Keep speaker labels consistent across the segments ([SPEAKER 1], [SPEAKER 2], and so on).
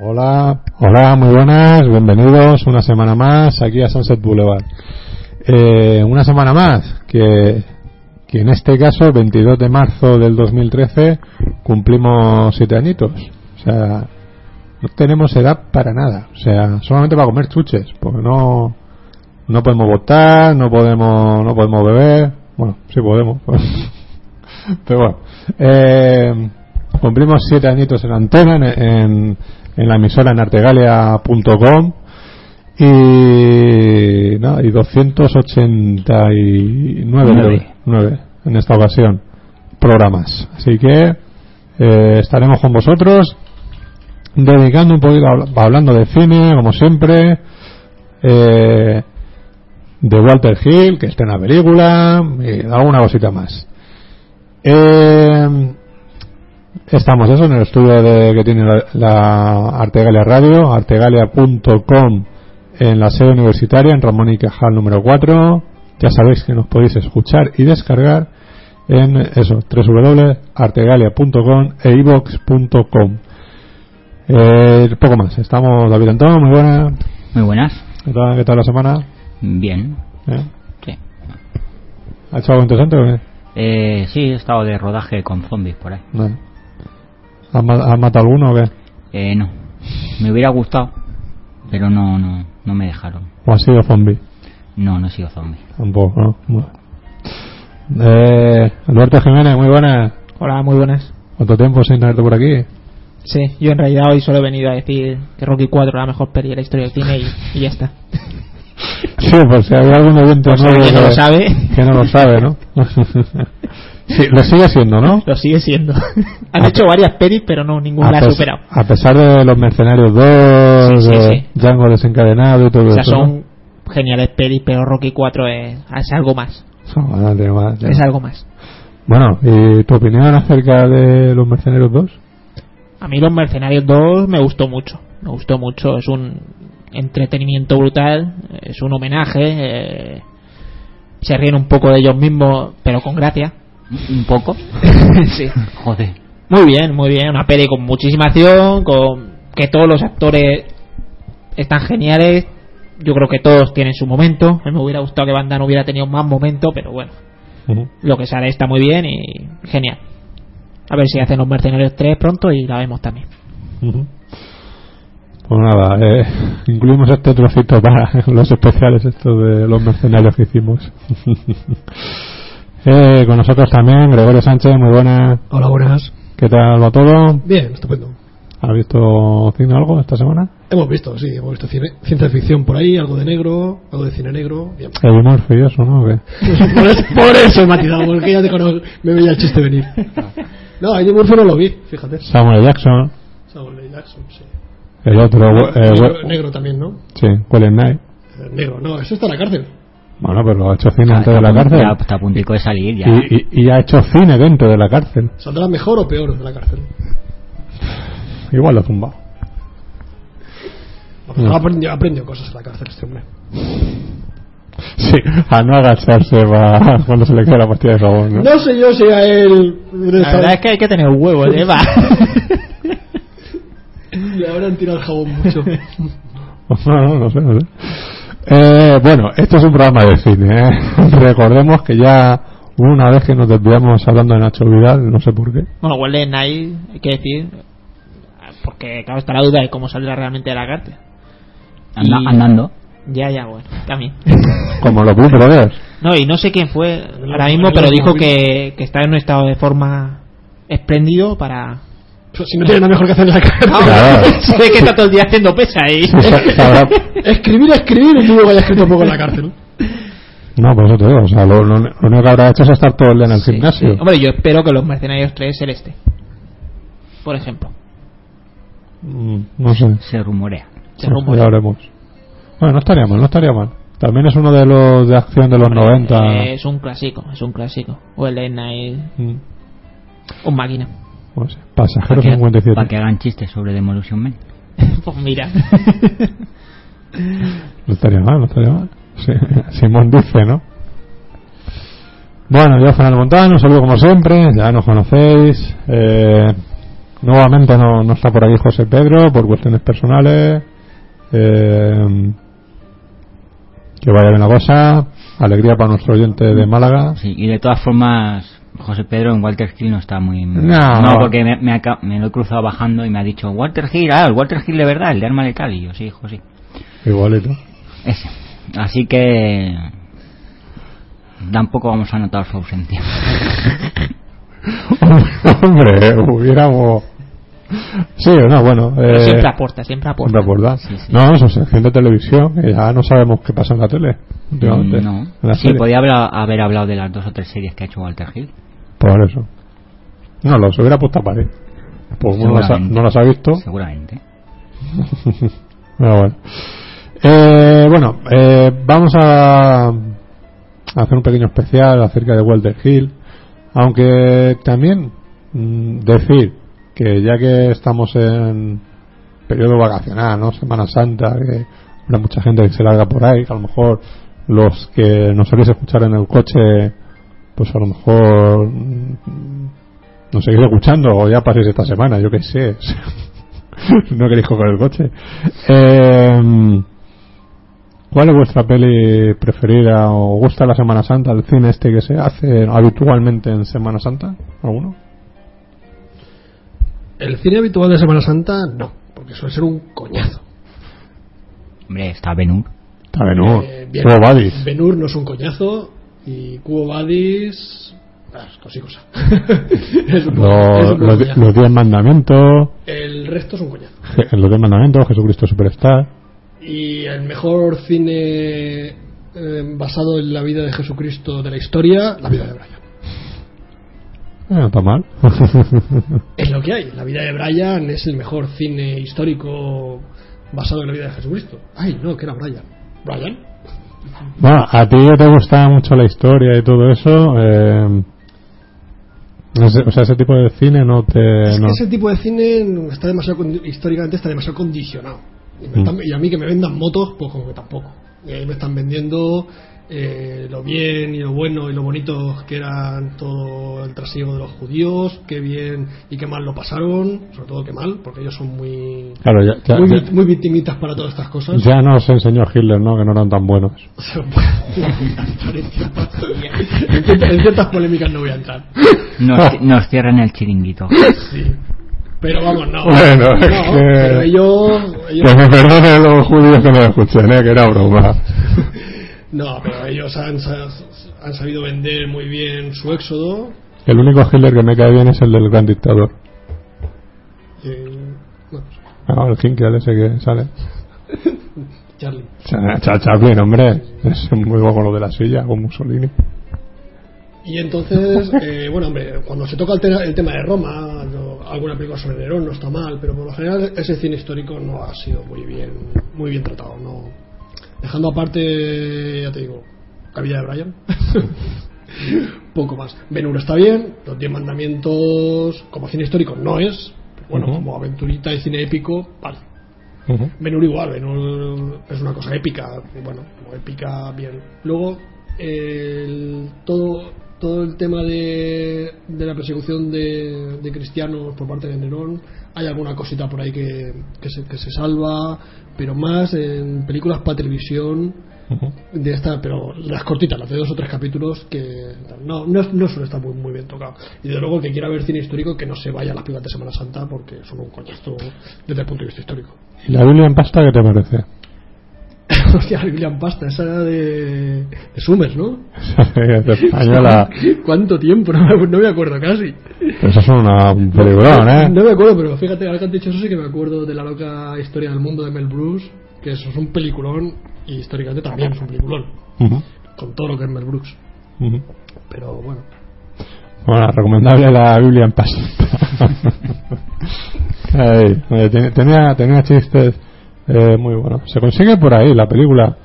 [SPEAKER 1] Hola, hola, muy buenas, bienvenidos una semana más aquí a Sunset Boulevard. Eh, una semana más que, que en este caso, 22 de marzo del 2013, cumplimos siete añitos. O sea, no tenemos edad para nada. O sea, solamente para comer chuches, porque no, no podemos votar, no podemos, no podemos beber. Bueno, sí podemos. Pero bueno, eh, cumplimos siete añitos en antena, en, en, en la emisora en artegalia.com y, nada, y 289
[SPEAKER 2] Nueve.
[SPEAKER 1] nueve en esta ocasión programas. Así que eh, estaremos con vosotros dedicando un poquito, habla- hablando de cine, como siempre. Eh, de Walter Hill, que está en la película, y alguna cosita más. Eh, estamos eso en el estudio de- que tiene la, la Artegalia Radio, artegalia.com en la sede universitaria, en Ramón y Cajal número 4. Ya sabéis que nos podéis escuchar y descargar en eso, www.artegalia.com e ibox.com. Eh, poco más, estamos David Antón, muy buena.
[SPEAKER 2] Muy buenas.
[SPEAKER 1] ¿Qué tal, qué tal la semana?
[SPEAKER 2] Bien.
[SPEAKER 1] ¿Eh?
[SPEAKER 2] Sí.
[SPEAKER 1] ¿Ha hecho algo interesante o qué?
[SPEAKER 2] Eh, sí, he estado de rodaje con zombies por ahí.
[SPEAKER 1] No. ¿Has, ma- has matado alguno o qué?
[SPEAKER 2] Eh, no. Me hubiera gustado, pero no, no, no me dejaron.
[SPEAKER 1] ¿O has sido zombie?
[SPEAKER 2] No, no he sido zombie.
[SPEAKER 1] Tampoco, ¿no? Bueno. Eh, Alberto Jiménez, muy buenas.
[SPEAKER 3] Hola, muy buenas.
[SPEAKER 1] ¿Cuánto tiempo sin tenerte por aquí?
[SPEAKER 3] Sí, yo en realidad hoy solo he venido a decir que Rocky 4 es la mejor peli de la historia del cine y, y ya está.
[SPEAKER 1] Sí, por si había algún oyente
[SPEAKER 3] Por si
[SPEAKER 1] nuevo
[SPEAKER 3] alguien no lo sabe.
[SPEAKER 1] Que no lo sabe, ¿no? sí, lo sigue siendo, ¿no?
[SPEAKER 3] Lo sigue siendo. Ah, pues, Han hecho varias pelis, pero no, ninguna la ha
[SPEAKER 1] pes-
[SPEAKER 3] superado.
[SPEAKER 1] a pesar de Los Mercenarios 2,
[SPEAKER 3] Sí, sí,
[SPEAKER 1] eh,
[SPEAKER 3] sí.
[SPEAKER 1] Django desencadenado y todo
[SPEAKER 3] O sea,
[SPEAKER 1] eso, ¿no?
[SPEAKER 3] son geniales pelis, pero Rocky 4 es, es algo más.
[SPEAKER 1] Son bastante más, ya.
[SPEAKER 3] Es algo más.
[SPEAKER 1] Bueno, ¿y tu opinión acerca de Los Mercenarios 2?
[SPEAKER 3] A mí Los Mercenarios 2 me gustó mucho. Me gustó mucho. Es un entretenimiento brutal. Es un homenaje. eh, se ríen un poco de ellos mismos, pero con gracia.
[SPEAKER 2] ¿Un poco?
[SPEAKER 3] sí.
[SPEAKER 2] Joder.
[SPEAKER 3] Muy bien, muy bien. Una peli con muchísima acción, con que todos los actores están geniales. Yo creo que todos tienen su momento. A mí me hubiera gustado que Van Damme hubiera tenido más momento, pero bueno, lo que sale está muy bien y genial. A ver si hacen los Mercenarios 3 pronto y la vemos también.
[SPEAKER 1] Ujú. Pues nada, eh, incluimos este trocito para los especiales estos de los mercenarios que hicimos. Eh, con nosotros también Gregorio Sánchez, muy buena.
[SPEAKER 4] Hola, buenas.
[SPEAKER 1] ¿Qué tal va todo?
[SPEAKER 4] Bien, estupendo.
[SPEAKER 1] ¿Has visto cine o algo esta semana?
[SPEAKER 4] Hemos visto, sí, hemos visto cine- ciencia ficción por ahí, algo de negro, algo de cine negro. Bien.
[SPEAKER 1] Eddie Murphy y eso, ¿no? ¿O qué?
[SPEAKER 4] por, es- por eso me ha tirado, porque ya te conozco, me veía el chiste venir. No, a Eddie Murphy no lo vi, fíjate.
[SPEAKER 1] Samuel Jackson,
[SPEAKER 4] Samuel L. Jackson, sí.
[SPEAKER 1] el otro, eh,
[SPEAKER 4] negro,
[SPEAKER 1] we-
[SPEAKER 4] negro también, ¿no?
[SPEAKER 1] sí, Wellen Knight.
[SPEAKER 4] Eh, Negro, no, eso está en la cárcel.
[SPEAKER 1] Bueno, pero lo ha hecho cine
[SPEAKER 2] Está-
[SPEAKER 1] antes de
[SPEAKER 2] está
[SPEAKER 1] la
[SPEAKER 2] a punto-
[SPEAKER 1] cárcel.
[SPEAKER 2] Ah, ya está a puntico de salir ya.
[SPEAKER 1] Y, y- y ha hecho cine dentro de la cárcel.
[SPEAKER 4] ¿Saldrá mejor o peor de la cárcel?
[SPEAKER 1] Igual lo ha zumbado.
[SPEAKER 4] No, ha aprendido, ha aprendido cosas en la cárcel este hombre.
[SPEAKER 1] Sí, a no agacharse para cuando se le cae la pastilla de jabón. ¿no?
[SPEAKER 4] No sé yo si a él...
[SPEAKER 3] La verdad es que hay que tener huevos, ¿eh? Va.
[SPEAKER 4] Le habrán tirado el jabón mucho.
[SPEAKER 1] No, no, no sé, no sé. Eh, bueno, esto es un programa de cine. ¿eh? Recordemos que ya Una vez que nos desviamos hablando de Nacho Vidal, no sé por qué.
[SPEAKER 3] Bueno, Golden Knight, hay que decir, porque claro, está la duda de cómo saldrá realmente de la cárcel.
[SPEAKER 2] Anda-
[SPEAKER 3] Y-
[SPEAKER 2] Andando.
[SPEAKER 3] Ya, ya, bueno, también.
[SPEAKER 1] Como los Blue Brothers.
[SPEAKER 3] No, y no sé quién fue ahora mismo, pero dijo que, que está en un estado de forma espléndido para...
[SPEAKER 4] Si no tiene nada mejor que hacer en la cárcel.
[SPEAKER 1] Claro.
[SPEAKER 3] Se ve que está todo el día haciendo pesa y...
[SPEAKER 1] Sabrá-
[SPEAKER 4] Escribir, escribir y luego haya escrito poco en la cárcel.
[SPEAKER 1] No, por eso te digo. O sea, lo, lo- lo único que habrá hecho es estar todo el día en el gimnasio.
[SPEAKER 3] Hombre, yo espero que los Mercenarios 3 Celeste, por ejemplo.
[SPEAKER 1] Mm, No sé.
[SPEAKER 2] Se rumorea.
[SPEAKER 3] Se
[SPEAKER 1] No sé,
[SPEAKER 3] rumorea.
[SPEAKER 1] ya veremos. Bueno, no estaría mal, no estaría mal. También es uno de los de acción de los 90.
[SPEAKER 3] Eh, es un clásico, es un clásico. Golden Knight,
[SPEAKER 1] Mm, pues,
[SPEAKER 3] un máquina.
[SPEAKER 1] no sé. Pasajero
[SPEAKER 2] Para que,
[SPEAKER 1] 57.
[SPEAKER 2] pa' que hagan chistes sobre Demolition Man.
[SPEAKER 3] pues mira.
[SPEAKER 1] No estaría mal, no estaría mal. Sí, Simón dice, ¿no? Bueno, yo Fernando Montano, un saludo como siempre, ya nos conocéis. Eh, nuevamente no, no está por aquí José Pedro por cuestiones personales. Eh, que vaya bien la cosa. Alegría para nuestro oyente de Málaga.
[SPEAKER 2] Sí, y de todas formas, José Pedro en Walter Hill no está muy.
[SPEAKER 1] No.
[SPEAKER 2] porque me, me aca- me lo he cruzado bajando y me ha dicho, Walter Hill, ah, el Walter Hill de verdad, el de arma letal. Y yo, sí, hijo, sí.
[SPEAKER 1] Igualito.
[SPEAKER 2] Ese. Así que. Tampoco vamos a notar su ausencia.
[SPEAKER 1] Hombre, hubiéramos. Sí, no, bueno.
[SPEAKER 3] Pero
[SPEAKER 1] eh,
[SPEAKER 3] siempre aporta, siempre aporta.
[SPEAKER 1] Hombre, por dar.
[SPEAKER 2] Sí, sí.
[SPEAKER 1] No, eso es sección de televisión, que ya no sabemos qué pasa en la tele. Últimamente.
[SPEAKER 2] Mm, no.
[SPEAKER 1] En la
[SPEAKER 2] Sí,
[SPEAKER 1] serie.
[SPEAKER 2] podía habla- haber hablado de las dos o tres series que ha hecho Walter Hill.
[SPEAKER 1] Por Pues eso. No, los hubiera puesto a pared. Pues no las, ha,
[SPEAKER 2] Seguramente.
[SPEAKER 1] no las ha visto.
[SPEAKER 2] Seguramente.
[SPEAKER 1] Pero Ah, bueno, Eh, bueno, eh, vamos a a hacer un pequeño especial acerca de Walter Hill. Aunque también mm, decir que ya que estamos en periodo vacacional, ¿no? Semana Santa, que habrá mucha gente que se larga por ahí, que a lo mejor los que nos soléis escuchar en el coche, pues a lo mejor mm, nos seguís escuchando o ya paséis esta semana, yo qué sé. no queréis coger el coche. Eh, ¿Cuál es vuestra peli preferida o gusta la Semana Santa, el cine este que se hace habitualmente en Semana Santa? ¿Alguno?
[SPEAKER 4] El cine habitual de Semana Santa, no. Porque suele ser un coñazo.
[SPEAKER 2] Hombre, está Benur.
[SPEAKER 1] Está Benur,
[SPEAKER 4] Eh, bien.
[SPEAKER 1] Hugo Badis.
[SPEAKER 4] Benur no es un coñazo. Y Cubo Badis. Ah, es cosa y cosa. Es un
[SPEAKER 1] Lo-
[SPEAKER 4] poco- es un poco
[SPEAKER 1] los, di-
[SPEAKER 4] coñazo.
[SPEAKER 1] los Diez Mandamientos,
[SPEAKER 4] El resto es un coñazo.
[SPEAKER 1] Je- los Diez Mandamientos, Jesucristo Superstar.
[SPEAKER 4] Y el mejor cine eh, basado en la vida de Jesucristo de la historia, la vida de Brian.
[SPEAKER 1] Eh, no está mal.
[SPEAKER 4] Es lo que hay. La vida de Brian es el mejor cine histórico basado en la vida de Jesucristo. Ay, no, que era Brian. ¿Brian?
[SPEAKER 1] bueno, a ti que te gusta mucho la historia y todo eso. eh, ese- o sea, ese tipo de cine no te.
[SPEAKER 4] Es que
[SPEAKER 1] no-
[SPEAKER 4] ese tipo de cine no está demasiado condi- históricamente está demasiado condicionado. Y, me
[SPEAKER 1] Mm.
[SPEAKER 4] están- y a mí que me vendan motos, pues como que tampoco. Y ahí me están vendiendo eh, lo bien y lo bueno y lo bonito que eran todo el trasiego de los judíos, qué bien y qué mal lo pasaron, sobre todo qué mal, porque ellos son muy,
[SPEAKER 1] Claro, ya- ya-
[SPEAKER 4] muy,
[SPEAKER 1] ya-
[SPEAKER 4] vi- muy victimitas para todas estas cosas.
[SPEAKER 1] Ya nos enseñó Hitler, ¿no? Que no eran tan buenos.
[SPEAKER 4] en, ciertas, en ciertas polémicas no voy a entrar.
[SPEAKER 1] Ah.
[SPEAKER 2] Nos, nos cierran el chiringuito.
[SPEAKER 4] Sí. Pero vamos, no.
[SPEAKER 1] Bueno,
[SPEAKER 4] No,
[SPEAKER 1] es que-
[SPEAKER 4] pero ellos, ellos-
[SPEAKER 1] Que me perdonen los judíos que nos escuchen, ¿eh? Que era broma.
[SPEAKER 4] No, pero ellos han, sa- han sabido vender muy bien su éxodo.
[SPEAKER 1] El único Hitler que me cae bien es el del gran dictador.
[SPEAKER 4] Eh, bueno,
[SPEAKER 1] Ah, el Hinkel ese que sale.
[SPEAKER 4] Charlie.
[SPEAKER 1] Cha- Cha- Chaplin, hombre. Es muy bueno lo de la silla, con Mussolini.
[SPEAKER 4] Y entonces, eh, bueno, hombre, cuando se toca el, te- el tema de Roma, no- alguna película sobre Nerón no está mal, pero por lo general ese cine histórico no ha sido muy bien, muy bien tratado. No, dejando aparte, ya te digo, la vida de Brian. Poco más. Benur está bien, los Diez Mandamientos, como cine histórico no es, pero bueno,
[SPEAKER 1] Ujú.
[SPEAKER 4] como aventurita y cine épico, vale. Benur igual, Benur es una cosa épica, y bueno, como épica bien. Luego, el- todo, todo el tema de, de la persecución de, de cristianos por parte de Nerón, hay alguna cosita por ahí que, que se, que se salva, pero más en películas para televisión
[SPEAKER 1] Ujú.
[SPEAKER 4] de esta, pero las cortitas, las de dos o tres capítulos, que no, no, no suele estar muy, muy bien tocado. Y de luego el que quiera ver cine histórico, que no se vaya a las películas de Semana Santa, porque son un coñazo desde el punto de vista histórico.
[SPEAKER 1] ¿Y la Biblia en pasta qué te parece?
[SPEAKER 4] Hostia, la Biblia en pasta, esa era de, de Summers, ¿no?
[SPEAKER 1] es española.
[SPEAKER 4] ¿Cuánto tiempo? No, me- no me acuerdo casi.
[SPEAKER 1] Pero eso es una, un peligrón, ¿eh?
[SPEAKER 4] No me acuerdo, pero fíjate, ahora que has dicho eso sí que me acuerdo de la loca historia del mundo de Mel Brooks, que eso es un peliculón, y históricamente también es un peliculón,
[SPEAKER 1] Ujú,
[SPEAKER 4] con todo lo que es Mel Brooks.
[SPEAKER 1] ujú.
[SPEAKER 4] Pero bueno,
[SPEAKER 1] Bueno, recomendable la Biblia en pasta. Ay, oye, ten- eh, tenía, tenía chistes eh, muy buenos. Se consigue por ahí la película.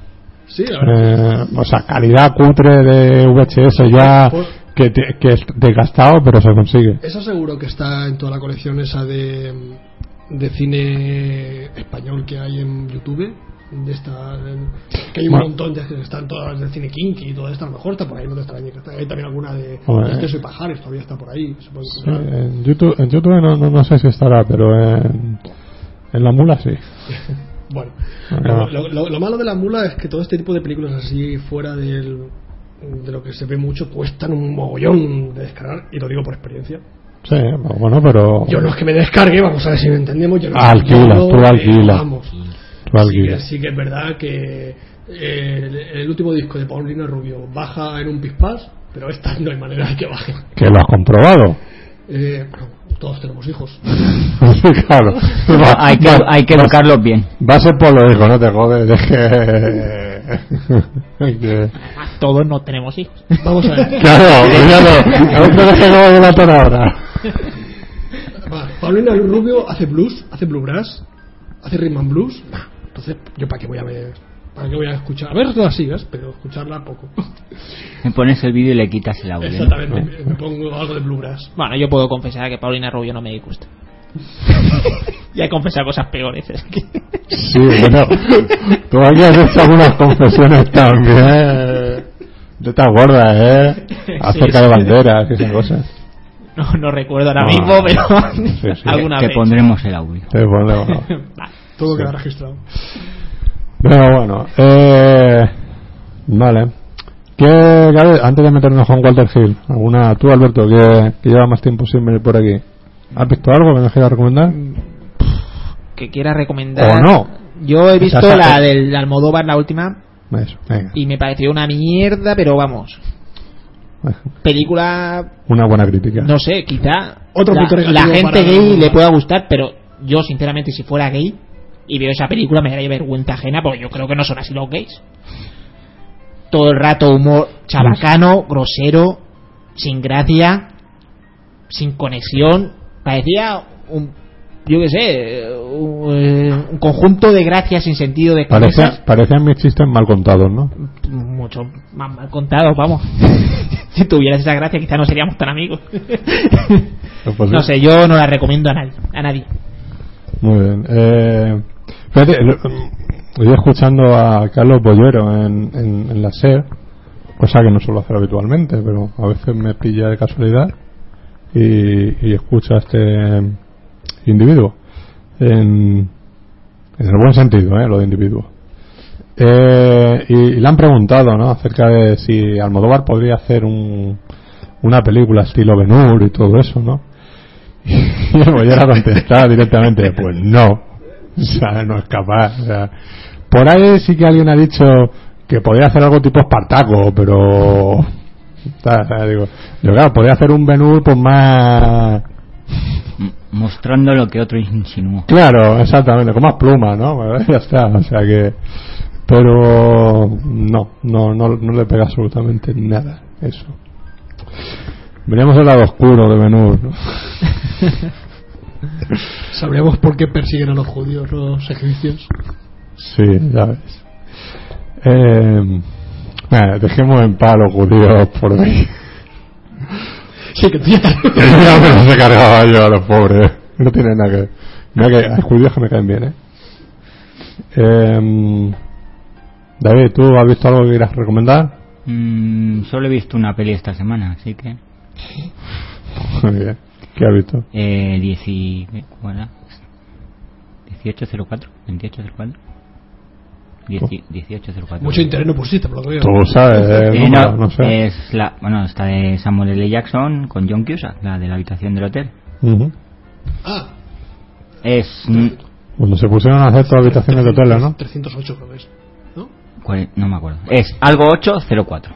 [SPEAKER 4] sí, la verdad.
[SPEAKER 1] Eh, o sea, calidad cutre de VHS ya
[SPEAKER 4] Pues-
[SPEAKER 1] que, te- que es desgastado, pero se consigue.
[SPEAKER 4] Esa seguro que está en toda la colección esa de, de cine español que hay en YouTube. De esta, en- que hay un
[SPEAKER 1] Bueno.
[SPEAKER 4] montón de que están todas las de cine kinky y todo esto. A lo mejor está por ahí, no te extrañe. que está- Hay también alguna de
[SPEAKER 1] Hombre.
[SPEAKER 4] Esteso y Pajares, todavía está por ahí. Se puede
[SPEAKER 1] eh. Sí,
[SPEAKER 4] encontrar.
[SPEAKER 1] en YouTube, en YouTube no, no, no sé si estará, pero en, en la mula sí.
[SPEAKER 4] Bueno,
[SPEAKER 1] Bueno.
[SPEAKER 4] lo, lo- lo malo de la mula es que todo este tipo de películas así fuera del, de lo que se ve mucho cuestan un mogollón de descargar. Y lo digo por experiencia.
[SPEAKER 1] Sí, bueno, pero
[SPEAKER 4] Yo no es que me descargue, vamos a ver si me entendemos. Yo no
[SPEAKER 1] Alquila,
[SPEAKER 4] yo no,
[SPEAKER 1] tú
[SPEAKER 4] eh,
[SPEAKER 1] alquila.
[SPEAKER 4] Vamos.
[SPEAKER 1] tú al
[SPEAKER 4] Sí que,
[SPEAKER 1] guía.
[SPEAKER 4] sí que es verdad que eh, el, el último disco de Paulino Rubio baja en un pispás, pero esta no hay manera de que baje.
[SPEAKER 1] que lo has comprobado.
[SPEAKER 4] Eh, bueno, todos tenemos hijos.
[SPEAKER 1] claro. Va-
[SPEAKER 2] hay que,
[SPEAKER 1] va-
[SPEAKER 2] hay que
[SPEAKER 1] va-
[SPEAKER 2] educarlos bien.
[SPEAKER 1] Va a ser por lo hijo, no te jodes. Es que... que-
[SPEAKER 3] Además, todos no tenemos hijos.
[SPEAKER 4] Vamos a ver.
[SPEAKER 1] Claro, claro. Aún no que no de la tona ahora.
[SPEAKER 4] Va, Paulino Rubio hace blues, hace bluegrass, hace rhythm and blues. Bah, Entonces, ¿yo para qué voy a ver? ¿Para qué voy a escuchar? A ver todas sigas, pero escucharla poco.
[SPEAKER 2] Le pones el vídeo y le quitas el audio. ¿no?
[SPEAKER 4] Exactamente, me- me pongo algo de bluegrass.
[SPEAKER 3] Bueno, yo puedo confesar que Paulina Rubio no me disgusta. ya he confesado cosas peores. es que-
[SPEAKER 1] Sí, bueno. Tú aquí has hecho algunas confesiones también. De estas gordas, ¿eh? Acerca
[SPEAKER 3] Sí,
[SPEAKER 1] de
[SPEAKER 3] sí.
[SPEAKER 1] banderas y esas cosas.
[SPEAKER 3] no, no recuerdo ahora
[SPEAKER 1] No,
[SPEAKER 3] mismo, pero
[SPEAKER 1] sí, sí.
[SPEAKER 3] alguna
[SPEAKER 2] Te
[SPEAKER 3] vez.
[SPEAKER 2] pondremos el audio.
[SPEAKER 1] Sí, bueno, bueno.
[SPEAKER 3] Vale.
[SPEAKER 4] Todo queda registrado.
[SPEAKER 1] Pero bueno, eh, vale. ¿Qué, Gabriel, antes de meternos con Walter Hill, alguna tú, Alberto, que, que lleva más tiempo sin venir por aquí, ¿has visto algo que nos quieras recomendar?
[SPEAKER 3] Que quiera recomendar.
[SPEAKER 1] O no.
[SPEAKER 3] Yo he visto
[SPEAKER 1] Esa-
[SPEAKER 3] la del Almodóvar, la última,
[SPEAKER 1] Eso, venga.
[SPEAKER 3] y me pareció una mierda, pero vamos. Película
[SPEAKER 1] Una buena crítica.
[SPEAKER 3] No sé, quizá
[SPEAKER 4] Otro
[SPEAKER 3] la,
[SPEAKER 4] punto negativo
[SPEAKER 3] la gente
[SPEAKER 4] para-
[SPEAKER 3] gay le pueda gustar, pero yo sinceramente si fuera gay y veo esa película me daría vergüenza ajena porque yo creo que no son así los gays. Todo el rato humor chabacano, grosero, sin gracia, sin conexión. Parecía un, yo qué sé, un, eh, un conjunto de gracias sin sentido de cosas
[SPEAKER 1] Parece- parecían mis chistes mal contados, ¿no?
[SPEAKER 3] mucho más mal contados, vamos. si tuvieras esa gracia quizá no seríamos tan amigos.
[SPEAKER 1] Es posible.
[SPEAKER 3] No sé, yo no la recomiendo a nadie. A nadie.
[SPEAKER 1] Muy bien. Eh, fíjate, lo- yo escuchando a Carlos Bollero en, en, en la SER, cosa que no suelo hacer habitualmente, pero a veces me pilla de casualidad y, y escucho a este individuo. En, en el buen sentido, ¿eh? Lo de individuo. Eh, y, y le han preguntado, ¿no? Acerca de si Almodóvar podría hacer un, una película estilo Benur y todo eso, ¿no? Y el Bollero contestaba directamente, pues no. O sea, no es capaz. o sea. por ahí sí que alguien ha dicho que podría hacer algo tipo Espartaco, pero... ta- ta, digo, yo claro, podría hacer un Benur pues más...
[SPEAKER 2] M- Mostrando lo que otro insinuó.
[SPEAKER 1] Claro, exactamente, con más plumas, ¿no? Bueno, ya está, o sea que... Pero no, no, no, no le pega absolutamente nada eso. Veníamos al lado oscuro de Benur, ¿no?
[SPEAKER 4] Sabríamos por qué persiguen a los judíos los egipcios.
[SPEAKER 1] Sí, ya ves. Eh, bueno, dejemos en paz a los judíos por mí.
[SPEAKER 4] Sí, que tú ya-
[SPEAKER 1] ya me los he cargado yo a los pobres. No tiene nada que ver. Mira que hay judíos que me caen bien, ¿eh? Eh, David, ¿tú has visto algo que quieras recomendar?
[SPEAKER 2] Mm, solo he visto una peli esta semana, así que.
[SPEAKER 1] Muy bien. ¿Qué has visto?
[SPEAKER 2] Eh, 18, ¿Cuál era? 1804, 2804. Dieci- 1804.
[SPEAKER 4] Mucho interés no pusiste, por lo que veo.
[SPEAKER 1] Tú sabes, eh,
[SPEAKER 2] Eh,
[SPEAKER 1] no,
[SPEAKER 2] no,
[SPEAKER 1] no sé.
[SPEAKER 2] es la, bueno, está de Samuel L. Jackson con John Cusack, la de la habitación del hotel.
[SPEAKER 1] Ujú.
[SPEAKER 4] Ah,
[SPEAKER 2] Es mm,
[SPEAKER 1] Cuando se pusieron a hacer todas habitaciones de hoteles, ¿no?
[SPEAKER 4] 308 creo que es. ¿No?
[SPEAKER 2] cuál- no me acuerdo. Es algo 804.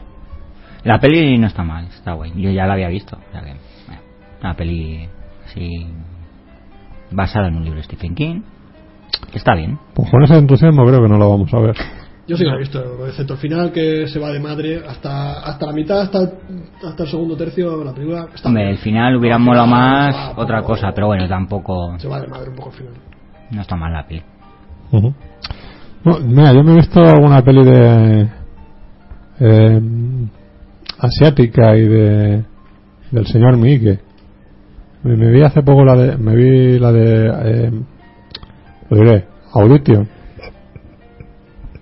[SPEAKER 2] La peli no está mal, está guay. Yo ya la había visto, o sea que, bueno, una peli así basada en un libro de Stephen King. Está bien.
[SPEAKER 1] Pues con ese entusiasmo creo que no lo vamos a ver.
[SPEAKER 4] Yo sí que lo he visto, excepto el final que se va de madre hasta, hasta la mitad, hasta, hasta el segundo tercio de la película. Está
[SPEAKER 2] Hombre,
[SPEAKER 4] bien.
[SPEAKER 2] el final hubiera
[SPEAKER 4] Al final
[SPEAKER 2] molado
[SPEAKER 4] se va
[SPEAKER 2] más
[SPEAKER 4] un
[SPEAKER 2] otra
[SPEAKER 4] poco-
[SPEAKER 2] cosa, pero bueno, tampoco
[SPEAKER 4] Se va de madre un poco al final.
[SPEAKER 2] no está mal la peli.
[SPEAKER 1] Ujú. No, mira, yo me he visto alguna peli de. eh, asiática y de. del señor Miike. Me, me vi hace poco la de. me vi la de. eh, lo diré, Audition.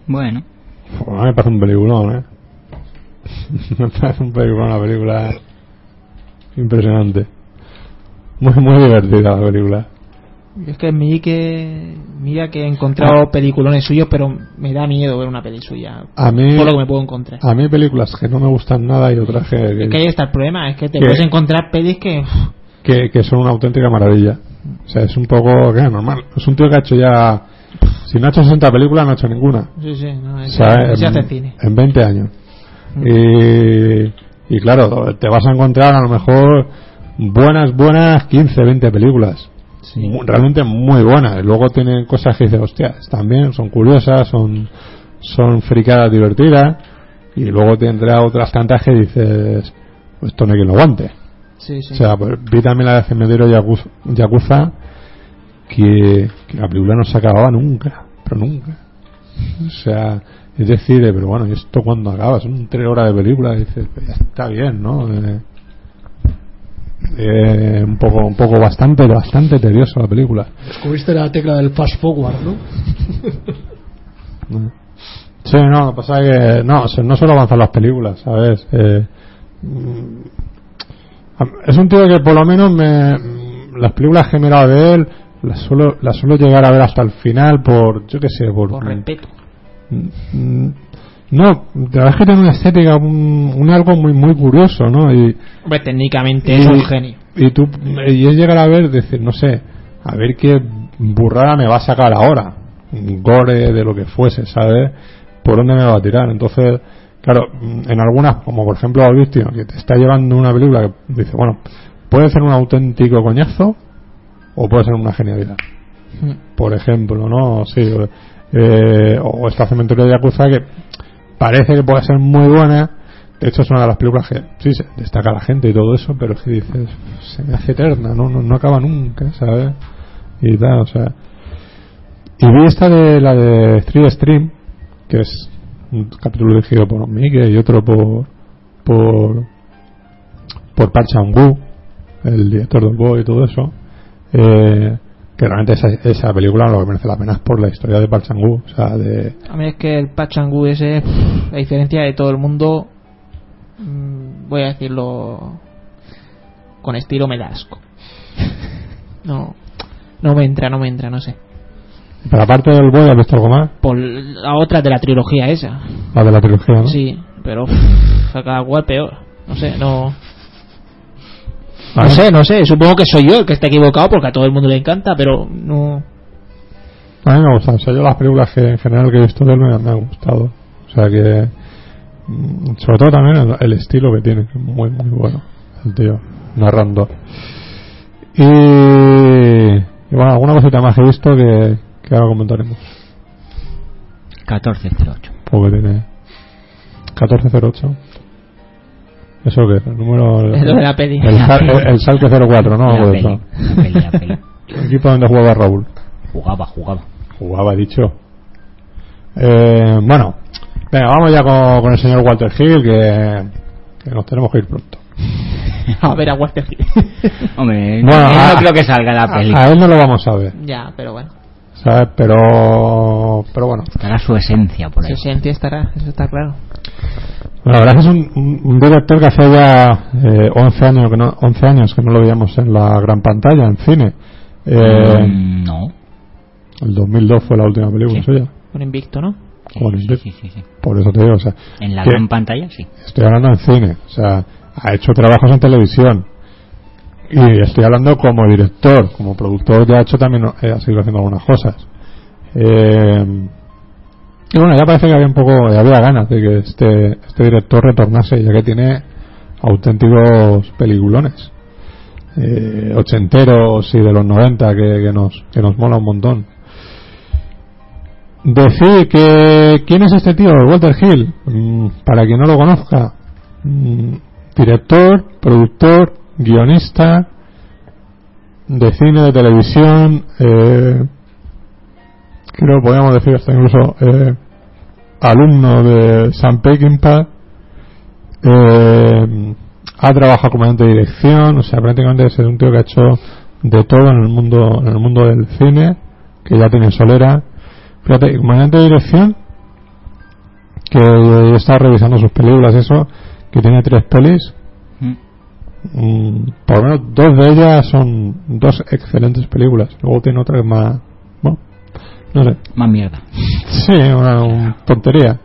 [SPEAKER 2] Bueno,
[SPEAKER 1] Uf, a mí me parece un peliculón, eh. me parece un peliculón la película. impresionante. Muy, muy divertida la película.
[SPEAKER 3] Yo Es que mi que mira que he encontrado peliculones suyos, pero me da miedo ver una peli suya.
[SPEAKER 1] Ah. A mí.
[SPEAKER 3] Por lo que me puedo encontrar.
[SPEAKER 1] A mí películas que no me gustan nada y otras que-
[SPEAKER 3] Es que ahí está el problema, es que te
[SPEAKER 1] ¿Qué?
[SPEAKER 3] puedes encontrar pelis que uff,
[SPEAKER 1] que, que son una auténtica maravilla. O sea, es un poco, que normal. Es un tío que ha hecho ya, si no ha hecho 60 películas, no ha hecho ninguna.
[SPEAKER 3] sí, sí, no,
[SPEAKER 1] O
[SPEAKER 3] es-
[SPEAKER 1] sea,
[SPEAKER 3] no se
[SPEAKER 1] en,
[SPEAKER 3] hace cine. Mm.
[SPEAKER 1] en 20 años. Y, y claro, te vas a encontrar a lo mejor buenas, buenas 15, 20 películas. Mu- Realmente muy buenas. Y Luego tienen cosas que dices, hostia, están bien, son curiosas, son, son fricadas divertidas. Y luego tendrá otras tantas que dices, pues esto no hay quien lo aguante.
[SPEAKER 3] Sí, sí.
[SPEAKER 1] O sea, pues, vi también la de Cementerio Yakuza, Yakuza, que, que la película no se acababa nunca, pero nunca. O sea, es decir, eh, pero bueno, ¿y esto cuando acaba? Son tres horas de película, y dices, pues ya está bien, ¿no? Eh, eh, un poco, un poco bastante, bastante tediosa la película.
[SPEAKER 4] Descubriste la tecla del fast forward, ¿no?
[SPEAKER 1] Sí, no, lo que pasa es que no, se- no solo avanzan las películas, ¿sabes? Eh, mm, es un tío que por lo menos me, mm, las películas que he mirado de él las suelo, las suelo llegar a ver hasta el final por, yo qué sé, por...
[SPEAKER 3] por respeto.
[SPEAKER 1] Mm, No, la verdad es que tiene una estética, un, un algo muy muy curioso, ¿no? Y,
[SPEAKER 3] Hombre, técnicamente
[SPEAKER 1] y-
[SPEAKER 3] es un genio.
[SPEAKER 1] Y tú, y es llegar a ver, decir, no sé, a ver qué burrada me va a sacar ahora. Un Gore, de lo que fuese, ¿sabes? Por dónde me va a tirar. Entonces, claro, en algunas, como por ejemplo Augustino, que te está llevando una película que dice, bueno, puede ser un auténtico coñazo o puede ser una genialidad
[SPEAKER 3] Mm.
[SPEAKER 1] por ejemplo, ¿no? Sí, o- eh, o esta cementerio de Yakuza que parece que puede ser muy buena. De hecho, es una de las películas que sí se destaca la gente y todo eso, pero es que dices, se me hace eterna, no, no, no acaba nunca, ¿sabes? Y tal, o sea. Y vi esta de la de Street Stream, que es un capítulo dirigido por Mike y otro por. por. por Park Chan-wook, el director del Boy y todo eso. Eh, que realmente esa, esa película lo que merece la pena es por la historia de Park Chan-wook, o sea, de...
[SPEAKER 3] A mí es que el Pachangu ese, pff, a diferencia de todo el mundo, mm, voy a decirlo con estilo me da asco. No, no me entra, no me entra, no sé.
[SPEAKER 1] Pero aparte del boy, ¿has visto algo más?
[SPEAKER 3] Por la otra de la trilogía esa.
[SPEAKER 1] La de la trilogía, ¿no?
[SPEAKER 3] Sí, pero pff, a cada cual peor. No sé, no.
[SPEAKER 1] Ah,
[SPEAKER 3] No sé, no sé. Supongo que soy yo el que está equivocado porque a todo el mundo le encanta, pero no.
[SPEAKER 1] A mí me gustan, o sea, yo las películas que en general que he visto de él me, me han gustado. O sea que... mm, Sobre todo también el, el estilo que tiene, que es muy, muy bueno, el tío, narrando. Y... y bueno, alguna cosita más he visto que, que ahora comentaremos,
[SPEAKER 2] 1408.
[SPEAKER 1] porque tiene... 1408. ¿Eso qué es? El número...
[SPEAKER 3] Es lo de la peli.
[SPEAKER 1] El, sal, el, el Salque 04, ¿no?
[SPEAKER 2] la
[SPEAKER 1] Algo de
[SPEAKER 2] peli,
[SPEAKER 1] eso.
[SPEAKER 2] la peli, la peli.
[SPEAKER 1] El equipo donde jugaba Raúl.
[SPEAKER 2] Jugaba, jugaba.
[SPEAKER 1] Jugaba, he dicho. Eh, bueno, venga, vamos ya con, con el señor Walter Hill, que, que nos tenemos que ir pronto.
[SPEAKER 3] A ver a Walter Hill.
[SPEAKER 2] Hombre,
[SPEAKER 1] Bueno,
[SPEAKER 2] no-
[SPEAKER 1] a-
[SPEAKER 2] no creo que salga la
[SPEAKER 1] A,
[SPEAKER 2] peli.
[SPEAKER 1] a él no lo vamos a ver,
[SPEAKER 3] ya, pero bueno.
[SPEAKER 1] ¿sabes? Pero, pero bueno.
[SPEAKER 2] Estará su esencia por ahí.
[SPEAKER 3] Se siente estará, eso está claro.
[SPEAKER 1] La verdad es que es un, un- un director que hace ya eh, 11, años que no, 11 años que no lo veíamos en la gran pantalla, en cine. Eh,
[SPEAKER 2] Mm, no.
[SPEAKER 1] El 2002 fue la última película
[SPEAKER 2] Sí.
[SPEAKER 1] suya.
[SPEAKER 3] Un invicto, ¿no?
[SPEAKER 1] Joder,
[SPEAKER 2] Sí,
[SPEAKER 1] yo-
[SPEAKER 2] sí, sí, sí.
[SPEAKER 1] Por eso te digo, o sea,
[SPEAKER 2] En la
[SPEAKER 1] que
[SPEAKER 2] gran pantalla, sí.
[SPEAKER 1] estoy hablando en cine, o sea, ha hecho trabajos en televisión. Y estoy hablando como director, como productor, ya ha hecho también, eh, ha seguido haciendo algunas cosas. Eh, y bueno, ya parece que había un poco, ya había ganas de que este, este director retornase, ya que tiene auténticos peliculones. Eh, ochenteros y de los 90 que, que nos, que nos mola un montón. Decir que. ¿Quién es este tío? Walter Hill. Mm, para quien no lo conozca. mm, director, productor, guionista. De cine, de televisión. Eh, creo que podríamos decir hasta incluso. eh, alumno de Sam Peckinpah. Eh, ha trabajado como agente de dirección. O sea, prácticamente es un tío que ha hecho de todo en el mundo, en el mundo del cine. Que ya tiene solera. Fíjate, comandante de dirección, que yo estaba revisando sus películas, eso, que tiene tres pelis,
[SPEAKER 2] Mm.
[SPEAKER 1] mm, por lo menos dos de ellas son dos excelentes películas. Luego tiene otras más, bueno, no sé,
[SPEAKER 2] Más mierda.
[SPEAKER 1] sí, una, un- tontería.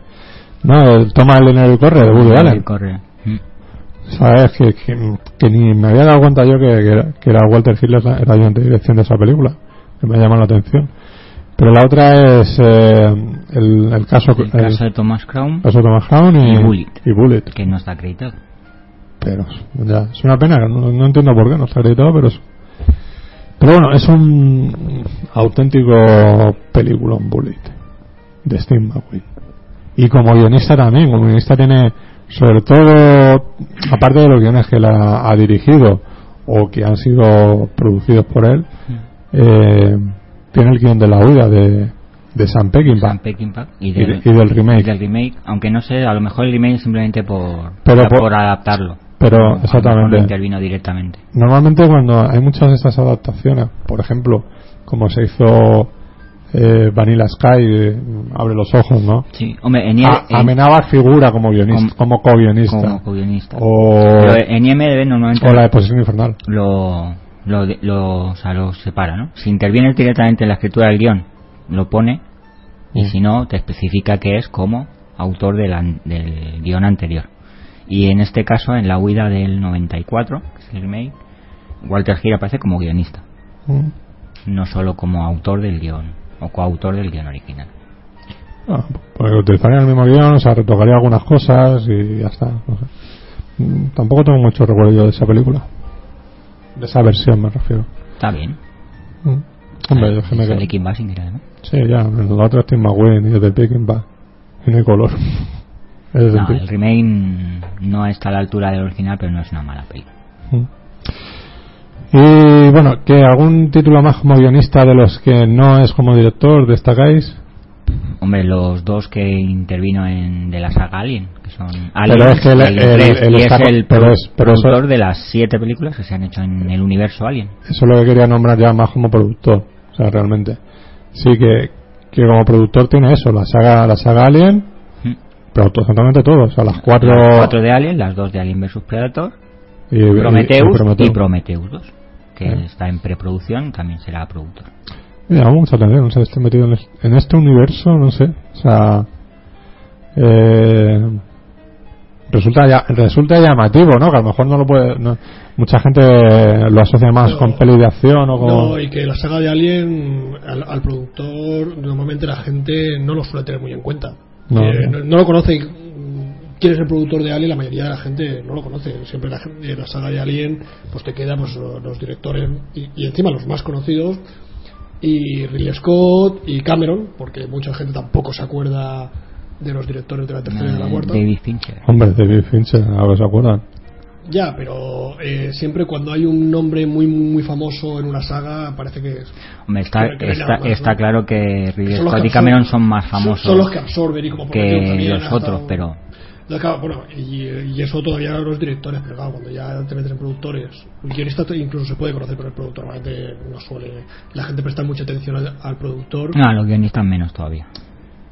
[SPEAKER 1] No, el toma el dinero y corre de Woody Allen.
[SPEAKER 2] Corre. Mm.
[SPEAKER 1] Sabes que, que, que ni me había dado cuenta yo que, que era, que era Walter Hill la- el ayudante de dirección de esa película. Que me llama la atención. Pero la otra es eh, el, el caso
[SPEAKER 2] El caso
[SPEAKER 1] eh,
[SPEAKER 2] de Thomas Crown,
[SPEAKER 1] Pasó Thomas Crown y,
[SPEAKER 2] Y Bullet.
[SPEAKER 1] y Bullet.
[SPEAKER 2] que no está acreditado.
[SPEAKER 1] Pero ya, es una pena, no, no entiendo por qué no está editado, pero es. Pero bueno, es un auténtico peliculón Bullet de Steve McQueen. Y como guionista también, como guionista tiene, sobre todo, aparte de los guiones que él ha, ha dirigido o que han sido producidos por él,
[SPEAKER 2] Mm.
[SPEAKER 1] eh, tiene el guion de la huida de, de Sam Peckinpah.
[SPEAKER 2] Sam Peckinpah y
[SPEAKER 1] Y,
[SPEAKER 2] del,
[SPEAKER 1] de- y del remake.
[SPEAKER 2] y del remake, aunque no sé, a lo mejor el remake simplemente por,
[SPEAKER 1] Pero
[SPEAKER 2] por,
[SPEAKER 1] por-
[SPEAKER 2] adaptarlo.
[SPEAKER 1] pero,
[SPEAKER 2] A lo mejor
[SPEAKER 1] exactamente.
[SPEAKER 2] No intervino directamente.
[SPEAKER 1] Normalmente cuando hay muchas de estas adaptaciones, por ejemplo, como se hizo eh, Vanilla Sky, eh, abre los ojos, ¿no?
[SPEAKER 2] Sí, hombre, en,
[SPEAKER 1] A-
[SPEAKER 2] en-
[SPEAKER 1] Amenábar figura como guionista, como, co-guionista.
[SPEAKER 2] eh. como eh, guionista.
[SPEAKER 1] O,
[SPEAKER 2] Pero en IMDB normalmente
[SPEAKER 1] o la de Posición Infernal.
[SPEAKER 2] lo, lo, de- lo, o sea, lo separa, ¿no? Si intervienes directamente en la escritura del guión, lo pone, y
[SPEAKER 1] Mm.
[SPEAKER 2] si no, te especifica que es como autor del an- del guión anterior. Y en este caso, en la huida del 94, que es el remake, Walter Hill aparece como guionista,
[SPEAKER 1] Mm.
[SPEAKER 2] no solo como autor del guión, o coautor del guión original.
[SPEAKER 1] Ah, pues utilizaría el mismo guión, o sea, retocaría algunas cosas y ya está. no sé. Mm, Tampoco tengo mucho recuerdo yo de esa película. De esa versión me refiero.
[SPEAKER 2] Está bien.
[SPEAKER 1] Mm. Hombre, yo es que me quedo-
[SPEAKER 2] Sale Kim Basinger, además.
[SPEAKER 1] Sí, ya, la otra es Tim McQueen y es de Peckinpah. Y no hay color. Ese es el
[SPEAKER 2] No,
[SPEAKER 1] tío.
[SPEAKER 2] el remake mm, no está a la altura del original, pero no es una mala película.
[SPEAKER 1] Mm. Y bueno, que algún título más como guionista de los que no es como director destacáis,
[SPEAKER 2] Hombre, los dos que intervino en, de la saga Alien, que son Alien
[SPEAKER 1] Pero es que el-
[SPEAKER 2] y Alien
[SPEAKER 1] el-
[SPEAKER 2] 3,
[SPEAKER 1] el-
[SPEAKER 2] y
[SPEAKER 1] está-
[SPEAKER 2] es el
[SPEAKER 1] pero es- pero eso-
[SPEAKER 2] productor de las siete películas que se han hecho en el universo Alien.
[SPEAKER 1] eso es lo que quería nombrar ya más como productor, o sea, realmente. Sí que, que como productor tiene eso, la saga la saga Alien,
[SPEAKER 2] Mm.
[SPEAKER 1] pero absolutamente todo, o sea, las cuatro,
[SPEAKER 2] Las cuatro de Alien, las dos de Alien vs Predator,
[SPEAKER 1] y, y- ¿Eh? y
[SPEAKER 2] Prometheus y,
[SPEAKER 1] Prometeo.
[SPEAKER 2] Prometheus 2, que
[SPEAKER 1] Sí.
[SPEAKER 2] está en preproducción, también será productor.
[SPEAKER 1] Me llama mucha atención, no sé, esté metido en, es- en este universo, no sé, o sea, eh, resulta ya, resulta llamativo, ¿no? Que a lo mejor no lo puede, no- mucha gente lo asocia más
[SPEAKER 4] No.
[SPEAKER 1] con peli de acción o con,
[SPEAKER 4] No, y que la saga de Alien al, al productor normalmente la gente no lo suele tener muy en cuenta.
[SPEAKER 1] No.
[SPEAKER 4] Eh, no, no lo conoce. mm, ¿Quién es el productor de Alien? La mayoría de la gente no lo conoce. Siempre la, gen- eh, la saga de Alien, pues te quedan pues, lo- los directores y, y encima los más conocidos y Ridley Scott y Cameron, porque mucha gente tampoco se acuerda de los directores de la tercera y de la
[SPEAKER 2] Eh,
[SPEAKER 4] cuarta.
[SPEAKER 2] David Fincher.
[SPEAKER 1] hombre, David Fincher, a ver, ¿se acuerdan?
[SPEAKER 4] Ya, pero eh, siempre cuando hay un nombre muy muy famoso en una saga parece que es-
[SPEAKER 2] Hombre, está,
[SPEAKER 4] Pero que no hay
[SPEAKER 2] está,
[SPEAKER 4] nada más,
[SPEAKER 2] está
[SPEAKER 4] ¿no?
[SPEAKER 2] claro que Ridley
[SPEAKER 4] Son los
[SPEAKER 2] Scott
[SPEAKER 4] que
[SPEAKER 2] y Cameron
[SPEAKER 4] absorben-
[SPEAKER 2] son más
[SPEAKER 4] son-
[SPEAKER 2] famosos
[SPEAKER 4] Son los que absorben y como Prometeo
[SPEAKER 2] que
[SPEAKER 4] también ha
[SPEAKER 2] los otros,
[SPEAKER 4] estado-
[SPEAKER 2] pero
[SPEAKER 4] No, claro, bueno, y, y eso todavía eran los directores, pero claro, cuando ya te meten en productores, un guionista te- incluso se puede conocer, pero el productor realmente no suele. La gente presta mucha atención al, al productor.
[SPEAKER 2] no, los guionistas menos todavía.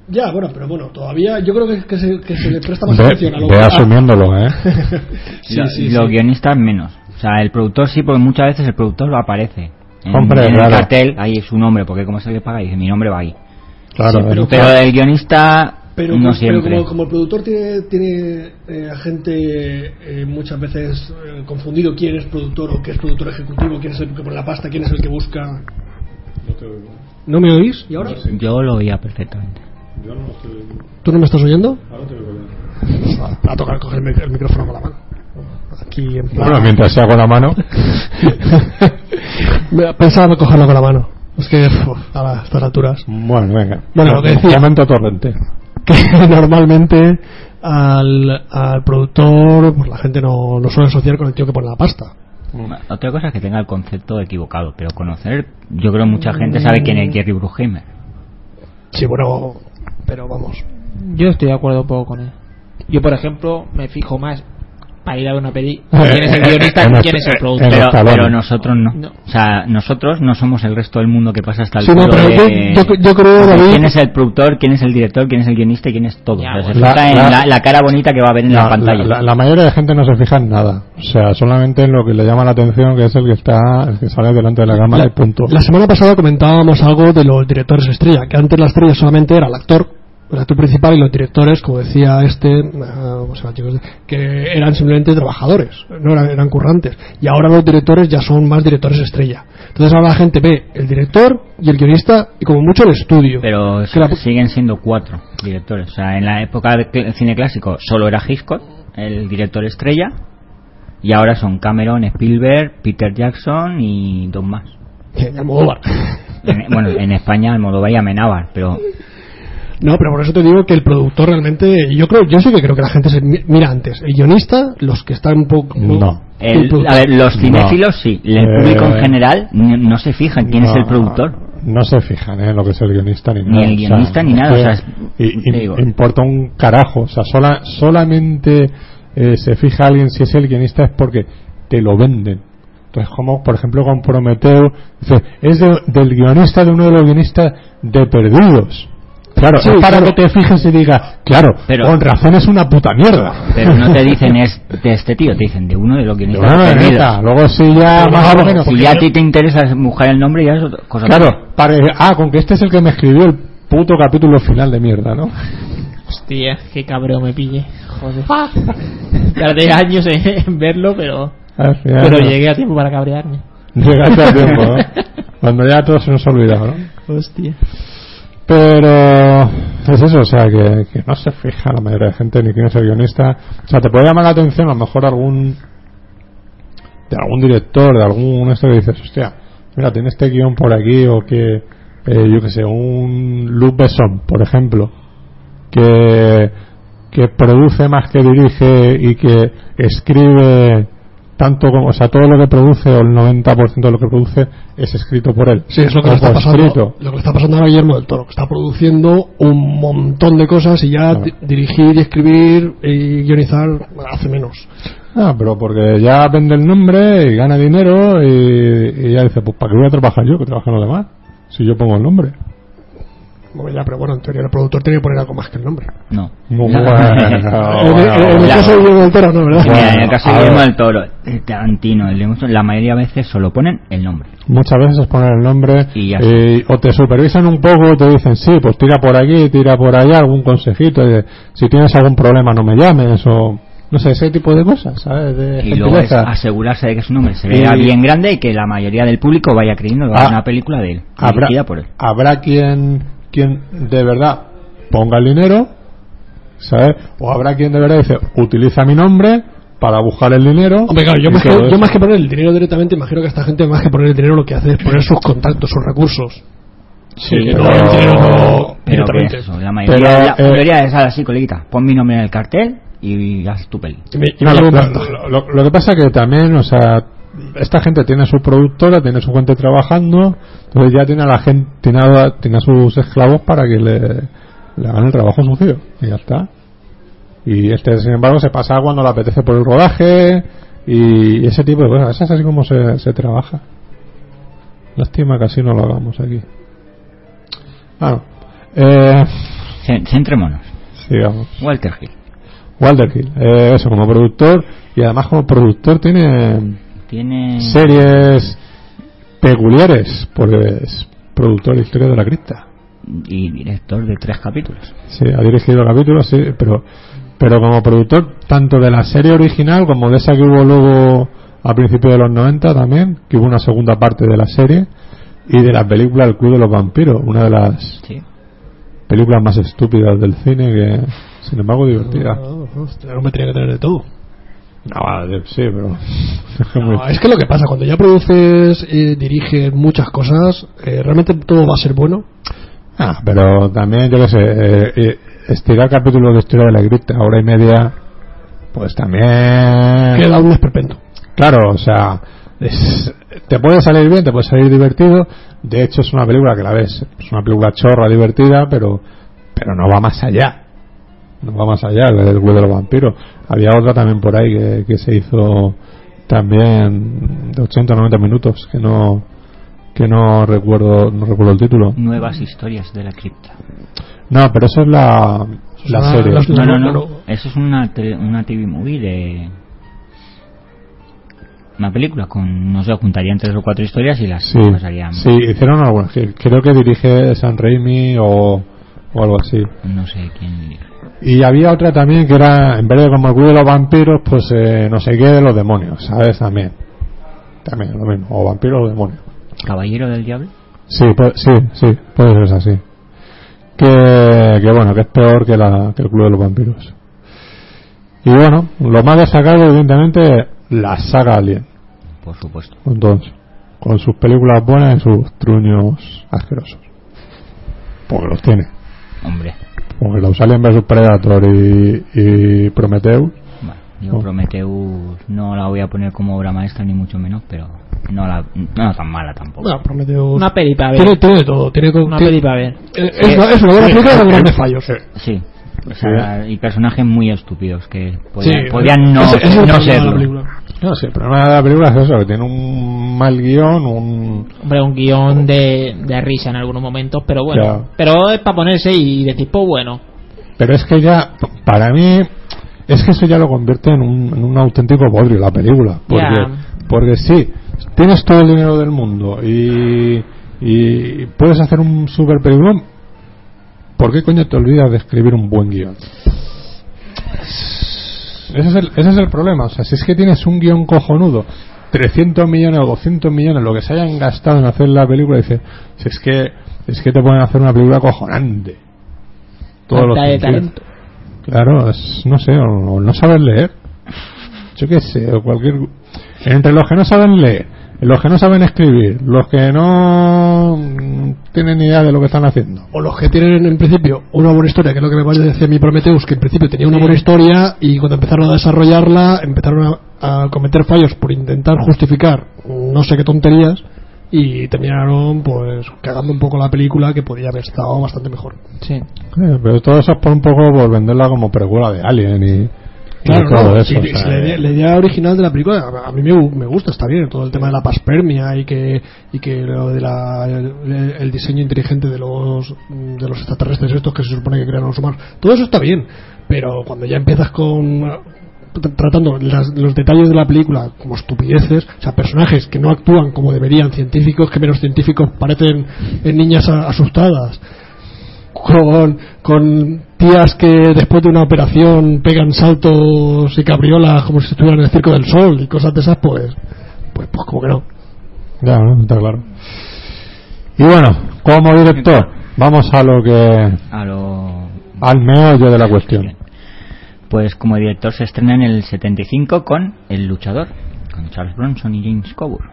[SPEAKER 4] Ya, bueno, pero bueno, todavía yo creo que, que se, que se le presta más
[SPEAKER 1] Ve,
[SPEAKER 4] atención a lo
[SPEAKER 1] ve
[SPEAKER 4] a-
[SPEAKER 1] asumiéndolo, ¿eh?
[SPEAKER 4] Sí,
[SPEAKER 2] Lo-
[SPEAKER 4] sí,
[SPEAKER 2] los
[SPEAKER 4] sí.
[SPEAKER 2] guionistas menos. O sea, el productor sí, porque muchas veces el productor aparece. En,
[SPEAKER 1] Hombre,
[SPEAKER 2] en el
[SPEAKER 1] claro.
[SPEAKER 2] cartel, ahí es su nombre, porque como se le paga, dice mi nombre va ahí.
[SPEAKER 1] Claro,
[SPEAKER 4] Sí, pero-
[SPEAKER 1] ¿eh?
[SPEAKER 2] Pero el guionista
[SPEAKER 4] Pero,
[SPEAKER 2] No
[SPEAKER 4] como- pero
[SPEAKER 2] siempre.
[SPEAKER 4] como, como el productor tiene, tiene eh, a gente eh, muchas veces eh, confundido quién es productor o qué es productor ejecutivo, quién es el que pone la pasta, quién es el que busca. ¿No me oís? ¿Y ahora?
[SPEAKER 2] Yo lo oía perfectamente.
[SPEAKER 1] Yo no estoy viendo.
[SPEAKER 4] ¿Tú no me estás oyendo?
[SPEAKER 1] Ahora
[SPEAKER 4] Va pues, a tocar coger el mic- el micrófono con la mano. Aquí en plan.
[SPEAKER 1] Bueno, mientras sea con la mano.
[SPEAKER 4] Me- Pensaba no cogerlo con la mano. Es que uf, a la- a estas alturas.
[SPEAKER 1] Bueno, venga.
[SPEAKER 4] Bueno, lo que decía.
[SPEAKER 1] Momento torrente.
[SPEAKER 4] que normalmente al, al productor pues la gente no lo suele asociar con el tío que pone la pasta.
[SPEAKER 2] Otra cosa es que tenga el concepto equivocado, pero conocer, yo creo que mucha gente sabe quién es Jerry Bruckheimer.
[SPEAKER 4] Sí, bueno, pero vamos.
[SPEAKER 3] Yo estoy de acuerdo un poco con él. Yo, por ejemplo, me fijo más para ir a ver una peli.
[SPEAKER 4] Eh,
[SPEAKER 3] ¿Quién es el guionista?
[SPEAKER 1] En
[SPEAKER 3] y ¿Quién es el
[SPEAKER 1] este-
[SPEAKER 3] productor?
[SPEAKER 1] en
[SPEAKER 2] Pero,
[SPEAKER 1] los talones.
[SPEAKER 2] pero nosotros no.
[SPEAKER 3] No.
[SPEAKER 2] O sea, nosotros no somos el resto del mundo que pasa hasta el
[SPEAKER 4] Sí, no,
[SPEAKER 2] culo
[SPEAKER 4] pero
[SPEAKER 2] de-
[SPEAKER 4] yo- yo- yo creo,
[SPEAKER 2] de
[SPEAKER 4] David-
[SPEAKER 2] ¿Quién es el productor? ¿Quién es el director? ¿Quién es el guionista? y ¿Quién es todo?
[SPEAKER 3] Ya,
[SPEAKER 2] O sea,
[SPEAKER 1] bueno.
[SPEAKER 2] se fija
[SPEAKER 1] La-
[SPEAKER 2] en
[SPEAKER 1] la-
[SPEAKER 2] la, la cara bonita que va a ver en la, pantalla.
[SPEAKER 1] la- la mayoría de gente no se fija en nada. O sea, solamente en lo que le llama la atención, que es el que está, el que sale delante de la cámara y punto.
[SPEAKER 4] La semana pasada comentábamos algo de los directores estrella, que antes la estrella solamente era el actor, el actor principal y los directores, como decía este, ah, ¿cómo se llama, chicos? que eran simplemente trabajadores, no eran, eran currantes. Y ahora los directores ya son más directores estrella. Entonces ahora la gente ve el director y el guionista y como mucho el estudio.
[SPEAKER 2] Pero s-
[SPEAKER 4] Que la-
[SPEAKER 2] siguen siendo cuatro directores. O sea, en la época del cl- cine clásico solo era Hitchcock, el director estrella, y ahora son Cameron, Spielberg, Peter Jackson y dos más.
[SPEAKER 4] Ya me mola.
[SPEAKER 2] En- Eh, bueno, en España Almodóvar y Amenábar, pero
[SPEAKER 4] No, pero por eso te digo que el productor realmente, yo creo, yo sí que creo que la gente se mi- mira antes. El guionista, los que están un poco.
[SPEAKER 1] No.
[SPEAKER 2] el-
[SPEAKER 4] productor.
[SPEAKER 2] a ver, los cinéfilos sí, el
[SPEAKER 1] pues, Eh,
[SPEAKER 2] público en general n- no se fijan quién es el
[SPEAKER 1] No,
[SPEAKER 2] productor.
[SPEAKER 1] No se fijan ¿eh? en lo que es el guionista ni
[SPEAKER 2] Ni
[SPEAKER 1] nada.
[SPEAKER 2] el
[SPEAKER 1] o sea,
[SPEAKER 2] guionista ni
[SPEAKER 1] es que
[SPEAKER 2] nada, o sea, es-
[SPEAKER 1] i- i-
[SPEAKER 2] te digo.
[SPEAKER 1] importa un carajo. O sea, sola- solamente eh, se fija alguien si es el guionista es porque te lo venden. Entonces, como por ejemplo con Prometeo, dice, es de- del guionista de uno de los guionistas de Perdidos. Claro,
[SPEAKER 4] Sí,
[SPEAKER 1] es para
[SPEAKER 4] claro.
[SPEAKER 1] que te fijes y digas, claro,
[SPEAKER 2] Pero-
[SPEAKER 1] con razón es una puta mierda.
[SPEAKER 2] Pero no te dicen es de este tío, te dicen de uno de los
[SPEAKER 1] Pero
[SPEAKER 2] guionistas
[SPEAKER 1] bueno,
[SPEAKER 2] perdidos.
[SPEAKER 1] neta, luego si ya más o menos.
[SPEAKER 2] Si ya a ti te interesa buscar el nombre, ya es otra cosa.
[SPEAKER 1] Claro, para- ah, con que este es el que me escribió el puto capítulo final de mierda, ¿no?
[SPEAKER 3] Hostia, qué cabrón me pille. Joder. Tardé años en, en verlo, pero,
[SPEAKER 1] Al final,
[SPEAKER 3] pero
[SPEAKER 1] no.
[SPEAKER 3] llegué a tiempo para cabrearme.
[SPEAKER 1] Llegaste a tiempo, ¿no? Cuando ya todo se nos ha olvidado, ¿no?
[SPEAKER 3] Hostia.
[SPEAKER 1] Pero es eso, o sea, que, que no se fija la mayoría de gente ni quién es el guionista. O sea, te puede llamar la atención a lo mejor algún de algún director, de algún esto que dices, hostia, mira, tiene este guión por aquí o que, eh, yo que sé, un Luc Besson, por ejemplo, que, que produce más que dirige y que escribe tanto como, o sea, todo lo que produce o el 90% de lo que produce es escrito por él.
[SPEAKER 4] Sí, es lo que,
[SPEAKER 1] o
[SPEAKER 4] le está
[SPEAKER 1] coescrito.
[SPEAKER 4] pasando, lo que le está pasando a Guillermo del Toro, que está produciendo un montón de cosas y ya
[SPEAKER 1] Claro.
[SPEAKER 4] di- dirigir y escribir y guionizar hace menos.
[SPEAKER 1] Ah, pero porque ya vende el nombre y gana dinero y, y ya dice, pues ¿para qué voy a trabajar yo? Que trabajan los demás. Si yo pongo el nombre.
[SPEAKER 4] Bueno, ya, pero bueno, en teoría el productor tiene que poner algo más que el nombre.
[SPEAKER 2] No.
[SPEAKER 1] Muy bueno. Ah,
[SPEAKER 4] en, en- en el
[SPEAKER 2] claro.
[SPEAKER 4] caso de Guillermo del Toro, no, ¿verdad?
[SPEAKER 2] Sí, mira, en el caso de
[SPEAKER 1] a
[SPEAKER 2] Guillermo
[SPEAKER 1] ver.
[SPEAKER 2] del Toro, el Tarantino, el de Monster, la mayoría de veces solo ponen el nombre.
[SPEAKER 1] Muchas veces es poner el nombre
[SPEAKER 2] Y ya
[SPEAKER 1] eh, o te supervisan un poco, te dicen, sí, pues tira por aquí, tira por allá, algún consejito, de, si tienes algún problema no me llames o no sé, ese tipo de cosas, ¿sabes? De
[SPEAKER 2] Y luego es
[SPEAKER 1] gentileza.
[SPEAKER 2] asegurarse de que su nombre se vea
[SPEAKER 1] Y-
[SPEAKER 2] bien grande y que la mayoría del público vaya creyendo que va a
[SPEAKER 1] Ah,
[SPEAKER 2] ser una película de él,
[SPEAKER 1] habrá,
[SPEAKER 2] dirigida por él.
[SPEAKER 1] habrá quien, quien de verdad ponga el dinero, ¿sabes? O habrá quien de verdad dice, utiliza mi nombre para buscar el dinero.
[SPEAKER 4] Hombre, claro, yo
[SPEAKER 1] y
[SPEAKER 4] más, que,
[SPEAKER 1] todo
[SPEAKER 4] yo
[SPEAKER 1] eso.
[SPEAKER 4] más que poner el dinero directamente, imagino que esta gente más que poner el dinero lo que hace es poner sus contactos, sus recursos.
[SPEAKER 1] Sí,
[SPEAKER 4] Y
[SPEAKER 1] pero-
[SPEAKER 4] no el dinero no
[SPEAKER 2] Pero que
[SPEAKER 4] directamente.
[SPEAKER 2] eso, la mayoría,
[SPEAKER 1] Pero,
[SPEAKER 2] la
[SPEAKER 1] eh,
[SPEAKER 2] mayoría es así, coleguita. Pon mi nombre en el cartel y haz tu peli.
[SPEAKER 4] Y me- y
[SPEAKER 1] No,
[SPEAKER 4] me
[SPEAKER 1] lo,
[SPEAKER 4] llevo un pastón.
[SPEAKER 1] lo- lo- lo que pasa que también, o sea, esta gente tiene su productora, tiene su gente trabajando, entonces ya tiene a la gente, tiene a, tiene a sus esclavos para que le, le hagan el trabajo sucio, y ya está. Y este, sin embargo, se pasa cuando le apetece por el rodaje y ese tipo de cosas. Eso es así como se, se trabaja. Lástima que así no lo hagamos aquí. Bueno, eh,
[SPEAKER 2] Cen- Centrémonos.
[SPEAKER 1] sigamos.
[SPEAKER 2] Walter Hill.
[SPEAKER 1] Walter Hill, eh, eso como productor y además como productor
[SPEAKER 4] Mm.
[SPEAKER 1] tiene
[SPEAKER 2] Tiene...
[SPEAKER 1] series peculiares porque es productor de Historia de la Cripta
[SPEAKER 2] y director de tres capítulos.
[SPEAKER 1] Sí, ha dirigido capítulos, sí, pero, pero como productor tanto de la serie original como de esa que hubo luego a principios de los 90 también, que hubo una segunda parte de la serie, y de la película El Club de los Vampiros, una de las
[SPEAKER 2] Sí.
[SPEAKER 1] películas más estúpidas del cine que, sin embargo, divertida.
[SPEAKER 4] No, hostia, no me tenía que tener de todo.
[SPEAKER 1] No, vale, sí, pero... es que muy-
[SPEAKER 4] No, es que lo que pasa, cuando ya produces, eh, diriges muchas cosas, eh, realmente todo va a ser bueno.
[SPEAKER 1] Ah, pero también, yo qué sé, eh, eh, estirar capítulos de Historia de la Cripta, hora y media, pues también...
[SPEAKER 4] Queda un esperpento.
[SPEAKER 1] Claro, o sea, es- te puede salir bien, te puede salir divertido. De hecho, es una película que la ves, es una película chorra, divertida, pero, pero no va más allá. No va más allá del Club de los Vampiros. Había otra también por ahí que, que se hizo también de 80 o 90 minutos, que no que no recuerdo no recuerdo el título.
[SPEAKER 2] Nuevas historias de la cripta.
[SPEAKER 1] No, pero eso es la, la
[SPEAKER 4] Ah,
[SPEAKER 1] serie.
[SPEAKER 4] las-
[SPEAKER 2] No, no, no.
[SPEAKER 4] Claro.
[SPEAKER 2] Eso es una, tele- una TV movie de. Una película con. No sé, juntarían tres o cuatro historias y las
[SPEAKER 1] Sí,
[SPEAKER 2] pasarían.
[SPEAKER 1] sí, hicieron algunas. que- Creo que dirige San Raimi o, o algo así.
[SPEAKER 2] No sé quién. dirige.
[SPEAKER 1] Y había otra también que era, en vez de como el club de los vampiros, pues eh, no sé qué de los demonios, ¿sabes? También. También lo mismo, o vampiros o demonios.
[SPEAKER 2] Caballero del Diablo.
[SPEAKER 1] Sí, pu- sí, sí, puede ser esa, sí. Que, que bueno, que es peor que, la, que el club de los vampiros. Y bueno, lo más destacado, evidentemente, la saga Alien,
[SPEAKER 2] Por supuesto.
[SPEAKER 1] con todos. Con sus películas buenas y sus truños asquerosos. Porque los tiene.
[SPEAKER 2] Hombre.
[SPEAKER 1] Porque los Alien vs Predator y, y Prometheus
[SPEAKER 2] Bueno, yo
[SPEAKER 1] Oh.
[SPEAKER 2] Prometheus no la voy a poner como obra maestra ni mucho menos, pero no la no tan mala tampoco.
[SPEAKER 4] Bueno, Prometeo-
[SPEAKER 3] Una peli para ver.
[SPEAKER 4] tiene, tiene de todo. Tiene, co-
[SPEAKER 3] Una
[SPEAKER 4] tiene-
[SPEAKER 3] peli para ver.
[SPEAKER 4] eh, es, una, es una buena película con grandes fallos.
[SPEAKER 2] Sí. O sea, y personajes muy estúpidos que podían,
[SPEAKER 4] ¿eh? Sí,
[SPEAKER 2] podían no,
[SPEAKER 4] ese- ese es
[SPEAKER 2] no
[SPEAKER 4] el problema de la
[SPEAKER 2] serlo.
[SPEAKER 4] película.
[SPEAKER 1] No, sí, el problema de la película es eso, que tiene un mal guión, un...
[SPEAKER 3] Hombre, un guión de, de risa en algunos momentos, pero bueno.
[SPEAKER 1] Ya.
[SPEAKER 3] Pero es para ponerse y decir, pues bueno.
[SPEAKER 1] Pero es que ya, para mí, es que eso ya lo convierte en un, en un auténtico bodrio la película. Porque,
[SPEAKER 3] Ya.
[SPEAKER 1] porque sí, tienes todo el dinero del mundo y, y puedes hacer un super peliculón. ¿Por qué coño te olvidas de escribir un buen guión? Ese es, el, ese es el problema. O sea, si es que tienes un guión cojonudo, 300 millones o 200 millones, lo que se hayan gastado en hacer la película, dice, si es que, es que te pueden hacer una película cojonante. Todos los
[SPEAKER 3] falta de
[SPEAKER 1] sentidos.
[SPEAKER 3] talento.
[SPEAKER 1] Claro, es- no sé, o, o no saben leer. Yo qué sé, o cualquier. Entre los que no saben leer, los que no saben escribir, los que no mm, tienen idea de lo que están haciendo.
[SPEAKER 4] O los que tienen en principio una buena historia, que es lo que me parece decía mi Prometheus, que en principio tenía una buena historia y cuando empezaron a desarrollarla empezaron a, a cometer fallos por intentar justificar no sé qué tonterías y terminaron pues cagando un poco la película que podía haber estado bastante mejor.
[SPEAKER 3] Sí.
[SPEAKER 1] Eh, pero todo eso es por un poco por venderla como precuela de Alien y, y todo
[SPEAKER 4] no,
[SPEAKER 1] eso.
[SPEAKER 4] si-
[SPEAKER 1] o
[SPEAKER 4] si
[SPEAKER 1] sea, eh,
[SPEAKER 4] la, idea, la idea original de la película a- a mí me, gu- me gusta, está bien, todo el tema de la paspermia y que y que lo de la- el, el diseño inteligente de los de los extraterrestres estos que se supone que crearon los humanos, todo eso está bien, pero cuando ya empiezas con tr- tratando las- los detalles de la película como estupideces, o sea, personajes que no actúan como deberían, científicos que menos científicos parecen eh, niñas a- asustadas, con, con tías que después de una operación pegan saltos y cabriolas como si estuvieran en el circo del sol y cosas de esas, pues, pues, pues como que no.
[SPEAKER 1] Ya, ¿no? está claro. Y bueno, como director, vamos a lo que.
[SPEAKER 2] A lo
[SPEAKER 1] al meollo de la cuestión.
[SPEAKER 2] Pues como director se estrena en el 75 con El luchador, con Charles Bronson y James Coburn.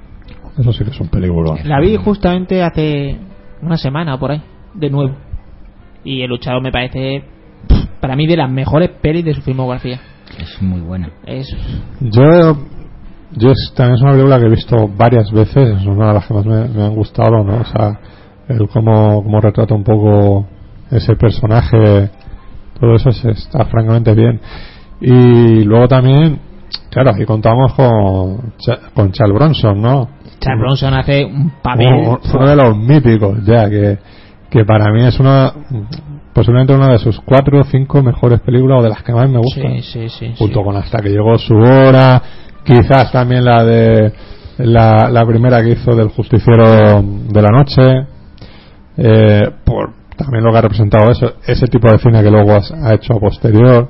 [SPEAKER 1] Eso sí que es un peligro.
[SPEAKER 3] La vi justamente hace una semana o por ahí, de nuevo. Y El Luchador me parece, pff, para mí, de las mejores pelis de su filmografía.
[SPEAKER 2] Es muy buena.
[SPEAKER 3] Es
[SPEAKER 1] Yo, yo es- también es una película que he visto varias veces, es una de las que más me, me han gustado, ¿no? O sea, el cómo, cómo retrata un poco ese personaje, todo eso se- está francamente bien. Y luego también, claro, aquí contamos con, Cha- con Charles Bronson, ¿no?
[SPEAKER 3] Charles Bronson hace un papel.
[SPEAKER 1] Uno, uno de los míticos, ya, que, que para mí es una, posiblemente una de sus cuatro o cinco mejores películas o de las que más me gustan
[SPEAKER 3] Sí, sí, sí.
[SPEAKER 1] junto
[SPEAKER 3] sí.
[SPEAKER 1] con hasta que llegó su hora, quizás también la de la, la primera que hizo del justiciero de la noche, eh, por también lo que ha representado eso, ese tipo de cine que luego has- ha hecho a posterior,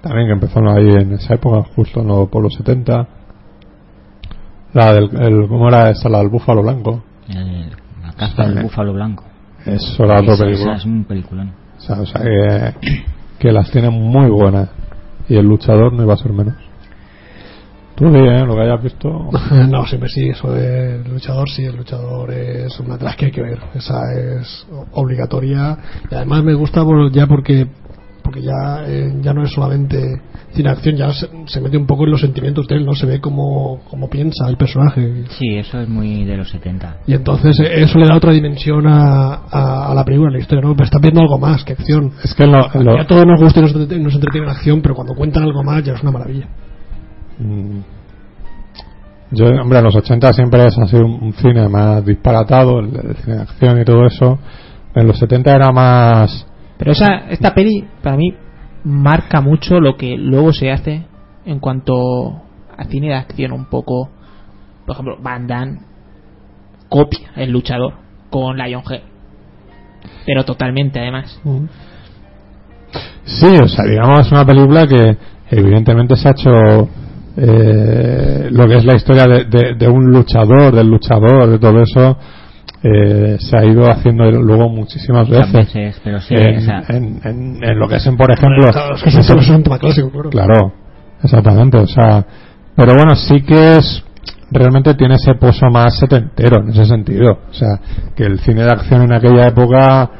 [SPEAKER 1] también que empezó ahí en esa época, justo en los, por los 70. La del, el- ¿Cómo era esa? La del Búfalo Blanco.
[SPEAKER 2] El, la caza del
[SPEAKER 1] Vale.
[SPEAKER 2] búfalo blanco.
[SPEAKER 1] Eso era otro
[SPEAKER 2] Esa-
[SPEAKER 1] película.
[SPEAKER 2] esa es un peliculón.
[SPEAKER 1] O sea, o sea que, que las tiene muy buenas. Y el luchador no iba a ser menos. Tú di, ¿eh? Lo que hayas visto.
[SPEAKER 4] No, siempre sí, eso del luchador, sí, el luchador es una de las que hay que ver. Esa es o- obligatoria. Y además me gusta por- ya porque porque ya, eh, ya no es solamente cine de acción, ya se, se mete un poco en los sentimientos de él, ¿no? Se ve cómo, cómo piensa el personaje.
[SPEAKER 2] Sí, eso es muy de los 70.
[SPEAKER 4] Y entonces eh, eso le da otra dimensión a, a- a la película, a la historia, ¿no? Pero estás viendo algo más que acción.
[SPEAKER 1] Es que en lo- en lo-
[SPEAKER 4] Ya todos nos gusta y nos, entretiene- nos entretiene la acción, pero cuando cuentan algo más ya es una maravilla.
[SPEAKER 1] Mm. Yo, hombre, en los 80 siempre es así un un cine más disparatado, el, el cine de acción y todo eso. En los 70 era más.
[SPEAKER 3] Pero esa, esta peli, para mí, marca mucho lo que luego se hace en cuanto a cine de acción un poco. Por ejemplo, Van Damme copia El Luchador con Lionhead. Pero totalmente, además.
[SPEAKER 1] Sí, o sea, digamos, es una película que evidentemente se ha hecho eh, lo que es la historia de, de- de un luchador, del luchador, de todo eso. eh, se ha ido haciendo luego
[SPEAKER 4] Pues
[SPEAKER 1] muchísimas
[SPEAKER 2] Muchas
[SPEAKER 1] veces.
[SPEAKER 2] veces, pero sí,
[SPEAKER 4] Eh,
[SPEAKER 1] en,
[SPEAKER 2] o sea,
[SPEAKER 1] en- en- en lo que hacen, por ejemplo.
[SPEAKER 4] Claro, es que eso es un tema clásico, claro.
[SPEAKER 1] Claro, exactamente. O sea, pero bueno, sí que es realmente tiene ese pozo más setentero en ese sentido. O sea, que el cine de acción en aquella época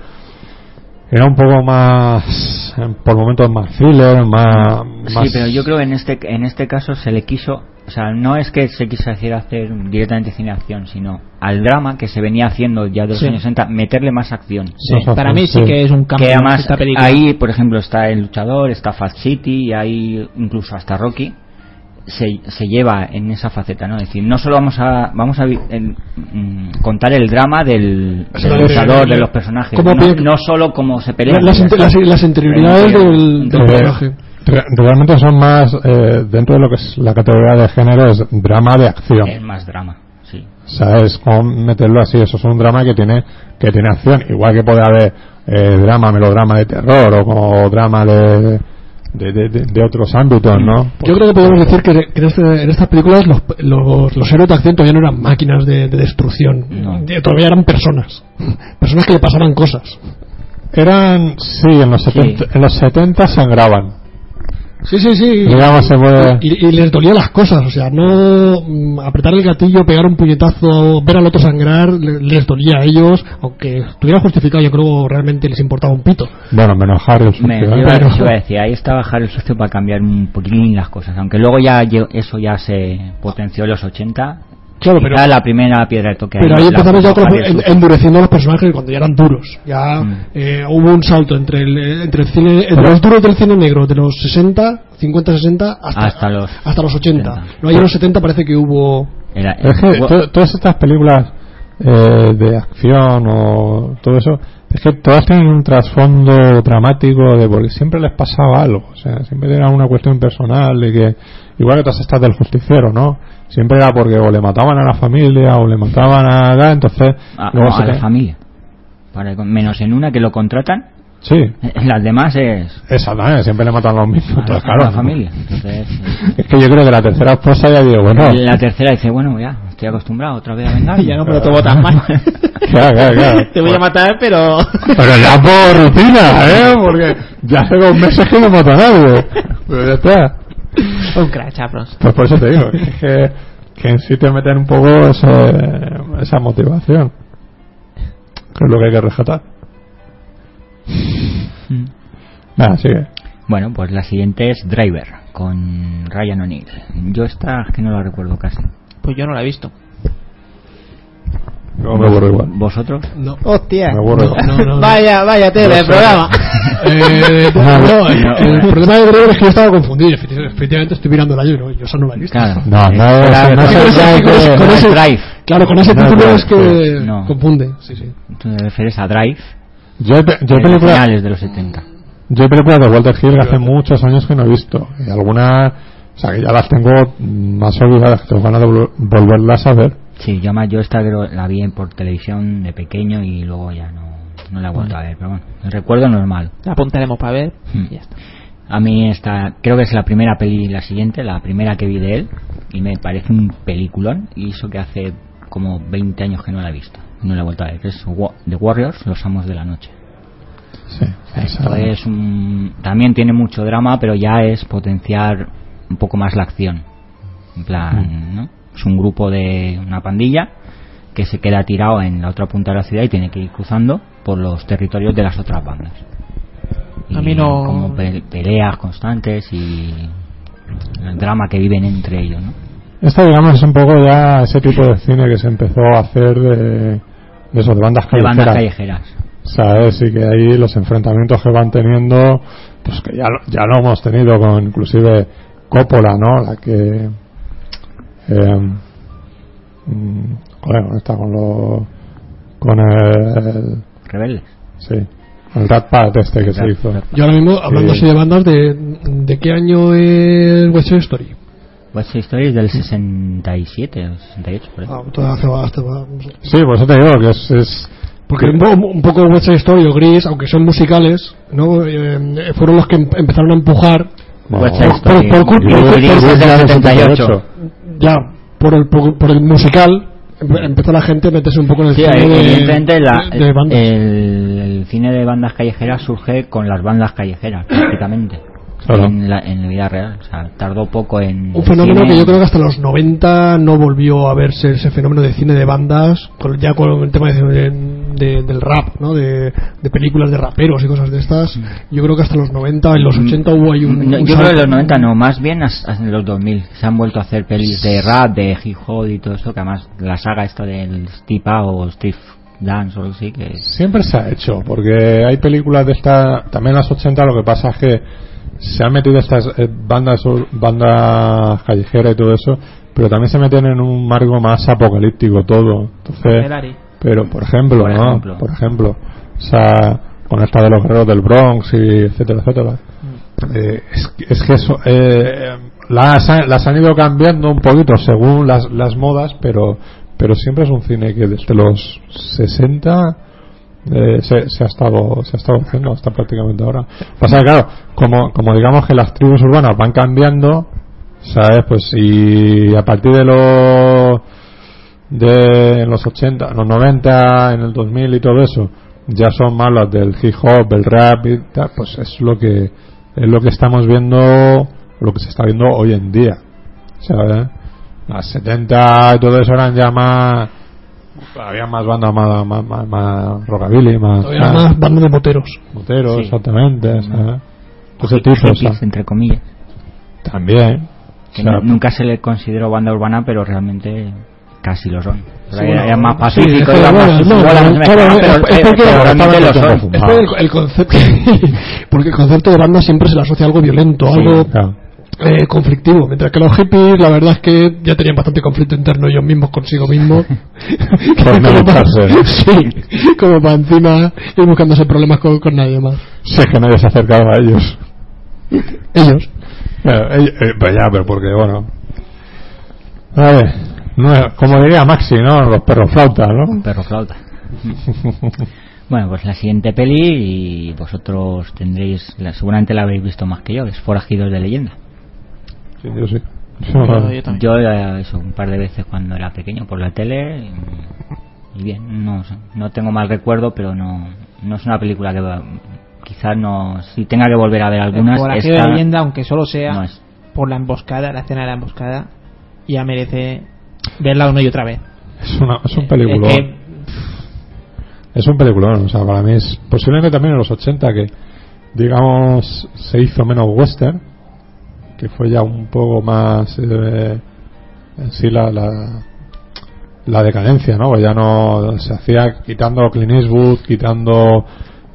[SPEAKER 1] era un poco más, eh, por momentos más thriller, más.
[SPEAKER 2] sí,
[SPEAKER 1] más-
[SPEAKER 2] pero yo creo que en este, en este caso se le quiso, o sea, no es que se quisiera hacer directamente cine de acción, sino al drama que se venía haciendo ya de los
[SPEAKER 3] Sí.
[SPEAKER 2] años 60, meterle más acción.
[SPEAKER 3] Sí,
[SPEAKER 1] Más
[SPEAKER 3] para mí sí
[SPEAKER 1] acción,
[SPEAKER 3] que es un cambio
[SPEAKER 2] que además
[SPEAKER 3] esta película.
[SPEAKER 2] ahí por ejemplo está el luchador está Fast City y ahí incluso hasta Rocky se, se lleva en esa faceta no es decir no solo vamos a vamos a vi- el- mm, contar el drama del,
[SPEAKER 4] O sea,
[SPEAKER 2] del
[SPEAKER 4] de-
[SPEAKER 2] luchador
[SPEAKER 4] de-
[SPEAKER 2] de los personajes
[SPEAKER 4] ¿Cómo
[SPEAKER 2] no,
[SPEAKER 4] piensa?
[SPEAKER 2] no solo cómo se pelean
[SPEAKER 4] las, inter- las, las interioridades
[SPEAKER 2] Pero no
[SPEAKER 4] del,
[SPEAKER 2] llega.
[SPEAKER 4] del
[SPEAKER 1] Eh,
[SPEAKER 4] personaje.
[SPEAKER 1] re- realmente son más, eh, dentro de lo que es la categoría de género, es drama de acción.
[SPEAKER 2] es más drama sí
[SPEAKER 1] ¿Sabes? Como meterlo así, eso es un drama que tiene que tiene acción, igual que puede haber eh, drama, melodrama de terror o como drama de de, de- de- de otros ámbitos, ¿no?
[SPEAKER 4] Yo creo que podemos decir que, que en, este- en estas películas los, los, los héroes de acción todavía no eran máquinas de, de destrucción,
[SPEAKER 2] No.
[SPEAKER 4] Eh, todavía eran personas, personas que le pasaban cosas.
[SPEAKER 1] Eran, sí, en los 70, en los 70 sangraban.
[SPEAKER 4] Sí, sí, sí.
[SPEAKER 1] Digamos, se puede...
[SPEAKER 4] Y, y les dolía las cosas, o sea, no mm, apretar el gatillo, pegar un puñetazo, ver al otro sangrar, le- les dolía a ellos, aunque estuviera justificado, yo creo realmente les importaba un pito.
[SPEAKER 1] Bueno, menos Harry.
[SPEAKER 2] Me, yo
[SPEAKER 1] efectivamente.
[SPEAKER 2] iba, yo iba a decir, ahí estaba Harold Socio para cambiar un poquitín las cosas, aunque luego ya lle- eso ya se potenció en los 80.
[SPEAKER 4] Claro,
[SPEAKER 2] Quizá la primera piedra de toque.
[SPEAKER 4] Pero ahí
[SPEAKER 2] la
[SPEAKER 4] empezamos ya
[SPEAKER 2] puso
[SPEAKER 4] con los-
[SPEAKER 2] Harold
[SPEAKER 4] en-
[SPEAKER 2] Socio.
[SPEAKER 4] endureciendo a los personajes cuando ya eran duros. Ya
[SPEAKER 2] Mm.
[SPEAKER 4] eh, hubo un salto entre el, eh, entre el cine, entre
[SPEAKER 1] Pero-
[SPEAKER 4] los duros del cine negro de los 60, 50, 60 hasta,
[SPEAKER 2] Hasta los-
[SPEAKER 4] hasta los 80.
[SPEAKER 2] 70.
[SPEAKER 4] No, ahí en los 70 parece que hubo.
[SPEAKER 2] Era-
[SPEAKER 1] Pero es que
[SPEAKER 2] hubo-
[SPEAKER 1] to- todas estas películas eh, de acción o todo eso, es que todas tienen un trasfondo dramático de porque siempre les pasaba algo, o sea, siempre era una cuestión personal de que, igual que todas estas del justiciero, ¿no? Siempre era porque o le mataban a la familia o le mataban a la, entonces
[SPEAKER 2] a,
[SPEAKER 1] luego
[SPEAKER 2] Ah, no,
[SPEAKER 1] se
[SPEAKER 2] a la
[SPEAKER 1] te-
[SPEAKER 2] familia. Para, con- menos en una que lo contratan,
[SPEAKER 1] Sí,
[SPEAKER 2] las demás es
[SPEAKER 1] exactamente, siempre le matan a los mismos,
[SPEAKER 2] a la,
[SPEAKER 1] entonces,
[SPEAKER 2] a
[SPEAKER 1] claro.
[SPEAKER 2] la familia. Entonces, eh,
[SPEAKER 1] Es que yo creo que la tercera esposa ya digo, bueno,
[SPEAKER 2] la tercera dice, bueno, ya, estoy acostumbrado otra vez a vengar.
[SPEAKER 3] Ya no me lo tomo tan mal.
[SPEAKER 1] Claro, claro, claro.
[SPEAKER 3] Te voy a matar, pero.
[SPEAKER 1] Pero ya por rutina, ¿eh? Porque ya hace dos meses que no mata a nadie. Pero ya está.
[SPEAKER 3] un crack, Chaprons.
[SPEAKER 1] Pues por eso te digo, que, es que, que en sí te meten un poco ese- esa motivación. Que es lo que hay que rescatar.
[SPEAKER 2] Mm.
[SPEAKER 1] Nada, sigue.
[SPEAKER 2] Bueno, pues la siguiente es Driver, con Ryan O'Neill. Yo esta es que no la recuerdo casi.
[SPEAKER 3] Pues yo no la he visto.
[SPEAKER 1] No me aburro igual.
[SPEAKER 2] ¿Vosotros?
[SPEAKER 4] No.
[SPEAKER 3] ¡Hostia!
[SPEAKER 1] Me aburro igual.
[SPEAKER 4] No, no, no.
[SPEAKER 3] Vaya, vaya tele de programa.
[SPEAKER 4] Eh,
[SPEAKER 1] No,
[SPEAKER 4] no,
[SPEAKER 1] no,
[SPEAKER 4] el-
[SPEAKER 2] no,
[SPEAKER 4] el
[SPEAKER 2] no.
[SPEAKER 4] problema de Dreyer es que yo estaba confundido. Efecti- Efectivamente, estoy mirando el año y no, yo esa no la he visto.
[SPEAKER 2] Claro.
[SPEAKER 1] No, no,
[SPEAKER 2] Eh,
[SPEAKER 1] no, no,
[SPEAKER 4] Con ese-
[SPEAKER 1] no,
[SPEAKER 4] con ese- con
[SPEAKER 2] no es
[SPEAKER 4] ese-
[SPEAKER 2] Drive.
[SPEAKER 4] Claro, con ese
[SPEAKER 1] No,
[SPEAKER 4] título
[SPEAKER 1] no,
[SPEAKER 4] es que
[SPEAKER 2] pues, no.
[SPEAKER 4] confunde. Sí, sí.
[SPEAKER 2] Tú te refieres a Drive,
[SPEAKER 1] Yo he, pe- yo he
[SPEAKER 2] de los
[SPEAKER 1] películas
[SPEAKER 2] finales de los 70.
[SPEAKER 1] yo he películas de Walter Hill que hace muchos años que no he visto. Y algunas, o sea, que ya las tengo más olvidadas, que tengo ganas de vol- volverlas a ver.
[SPEAKER 2] Sí, yo además yo esta creo- la vi por televisión de pequeño y luego ya no... no la he vuelto a ver, pero bueno, el recuerdo normal.
[SPEAKER 3] La apuntaremos para ver.
[SPEAKER 2] Hmm.
[SPEAKER 3] Y ya está.
[SPEAKER 2] A mí esta, creo que es la primera peli, la siguiente, la primera que vi de él, y me parece un peliculón, y eso que hace como 20 años que no la he visto, no la he vuelto a ver, que es Wa- The Warriors, Los Amos de la Noche.
[SPEAKER 1] Sí,
[SPEAKER 2] Esto
[SPEAKER 1] esa-
[SPEAKER 2] es un, mm, también tiene mucho drama, pero ya es potenciar un poco más la acción. En
[SPEAKER 3] Mm.
[SPEAKER 2] plan, ¿no? Es un grupo de una pandilla que se queda tirado en la otra punta de la ciudad y tiene que ir cruzando por los territorios de las otras bandas. Y
[SPEAKER 3] A mí no-
[SPEAKER 2] Como pe- peleas constantes y el drama que viven entre ellos, ¿no?
[SPEAKER 1] Esta, digamos, es un poco ya ese tipo de cine que se empezó a hacer de, de esos de bandas
[SPEAKER 2] De bandas
[SPEAKER 1] callejeras.
[SPEAKER 2] callejeras.
[SPEAKER 1] ¿Sabes? Y que ahí los enfrentamientos que van teniendo, pues que ya lo, ya lo hemos tenido con inclusive Coppola, ¿no? La que. Eh, mm, joder, ¿dónde está con lo. con el.
[SPEAKER 2] Rebeldes.
[SPEAKER 1] sí. El Rat Pack este que se
[SPEAKER 2] Rat-
[SPEAKER 1] hizo.
[SPEAKER 2] Rat
[SPEAKER 4] Yo ahora mismo, hablando
[SPEAKER 1] Sí.
[SPEAKER 4] así de bandas, ¿de, de qué año es West Side Story?
[SPEAKER 2] West Side Story es del 67 o 68, por ahí.
[SPEAKER 4] Ah, todavía hace bastante. va-
[SPEAKER 1] Sí, por eso te digo que es. es-
[SPEAKER 4] Porque un, po- un poco West Side Story o Gris, aunque son musicales, ¿no? Eh, fueron los que em- empezaron a empujar
[SPEAKER 1] no,
[SPEAKER 2] West Side
[SPEAKER 4] por-
[SPEAKER 2] Story.
[SPEAKER 4] por culpa-
[SPEAKER 2] Blue
[SPEAKER 4] por-
[SPEAKER 2] Gris
[SPEAKER 4] por-
[SPEAKER 2] es del
[SPEAKER 1] Blue Gris
[SPEAKER 2] 78.
[SPEAKER 4] ya por el, por, por el musical empe- empezó la gente a meterse un poco en el
[SPEAKER 2] Sí,
[SPEAKER 4] cine de-
[SPEAKER 2] evidentemente la- eh,
[SPEAKER 4] de- de bandas.
[SPEAKER 2] el, el cine de bandas callejeras surge con las bandas callejeras, prácticamente.
[SPEAKER 1] Claro.
[SPEAKER 2] En, la, en la vida real. O sea, tardó poco en.
[SPEAKER 4] un fenómeno
[SPEAKER 2] cine.
[SPEAKER 4] que yo creo que hasta los 90 no volvió a verse ese fenómeno de cine de bandas, con- ya con el tema de- de- del rap, ¿no? de, de películas de raperos y cosas de estas. Yo creo que hasta los 90, en los 80 hubo ahí un.
[SPEAKER 2] Mm. No, yo creo
[SPEAKER 4] un
[SPEAKER 2] que en
[SPEAKER 4] salto.
[SPEAKER 2] los 90 no, más bien as- as- en los 2000. Se han vuelto a hacer pelis de rap, de hip hop y todo eso, que además la saga esta del Stipa o Steve Dance o algo así, que
[SPEAKER 1] Siempre se ha hecho, porque hay películas de esta, también en las 80, lo que pasa es que se han metido estas eh, bandas ur- bandas callejeras y todo eso, pero también se meten en un marco más apocalíptico todo.
[SPEAKER 3] El
[SPEAKER 1] Entonces,
[SPEAKER 3] Ari.
[SPEAKER 1] pero por ejemplo,
[SPEAKER 2] Por
[SPEAKER 1] ¿no?
[SPEAKER 2] ejemplo.
[SPEAKER 1] Por ejemplo, o sea, con esta de los guerreros del Bronx y etcétera, etcétera.
[SPEAKER 2] Mm.
[SPEAKER 1] Eh, es, que- es que eso, eh, las, ha- las han ido cambiando un poquito según las, las modas, pero, pero siempre es un cine que desde los 60 eh, se, se ha estado se ha estado haciendo hasta prácticamente ahora. Pasa que claro, como, como digamos que las tribus urbanas van cambiando, ¿sabes? Pues y a partir de los de en los 80, en los 90, en el 2000 y todo eso, ya son más las del hip hop, el rap y tal, pues es lo que es lo que estamos viendo, lo que se está viendo hoy en día. ¿Sabes? Las 70 y todo eso eran ya más había más bandas más, más, más, más rockabilly, más,
[SPEAKER 4] Todavía era más bandas de moteros.
[SPEAKER 1] moteros,
[SPEAKER 2] Sí.
[SPEAKER 1] exactamente, ¿sabes?
[SPEAKER 4] Pues
[SPEAKER 1] Ese
[SPEAKER 2] Hip-
[SPEAKER 1] tipo, o sea,
[SPEAKER 2] hippies, entre comillas.
[SPEAKER 1] también.
[SPEAKER 2] Que
[SPEAKER 1] O sea,
[SPEAKER 2] nu- nunca se le consideró banda urbana, pero realmente casi lo son. Pero era,
[SPEAKER 4] Sí, bueno,
[SPEAKER 2] era más
[SPEAKER 4] sí,
[SPEAKER 2] pacífico,
[SPEAKER 4] es
[SPEAKER 2] era
[SPEAKER 4] que,
[SPEAKER 2] más
[SPEAKER 4] bueno, no,
[SPEAKER 2] bola,
[SPEAKER 4] no,
[SPEAKER 2] me-
[SPEAKER 4] claro,
[SPEAKER 2] pero-
[SPEAKER 4] es- es
[SPEAKER 2] pero-
[SPEAKER 4] porque-
[SPEAKER 2] pero realmente lo
[SPEAKER 1] estaba
[SPEAKER 2] son.
[SPEAKER 4] Es por el, el concepto. porque el concepto de banda siempre se le asocia a algo violento, algo
[SPEAKER 1] claro.
[SPEAKER 4] eh, conflictivo. Mientras que los hippies, la verdad es que ya tenían bastante conflicto interno ellos mismos consigo mismos.
[SPEAKER 1] Por no
[SPEAKER 4] Como pa-
[SPEAKER 1] gustarse.
[SPEAKER 4] Sí, como para encima ir buscándose problemas con, con nadie más.
[SPEAKER 1] Sé que nadie se acercaba a ellos.
[SPEAKER 4] Ellos.
[SPEAKER 1] Claro, eh, eh, pues ya, pero porque, bueno. A ver, no, como diría Maxi, ¿no? Los perros flautas, ¿no?
[SPEAKER 2] Perro flauta. Bueno, pues la siguiente peli y vosotros tendréis, la- seguramente la habréis visto más que yo, es Forajidos de Leyenda.
[SPEAKER 1] sí, yo sí.
[SPEAKER 3] Yo- yo también.
[SPEAKER 2] Yo la- eso un par de veces cuando era pequeño por la tele y- y bien, no, sé, no tengo mal recuerdo, pero no, no es una película que va- quizás no, si tenga que volver a ver algunas,
[SPEAKER 3] por aquello
[SPEAKER 2] esta
[SPEAKER 3] de leyenda, aunque solo sea
[SPEAKER 2] no es.
[SPEAKER 3] por la emboscada, la escena de la emboscada, ya merece verla una y otra vez.
[SPEAKER 1] Es, una, es un
[SPEAKER 3] Eh,
[SPEAKER 1] peliculón.
[SPEAKER 3] es que-
[SPEAKER 1] Es un peliculón, o sea, para mí es posiblemente también en los 80 que, digamos, se hizo menos western, que fue ya un poco más eh, en sí la, la, la decadencia, ¿no? Pues ya no se hacía quitando Clint Eastwood, quitando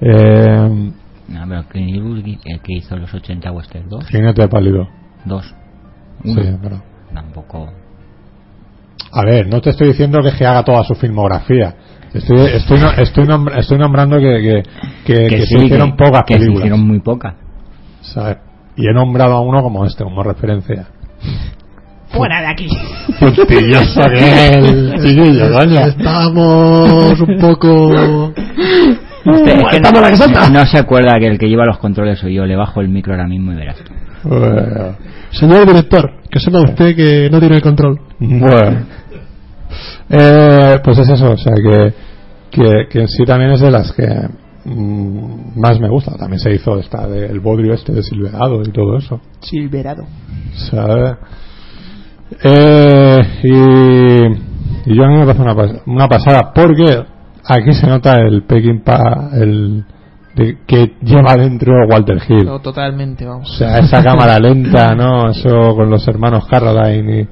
[SPEAKER 1] eh,
[SPEAKER 2] No, pero Clint Eastwood, el que hizo los 80 Western 2,
[SPEAKER 1] Jinete Pálido.
[SPEAKER 2] dos
[SPEAKER 1] Sí,
[SPEAKER 2] Uno.
[SPEAKER 1] pero-
[SPEAKER 2] tampoco.
[SPEAKER 1] A ver, no te estoy diciendo que se haga toda su filmografía. Estoy, estoy, no- estoy, nombr- estoy nombrando que, que, que- que se
[SPEAKER 2] sí,
[SPEAKER 1] hicieron
[SPEAKER 2] que-
[SPEAKER 1] pocas
[SPEAKER 2] que se
[SPEAKER 1] películas.
[SPEAKER 2] hicieron muy pocas.
[SPEAKER 1] ¿sabes? Y he nombrado a uno como este, como referencia.
[SPEAKER 3] Fuera de aquí.
[SPEAKER 2] Pues
[SPEAKER 1] Puntilloso que es el chiquillo, coño.
[SPEAKER 4] Estamos un poco
[SPEAKER 1] Uh,
[SPEAKER 2] Usted, Este, es que
[SPEAKER 4] estamos la que salta.
[SPEAKER 2] no se acuerda que el que lleva los controles soy yo. Le bajo el micro ahora mismo y verás.
[SPEAKER 1] Bueno,
[SPEAKER 4] Señor director, que sepa usted que no tiene el control.
[SPEAKER 1] bueno. Eh, pues es eso, o sea, que, que, que en sí también es de las que mm, más me gusta. También se hizo esta del bodrio este de Silverado y todo eso.
[SPEAKER 5] Silverado.
[SPEAKER 1] ¿Sabe? Eh, y, y yo a mí me parece una, pas- una pasada porque aquí se nota el Peking Pa el de- que lleva dentro Walter Hill.
[SPEAKER 5] No, totalmente,
[SPEAKER 1] O
[SPEAKER 5] vamos.
[SPEAKER 1] sea, esa cámara lenta, ¿no? Eso con los hermanos Carradine y...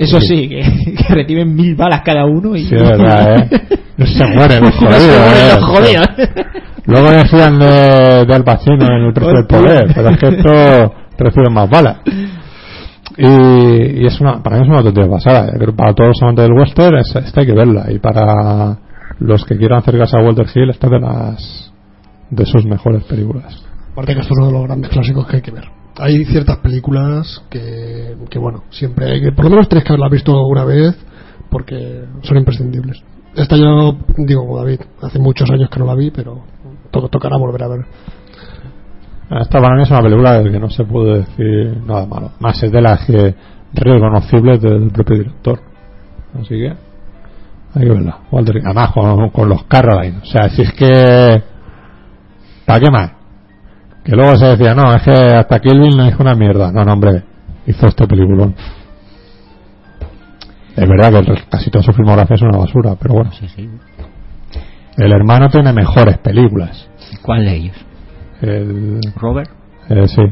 [SPEAKER 3] Eso
[SPEAKER 1] Sí.
[SPEAKER 3] sí, que, que reciben mil balas cada uno y.
[SPEAKER 1] Sí, es verdad, ¿eh? No se mueren los
[SPEAKER 3] No
[SPEAKER 1] jodidos,
[SPEAKER 3] se mueren
[SPEAKER 1] ¿eh?
[SPEAKER 3] los jodidos.
[SPEAKER 1] Luego decían de, de Al Pacino en El precio del
[SPEAKER 3] Hostia.
[SPEAKER 1] poder, pero es que esto reciben más balas. Y, y es una, para mí es una auténtica pasada. Yo creo que Para todos los amantes del western, es- esta hay que verla. Y para los que quieran acercarse a Walter Hill, esta es de las de sus mejores películas.
[SPEAKER 4] Aparte que esto es uno de los grandes clásicos que hay que ver. Hay ciertas películas que, que bueno, siempre hay que, por lo menos tienes que haberlas visto alguna vez porque son imprescindibles. Esta yo digo como David, hace muchos años que no la vi, pero to- tocará volver a ver.
[SPEAKER 1] Esta para mí es una película de que no se puede decir nada malo. Más es de las que reconocibles del propio director. Así que hay que verla. Walter, Hill. además con, con los Caroline. O sea, si es que... ¿Para qué más? Que luego se decía, no, es que hasta Kill Bill no hizo una mierda. No, no, hombre. Hizo este peliculón. Es verdad que el re- casi toda su filmografía es una basura, pero bueno.
[SPEAKER 2] Sí, sí.
[SPEAKER 1] El hermano tiene mejores películas.
[SPEAKER 2] ¿Cuál de ellos?
[SPEAKER 1] El...
[SPEAKER 2] ¿Robert?
[SPEAKER 1] Eh, sí.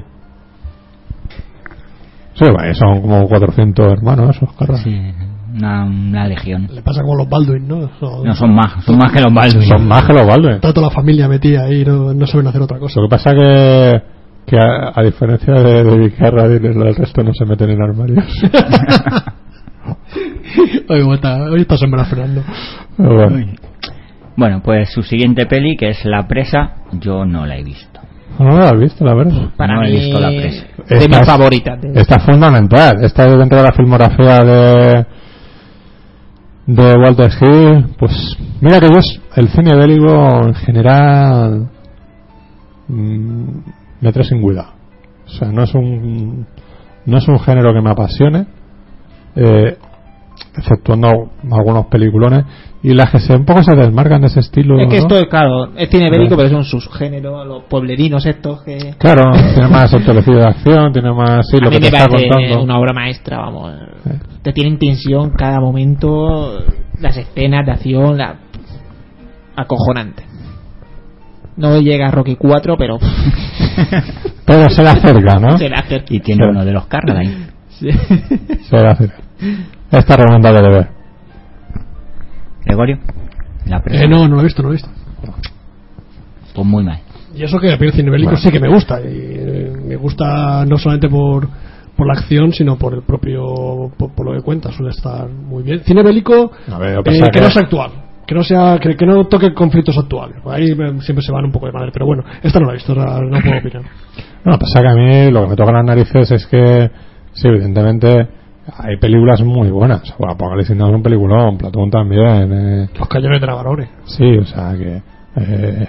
[SPEAKER 1] Sí, vale, son como 400 hermanos esos, claro.
[SPEAKER 2] Sí, una, una legión.
[SPEAKER 4] Le pasa como los Baldwin, ¿no? Son-
[SPEAKER 2] No, son más, son más que los Baldwin.
[SPEAKER 1] Son más que los Baldwin.
[SPEAKER 4] Está toda la familia metida ahí, no, no saben hacer otra cosa.
[SPEAKER 1] Lo que pasa que, que a, a diferencia de, de Vicarra, el resto no se meten en armarios.
[SPEAKER 4] Hoy está, hoy está sembrado Fernando.
[SPEAKER 1] Pero bueno.
[SPEAKER 2] Bueno, pues su siguiente peli, que es La Presa, yo no la he visto.
[SPEAKER 1] No la has visto, la verdad.
[SPEAKER 3] Para
[SPEAKER 2] No he
[SPEAKER 3] mí,
[SPEAKER 2] visto La Presa.
[SPEAKER 3] de
[SPEAKER 1] Esta
[SPEAKER 3] mis
[SPEAKER 1] es-
[SPEAKER 3] favoritas. de-
[SPEAKER 1] Esta es fundamental. Esta es dentro de la filmografía de de Walter Hill. Pues mira que yo es- el cine bélico en general mm, me trae sin cuidado. O sea, no es un no es un género que me apasione, eh, exceptuando algunos peliculones y las que se un poco se desmarcan de ese estilo.
[SPEAKER 3] Es que
[SPEAKER 1] ¿no?
[SPEAKER 3] esto es, claro, es cine
[SPEAKER 1] Claro.
[SPEAKER 3] bélico, pero son sus géneros, los pueblerinos estos que.
[SPEAKER 1] Claro, tiene más autolecida de acción, tiene más sí,
[SPEAKER 3] a
[SPEAKER 1] lo
[SPEAKER 3] mí
[SPEAKER 1] que te
[SPEAKER 3] me
[SPEAKER 1] está
[SPEAKER 3] parece
[SPEAKER 1] contando.
[SPEAKER 3] una obra maestra, vamos.
[SPEAKER 1] Eh.
[SPEAKER 3] Te tienen tensión cada momento, las escenas de acción, la... acojonante. No llega a Rocky 4, pero
[SPEAKER 1] Pero se le acerca, ¿no?
[SPEAKER 3] se la hace.
[SPEAKER 2] Y tiene
[SPEAKER 1] Sí.
[SPEAKER 2] uno de los Carradine.
[SPEAKER 3] Sí.
[SPEAKER 1] Se va a hacer. Esta recomendable de ver.
[SPEAKER 2] Gregorio, La Presa.
[SPEAKER 4] Eh, no, no lo he visto, no lo he visto.
[SPEAKER 2] Pues muy mal.
[SPEAKER 4] Y eso que a mí el cine bélico
[SPEAKER 1] Bueno.
[SPEAKER 4] sí que me gusta. Y eh, me gusta no solamente por, por la acción, sino por el propio. Por, por lo que cuenta, suele estar muy bien. Cine bélico
[SPEAKER 1] A ver, lo
[SPEAKER 4] eh,
[SPEAKER 1] que pasa
[SPEAKER 4] que
[SPEAKER 1] que-
[SPEAKER 4] no sea actual. Que no, sea, que, que no toque conflictos actuales. Ahí eh, siempre se van un poco de madre. Pero bueno, esta no la he visto, ahora no puedo opinar.
[SPEAKER 1] No, pasa que a mí lo que me toca las narices es que, sí, evidentemente hay películas muy buenas. Bueno, Apocalipsis Now es un peliculón, Platón también. eh,
[SPEAKER 4] Los cañones de Navarone.
[SPEAKER 1] sí, o sea que. eh,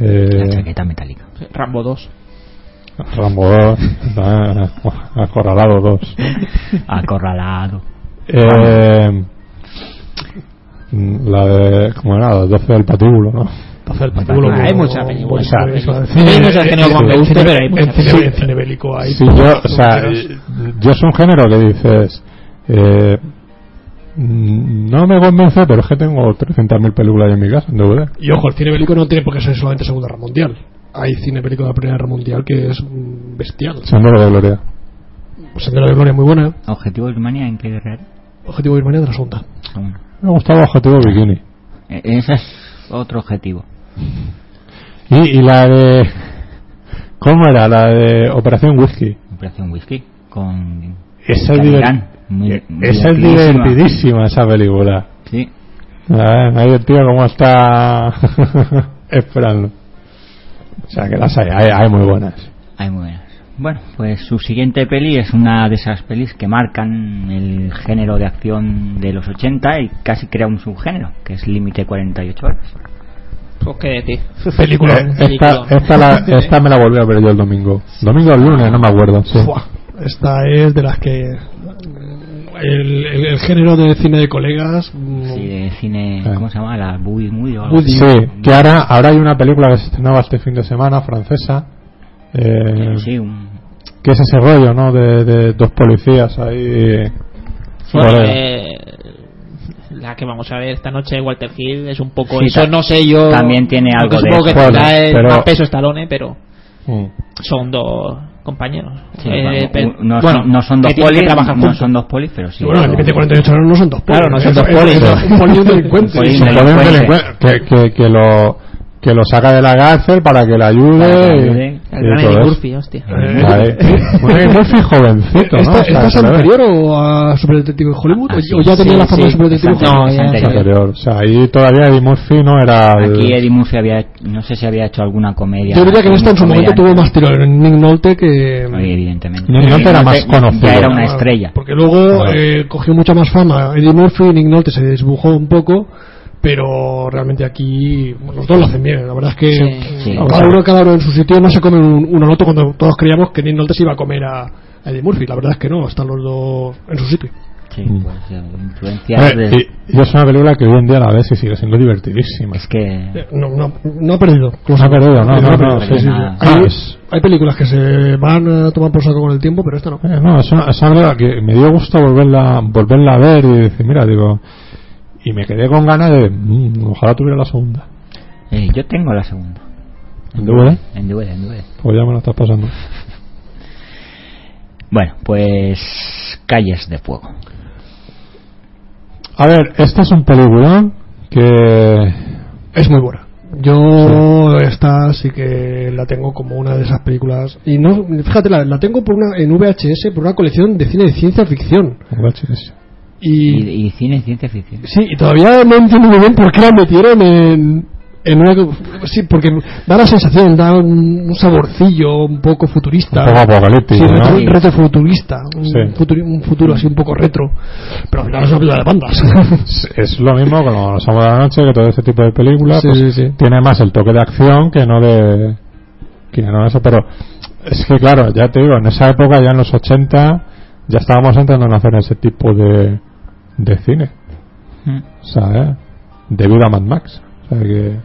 [SPEAKER 2] La
[SPEAKER 1] eh,
[SPEAKER 2] chaqueta metálica.
[SPEAKER 3] Rambo 2.
[SPEAKER 1] Rambo 2, Acorralado 2.
[SPEAKER 2] Acorralado.
[SPEAKER 1] Eh, la de. ¿Cómo era? Los 12 del patíbulo, ¿no?
[SPEAKER 4] Entonces, el patíbulo.
[SPEAKER 3] Ah, hay
[SPEAKER 4] como-
[SPEAKER 3] mucha película.
[SPEAKER 4] como-
[SPEAKER 1] Mucha.
[SPEAKER 4] como-
[SPEAKER 1] Eso-
[SPEAKER 3] Sí, no es el género que más me gusta, pero hay
[SPEAKER 4] En
[SPEAKER 3] muchas.
[SPEAKER 4] cine, en cine bélico hay.
[SPEAKER 1] Sí, yo, o sea, eh,
[SPEAKER 4] tonteras.
[SPEAKER 1] yo es un género que dices, eh, mm, no me convence, pero es que tengo 300.000 películas en mi casa en DVD.
[SPEAKER 4] Y ojo, el cine bélico no tiene por qué ser solamente Segunda Guerra Mundial. Hay cine bélico de la Primera Guerra Mundial que es mm, bestial.
[SPEAKER 1] Sendero de Gloria.
[SPEAKER 4] Sendero de Gloria muy buena.
[SPEAKER 2] ¿Objetivo Birmania en qué guerra era?
[SPEAKER 4] Objetivo Birmania de la Segunda.
[SPEAKER 2] Ah, bueno.
[SPEAKER 1] Me gustaba Objetivo Bikini.
[SPEAKER 2] E- Ese es otro objetivo.
[SPEAKER 1] Y, y la de... ¿Cómo era? La de Operación Whisky.
[SPEAKER 2] Operación Whisky con.
[SPEAKER 1] Esa es,
[SPEAKER 2] con
[SPEAKER 1] divert- eh,
[SPEAKER 2] Irán. Muy-
[SPEAKER 1] esa es
[SPEAKER 2] divertidísima.
[SPEAKER 1] divertidísima esa película.
[SPEAKER 2] Sí.
[SPEAKER 1] Ah, Me ha divertido cómo está esperando. O sea, que las hay, hay, hay muy buenas.
[SPEAKER 2] Hay muy buenas. Bueno, pues su siguiente peli es una de esas pelis que marcan el género de acción de los 80 y casi crea un subgénero, que es Límite 48 horas.
[SPEAKER 3] Pues qué decir.
[SPEAKER 1] Eh,
[SPEAKER 3] Película.
[SPEAKER 1] Esta, esta, la- esta me la volví a ver yo el domingo. Domingo o el lunes, no me acuerdo. sí.
[SPEAKER 4] Buah, esta es de las que el, el- el género de cine de colegas mm,
[SPEAKER 2] Sí, de cine.
[SPEAKER 1] Ah.
[SPEAKER 2] ¿Cómo se llama? La Bui Muy. o algo
[SPEAKER 4] Woody.
[SPEAKER 2] así.
[SPEAKER 1] Sí, que ahora, ahora hay una película que se estrenaba este fin de semana, francesa, eh,
[SPEAKER 2] Sí, un.
[SPEAKER 1] que es ese rollo, ¿no? De, de dos policías ahí.
[SPEAKER 3] Bueno,
[SPEAKER 1] Por-
[SPEAKER 3] eh, la que vamos a ver esta noche, Walter Hill, es un poco
[SPEAKER 2] Sí,
[SPEAKER 3] eso.
[SPEAKER 2] ta-
[SPEAKER 3] No sé yo.
[SPEAKER 2] también tiene
[SPEAKER 3] aunque
[SPEAKER 2] algo de
[SPEAKER 3] supongo que
[SPEAKER 1] eso.
[SPEAKER 3] tendrá
[SPEAKER 1] Bueno,
[SPEAKER 3] el
[SPEAKER 1] pero-
[SPEAKER 3] más peso Stallone, pero eh,
[SPEAKER 1] Mm.
[SPEAKER 3] son dos compañeros.
[SPEAKER 2] Sí,
[SPEAKER 3] Eh,
[SPEAKER 2] vamos,
[SPEAKER 3] pe-
[SPEAKER 2] un- no,
[SPEAKER 3] bueno,
[SPEAKER 2] son, no son
[SPEAKER 3] que
[SPEAKER 2] dos
[SPEAKER 3] tienen que
[SPEAKER 2] polis,
[SPEAKER 3] trabajar
[SPEAKER 2] no
[SPEAKER 3] juntos.
[SPEAKER 2] son dos polis, pero sí.
[SPEAKER 4] Sí, bueno, el
[SPEAKER 2] son-
[SPEAKER 4] que tiene 48 horas no son dos polis.
[SPEAKER 3] Claro, no son
[SPEAKER 4] Eso-
[SPEAKER 3] dos
[SPEAKER 4] eso-
[SPEAKER 3] polis.
[SPEAKER 4] eso es Un poli y un delincuente.
[SPEAKER 2] Un poli y
[SPEAKER 1] Se
[SPEAKER 2] un
[SPEAKER 1] pone un
[SPEAKER 2] delincuente.
[SPEAKER 1] delincuente que, que, que lo que lo saca de la cárcel para que le
[SPEAKER 2] Para que le
[SPEAKER 1] ayude.
[SPEAKER 2] ayude.
[SPEAKER 1] y-
[SPEAKER 3] El
[SPEAKER 1] y
[SPEAKER 3] gran
[SPEAKER 1] todo
[SPEAKER 3] Eddie
[SPEAKER 1] eso.
[SPEAKER 3] Murphy, hostia.
[SPEAKER 4] Eh,
[SPEAKER 1] Ahí. Bueno, Eddie Murphy jovencito, ¿no?
[SPEAKER 4] ¿Esta,
[SPEAKER 1] O sea,
[SPEAKER 4] esta es
[SPEAKER 1] se le ve.
[SPEAKER 4] anterior o a Superdetective en Hollywood?
[SPEAKER 2] Ah,
[SPEAKER 4] ¿O-
[SPEAKER 2] sí,
[SPEAKER 4] ¿O ya tenía
[SPEAKER 2] sí,
[SPEAKER 4] la fama
[SPEAKER 2] sí,
[SPEAKER 4] de Superdetective
[SPEAKER 2] es anterior,
[SPEAKER 4] Hollywood?
[SPEAKER 3] No, ya
[SPEAKER 2] es
[SPEAKER 1] Es
[SPEAKER 2] anterior.
[SPEAKER 1] anterior. O sea, ahí todavía Eddie Murphy no era. el-
[SPEAKER 2] Aquí Eddie Murphy había, no sé si había hecho alguna comedia.
[SPEAKER 4] Yo diría que en esta en su
[SPEAKER 2] algún
[SPEAKER 4] momento tuvo
[SPEAKER 2] comediante.
[SPEAKER 4] más tiro en Nick Nolte que...
[SPEAKER 2] Oye, evidentemente.
[SPEAKER 1] Nick Nolte
[SPEAKER 2] Nick
[SPEAKER 1] era
[SPEAKER 2] Nolte
[SPEAKER 1] más conocido.
[SPEAKER 2] Ya era una
[SPEAKER 4] Ah,
[SPEAKER 2] estrella.
[SPEAKER 4] Porque luego
[SPEAKER 1] Claro.
[SPEAKER 4] eh, cogió mucha más fama Eddie Murphy y Nick Nolte se desbujó un poco, pero realmente aquí bueno, los dos lo hacen bien. La verdad es que
[SPEAKER 3] Sí,
[SPEAKER 2] sí.
[SPEAKER 4] cada uno cada uno en su sitio no se come un, uno al otro cuando todos creíamos que Nick Nolte se iba a comer a, a Eddie Murphy. La verdad es que no, están los dos en su sitio.
[SPEAKER 2] Sí,
[SPEAKER 1] Mm.
[SPEAKER 2] pues, eh,
[SPEAKER 1] A
[SPEAKER 2] influencias
[SPEAKER 1] ver,
[SPEAKER 2] de-
[SPEAKER 1] y, y es una película que hoy en día la ves y sigue siendo divertidísima.
[SPEAKER 2] Es que.
[SPEAKER 4] Eh, No, no, no ha perdido.
[SPEAKER 1] No se ha perdido, no, no,
[SPEAKER 4] No, no,
[SPEAKER 1] no,
[SPEAKER 4] no,
[SPEAKER 1] sí, sí, sí.
[SPEAKER 2] nada.
[SPEAKER 1] Ah,
[SPEAKER 4] Hay,
[SPEAKER 1] es-
[SPEAKER 4] hay películas que se van a tomar por saco con el tiempo, pero esta no.
[SPEAKER 1] Eh, no, es una, es una película que me dio gusto volverla, volverla a ver y decir, mira, digo, y me quedé con ganas de, mm, ojalá tuviera la segunda.
[SPEAKER 2] eh, yo tengo la segunda.
[SPEAKER 1] ¿En DVD?
[SPEAKER 2] En DVD, en DVD.
[SPEAKER 1] Pues ya me la estás pasando.
[SPEAKER 2] Bueno, pues. Calles de fuego.
[SPEAKER 1] A ver, este es un peliculón que...
[SPEAKER 4] Es muy buena. Yo esta sí que la tengo como una de esas películas. Y no, fíjate, la, la tengo por una, en VHS por una colección de cine de ciencia ficción.
[SPEAKER 2] Y,
[SPEAKER 4] Y,
[SPEAKER 2] y cine y ciencia ficción.
[SPEAKER 4] sí, y todavía no entiendo muy bien por qué la metieron en, en una... Sí, porque da la sensación, da un, un saborcillo un poco futurista.
[SPEAKER 1] Un poco
[SPEAKER 4] Sí,
[SPEAKER 1] apocalíptico, ¿no?
[SPEAKER 4] retro,
[SPEAKER 2] Sí.
[SPEAKER 4] retrofuturista, un,
[SPEAKER 1] Sí.
[SPEAKER 4] futuri- un futuro así un poco retro. Pero al final es una película de bandas.
[SPEAKER 1] Es- Es lo mismo con los Amos de la Noche, que todo ese tipo de películas
[SPEAKER 4] Sí,
[SPEAKER 1] pues,
[SPEAKER 4] sí, sí.
[SPEAKER 1] tiene más el toque de acción que no de... que no eso, pero es que claro, ya te digo, en esa época, ya en los 80, ya estábamos entrando en hacer ese tipo de, de cine.
[SPEAKER 2] Mm.
[SPEAKER 1] O sea, ¿eh? debido a Mad Max. O sea, que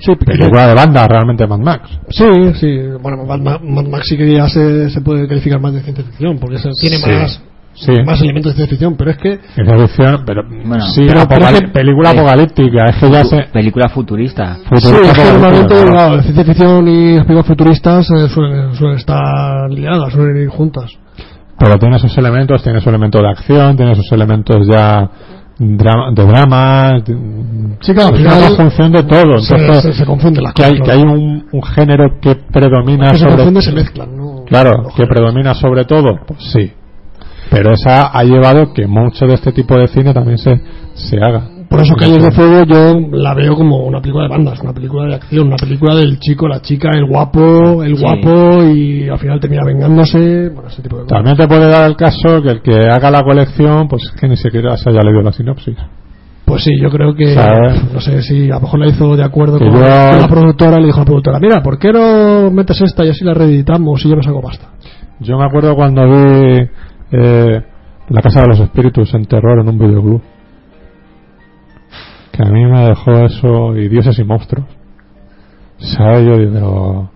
[SPEAKER 4] sí, porque-
[SPEAKER 1] película de banda realmente Mad Max.
[SPEAKER 4] Sí, sí. Bueno, Mad, Ma- Mad Max sí que ya se, se puede calificar más de ciencia ficción, porque se- tiene
[SPEAKER 1] Sí.
[SPEAKER 4] más,
[SPEAKER 1] Sí.
[SPEAKER 4] más elementos de ciencia ficción, pero es que
[SPEAKER 1] Ciencia ficción, pero
[SPEAKER 2] Bueno.
[SPEAKER 1] sí,
[SPEAKER 4] Pero
[SPEAKER 1] apocal-
[SPEAKER 4] parece-
[SPEAKER 1] película
[SPEAKER 2] Sí.
[SPEAKER 1] apocalíptica, es que ya se
[SPEAKER 2] Película futurista.
[SPEAKER 4] sí,
[SPEAKER 1] futurista
[SPEAKER 4] es que
[SPEAKER 1] apocalíptica,
[SPEAKER 4] normalmente
[SPEAKER 1] claro.
[SPEAKER 4] claro, la ciencia ficción y las películas futuristas eh, suelen, suelen estar liadas, suelen ir juntas.
[SPEAKER 1] Pero tiene sus elementos, tiene su elemento de acción, tiene sus elementos ya dra- de drama.
[SPEAKER 4] Sí, claro, al
[SPEAKER 1] es una
[SPEAKER 4] final
[SPEAKER 1] conjunción de todo.
[SPEAKER 4] se-
[SPEAKER 1] Pues Entonces,
[SPEAKER 4] se- se confunden las
[SPEAKER 1] que hay,
[SPEAKER 4] cosas,
[SPEAKER 1] que hay un, un género que predomina
[SPEAKER 4] Que se
[SPEAKER 1] sobre
[SPEAKER 4] confunden, se mezclan, ¿no?
[SPEAKER 1] Claro,
[SPEAKER 4] Los
[SPEAKER 1] que
[SPEAKER 4] géneros.
[SPEAKER 1] predomina sobre todo, pues sí. Pero esa ha llevado que mucho de este tipo de cine también se, se haga.
[SPEAKER 4] Por eso Calles de
[SPEAKER 1] Sí.
[SPEAKER 4] Fuego yo la veo como una película de bandas, una película de acción, una película del chico, la chica, el guapo, el
[SPEAKER 2] Sí.
[SPEAKER 4] guapo y al final termina vengándose, bueno, ese tipo de cosas.
[SPEAKER 1] También te puede dar el caso que el que haga la colección, pues es que ni siquiera se haya leído la sinopsis.
[SPEAKER 4] Pues sí, yo creo que.
[SPEAKER 1] ¿Sabes?
[SPEAKER 4] No sé si a lo mejor la hizo de acuerdo
[SPEAKER 1] Que
[SPEAKER 4] con,
[SPEAKER 1] yo-
[SPEAKER 4] con la productora. Le dijo a la productora: Mira, ¿por qué no metes esta y así la reeditamos y yo me saco pasta?
[SPEAKER 1] Yo me acuerdo cuando vi eh, La Casa de los Espíritus en terror en un videoclub. Que a mí me dejó eso y dioses y monstruos. ¿Sabes? Yo digo,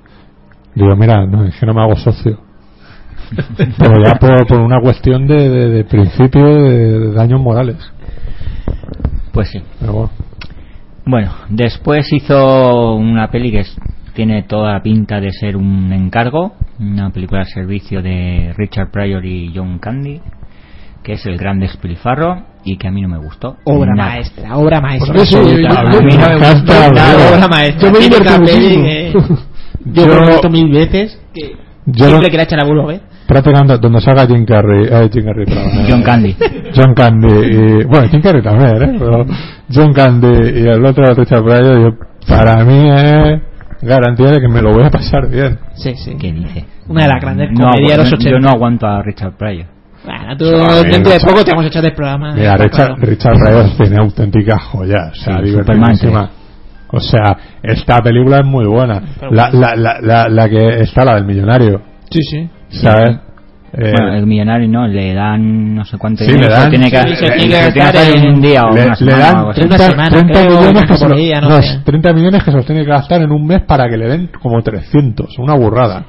[SPEAKER 1] digo mira, no, es que no me hago socio. Pero ya por, por una cuestión de, de, de principio de, de daños morales.
[SPEAKER 2] Pues sí.
[SPEAKER 1] Pero bueno,
[SPEAKER 2] Bueno, después hizo una peli que es- tiene toda la pinta de ser un encargo, una película de servicio de Richard Pryor y John Candy, que es El Gran Despilfarro y que a mí no me gustó.
[SPEAKER 3] Obra
[SPEAKER 2] nada.
[SPEAKER 3] maestra, obra maestra.
[SPEAKER 4] Pues a mí sí, yo-
[SPEAKER 3] Absoluta.
[SPEAKER 4] yo-
[SPEAKER 3] a mí no me
[SPEAKER 1] yo-
[SPEAKER 3] gusta nada,
[SPEAKER 1] yo-
[SPEAKER 3] obra maestra.
[SPEAKER 4] yo me
[SPEAKER 3] Típica
[SPEAKER 4] divertí
[SPEAKER 3] peli
[SPEAKER 4] muchísimo.
[SPEAKER 3] que- Yo lo he visto mil veces. Que
[SPEAKER 1] Yo
[SPEAKER 3] siempre
[SPEAKER 1] no-
[SPEAKER 3] que la echan a ¿eh? vuelvo a ver.
[SPEAKER 1] prácticamente donde salga Jim Carrey, eh, Jim Carrey, perdón, eh,
[SPEAKER 2] John Candy.
[SPEAKER 1] John Candy y bueno Jim Carrey también ¿eh? pero John Candy y el otro Richard Pryor yo, para mí es garantía de que me lo voy a pasar bien
[SPEAKER 3] Sí, sí.
[SPEAKER 2] ¿Qué dice?
[SPEAKER 3] Una de las grandes
[SPEAKER 2] No
[SPEAKER 3] comedias de los
[SPEAKER 2] aguanto-
[SPEAKER 3] 80.
[SPEAKER 2] Yo no aguanto a Richard Pryor.
[SPEAKER 3] Bueno, tú
[SPEAKER 1] Ay,
[SPEAKER 3] dentro de
[SPEAKER 1] Richard.
[SPEAKER 3] poco te vamos a
[SPEAKER 2] Ah,
[SPEAKER 3] echar del programa.
[SPEAKER 1] mira
[SPEAKER 3] Está
[SPEAKER 1] Richard,
[SPEAKER 3] claro.
[SPEAKER 1] Richard Pryor tiene auténticas joyas o sea
[SPEAKER 2] Sí,
[SPEAKER 1] divertidísima
[SPEAKER 2] Superman
[SPEAKER 1] O sea, esta película es muy buena.
[SPEAKER 3] Pero
[SPEAKER 1] La,
[SPEAKER 3] bueno.
[SPEAKER 1] la, la, la, la que está la del millonario,
[SPEAKER 3] Sí, sí.
[SPEAKER 1] ¿sabes? Eh,
[SPEAKER 2] Bueno, el millonario no, le dan no sé cuánto
[SPEAKER 1] Sí,
[SPEAKER 2] dinero,
[SPEAKER 1] le
[SPEAKER 2] se
[SPEAKER 1] dan-
[SPEAKER 2] tiene que,
[SPEAKER 1] Sí,
[SPEAKER 3] se
[SPEAKER 2] se
[SPEAKER 3] tiene que
[SPEAKER 2] tiene que
[SPEAKER 3] gastar
[SPEAKER 2] hacer en
[SPEAKER 3] en-
[SPEAKER 2] un día o
[SPEAKER 1] le,
[SPEAKER 2] una
[SPEAKER 1] le
[SPEAKER 2] semana o
[SPEAKER 1] dan
[SPEAKER 2] algo así.
[SPEAKER 3] Una
[SPEAKER 1] 30,
[SPEAKER 3] semana,
[SPEAKER 1] 30
[SPEAKER 3] creo,
[SPEAKER 1] millones
[SPEAKER 3] una
[SPEAKER 1] que se lo-
[SPEAKER 3] semanilla, no
[SPEAKER 1] no,
[SPEAKER 3] sé.
[SPEAKER 1] 30 millones que se los tiene que gastar en un mes para que le den como 300, una burrada.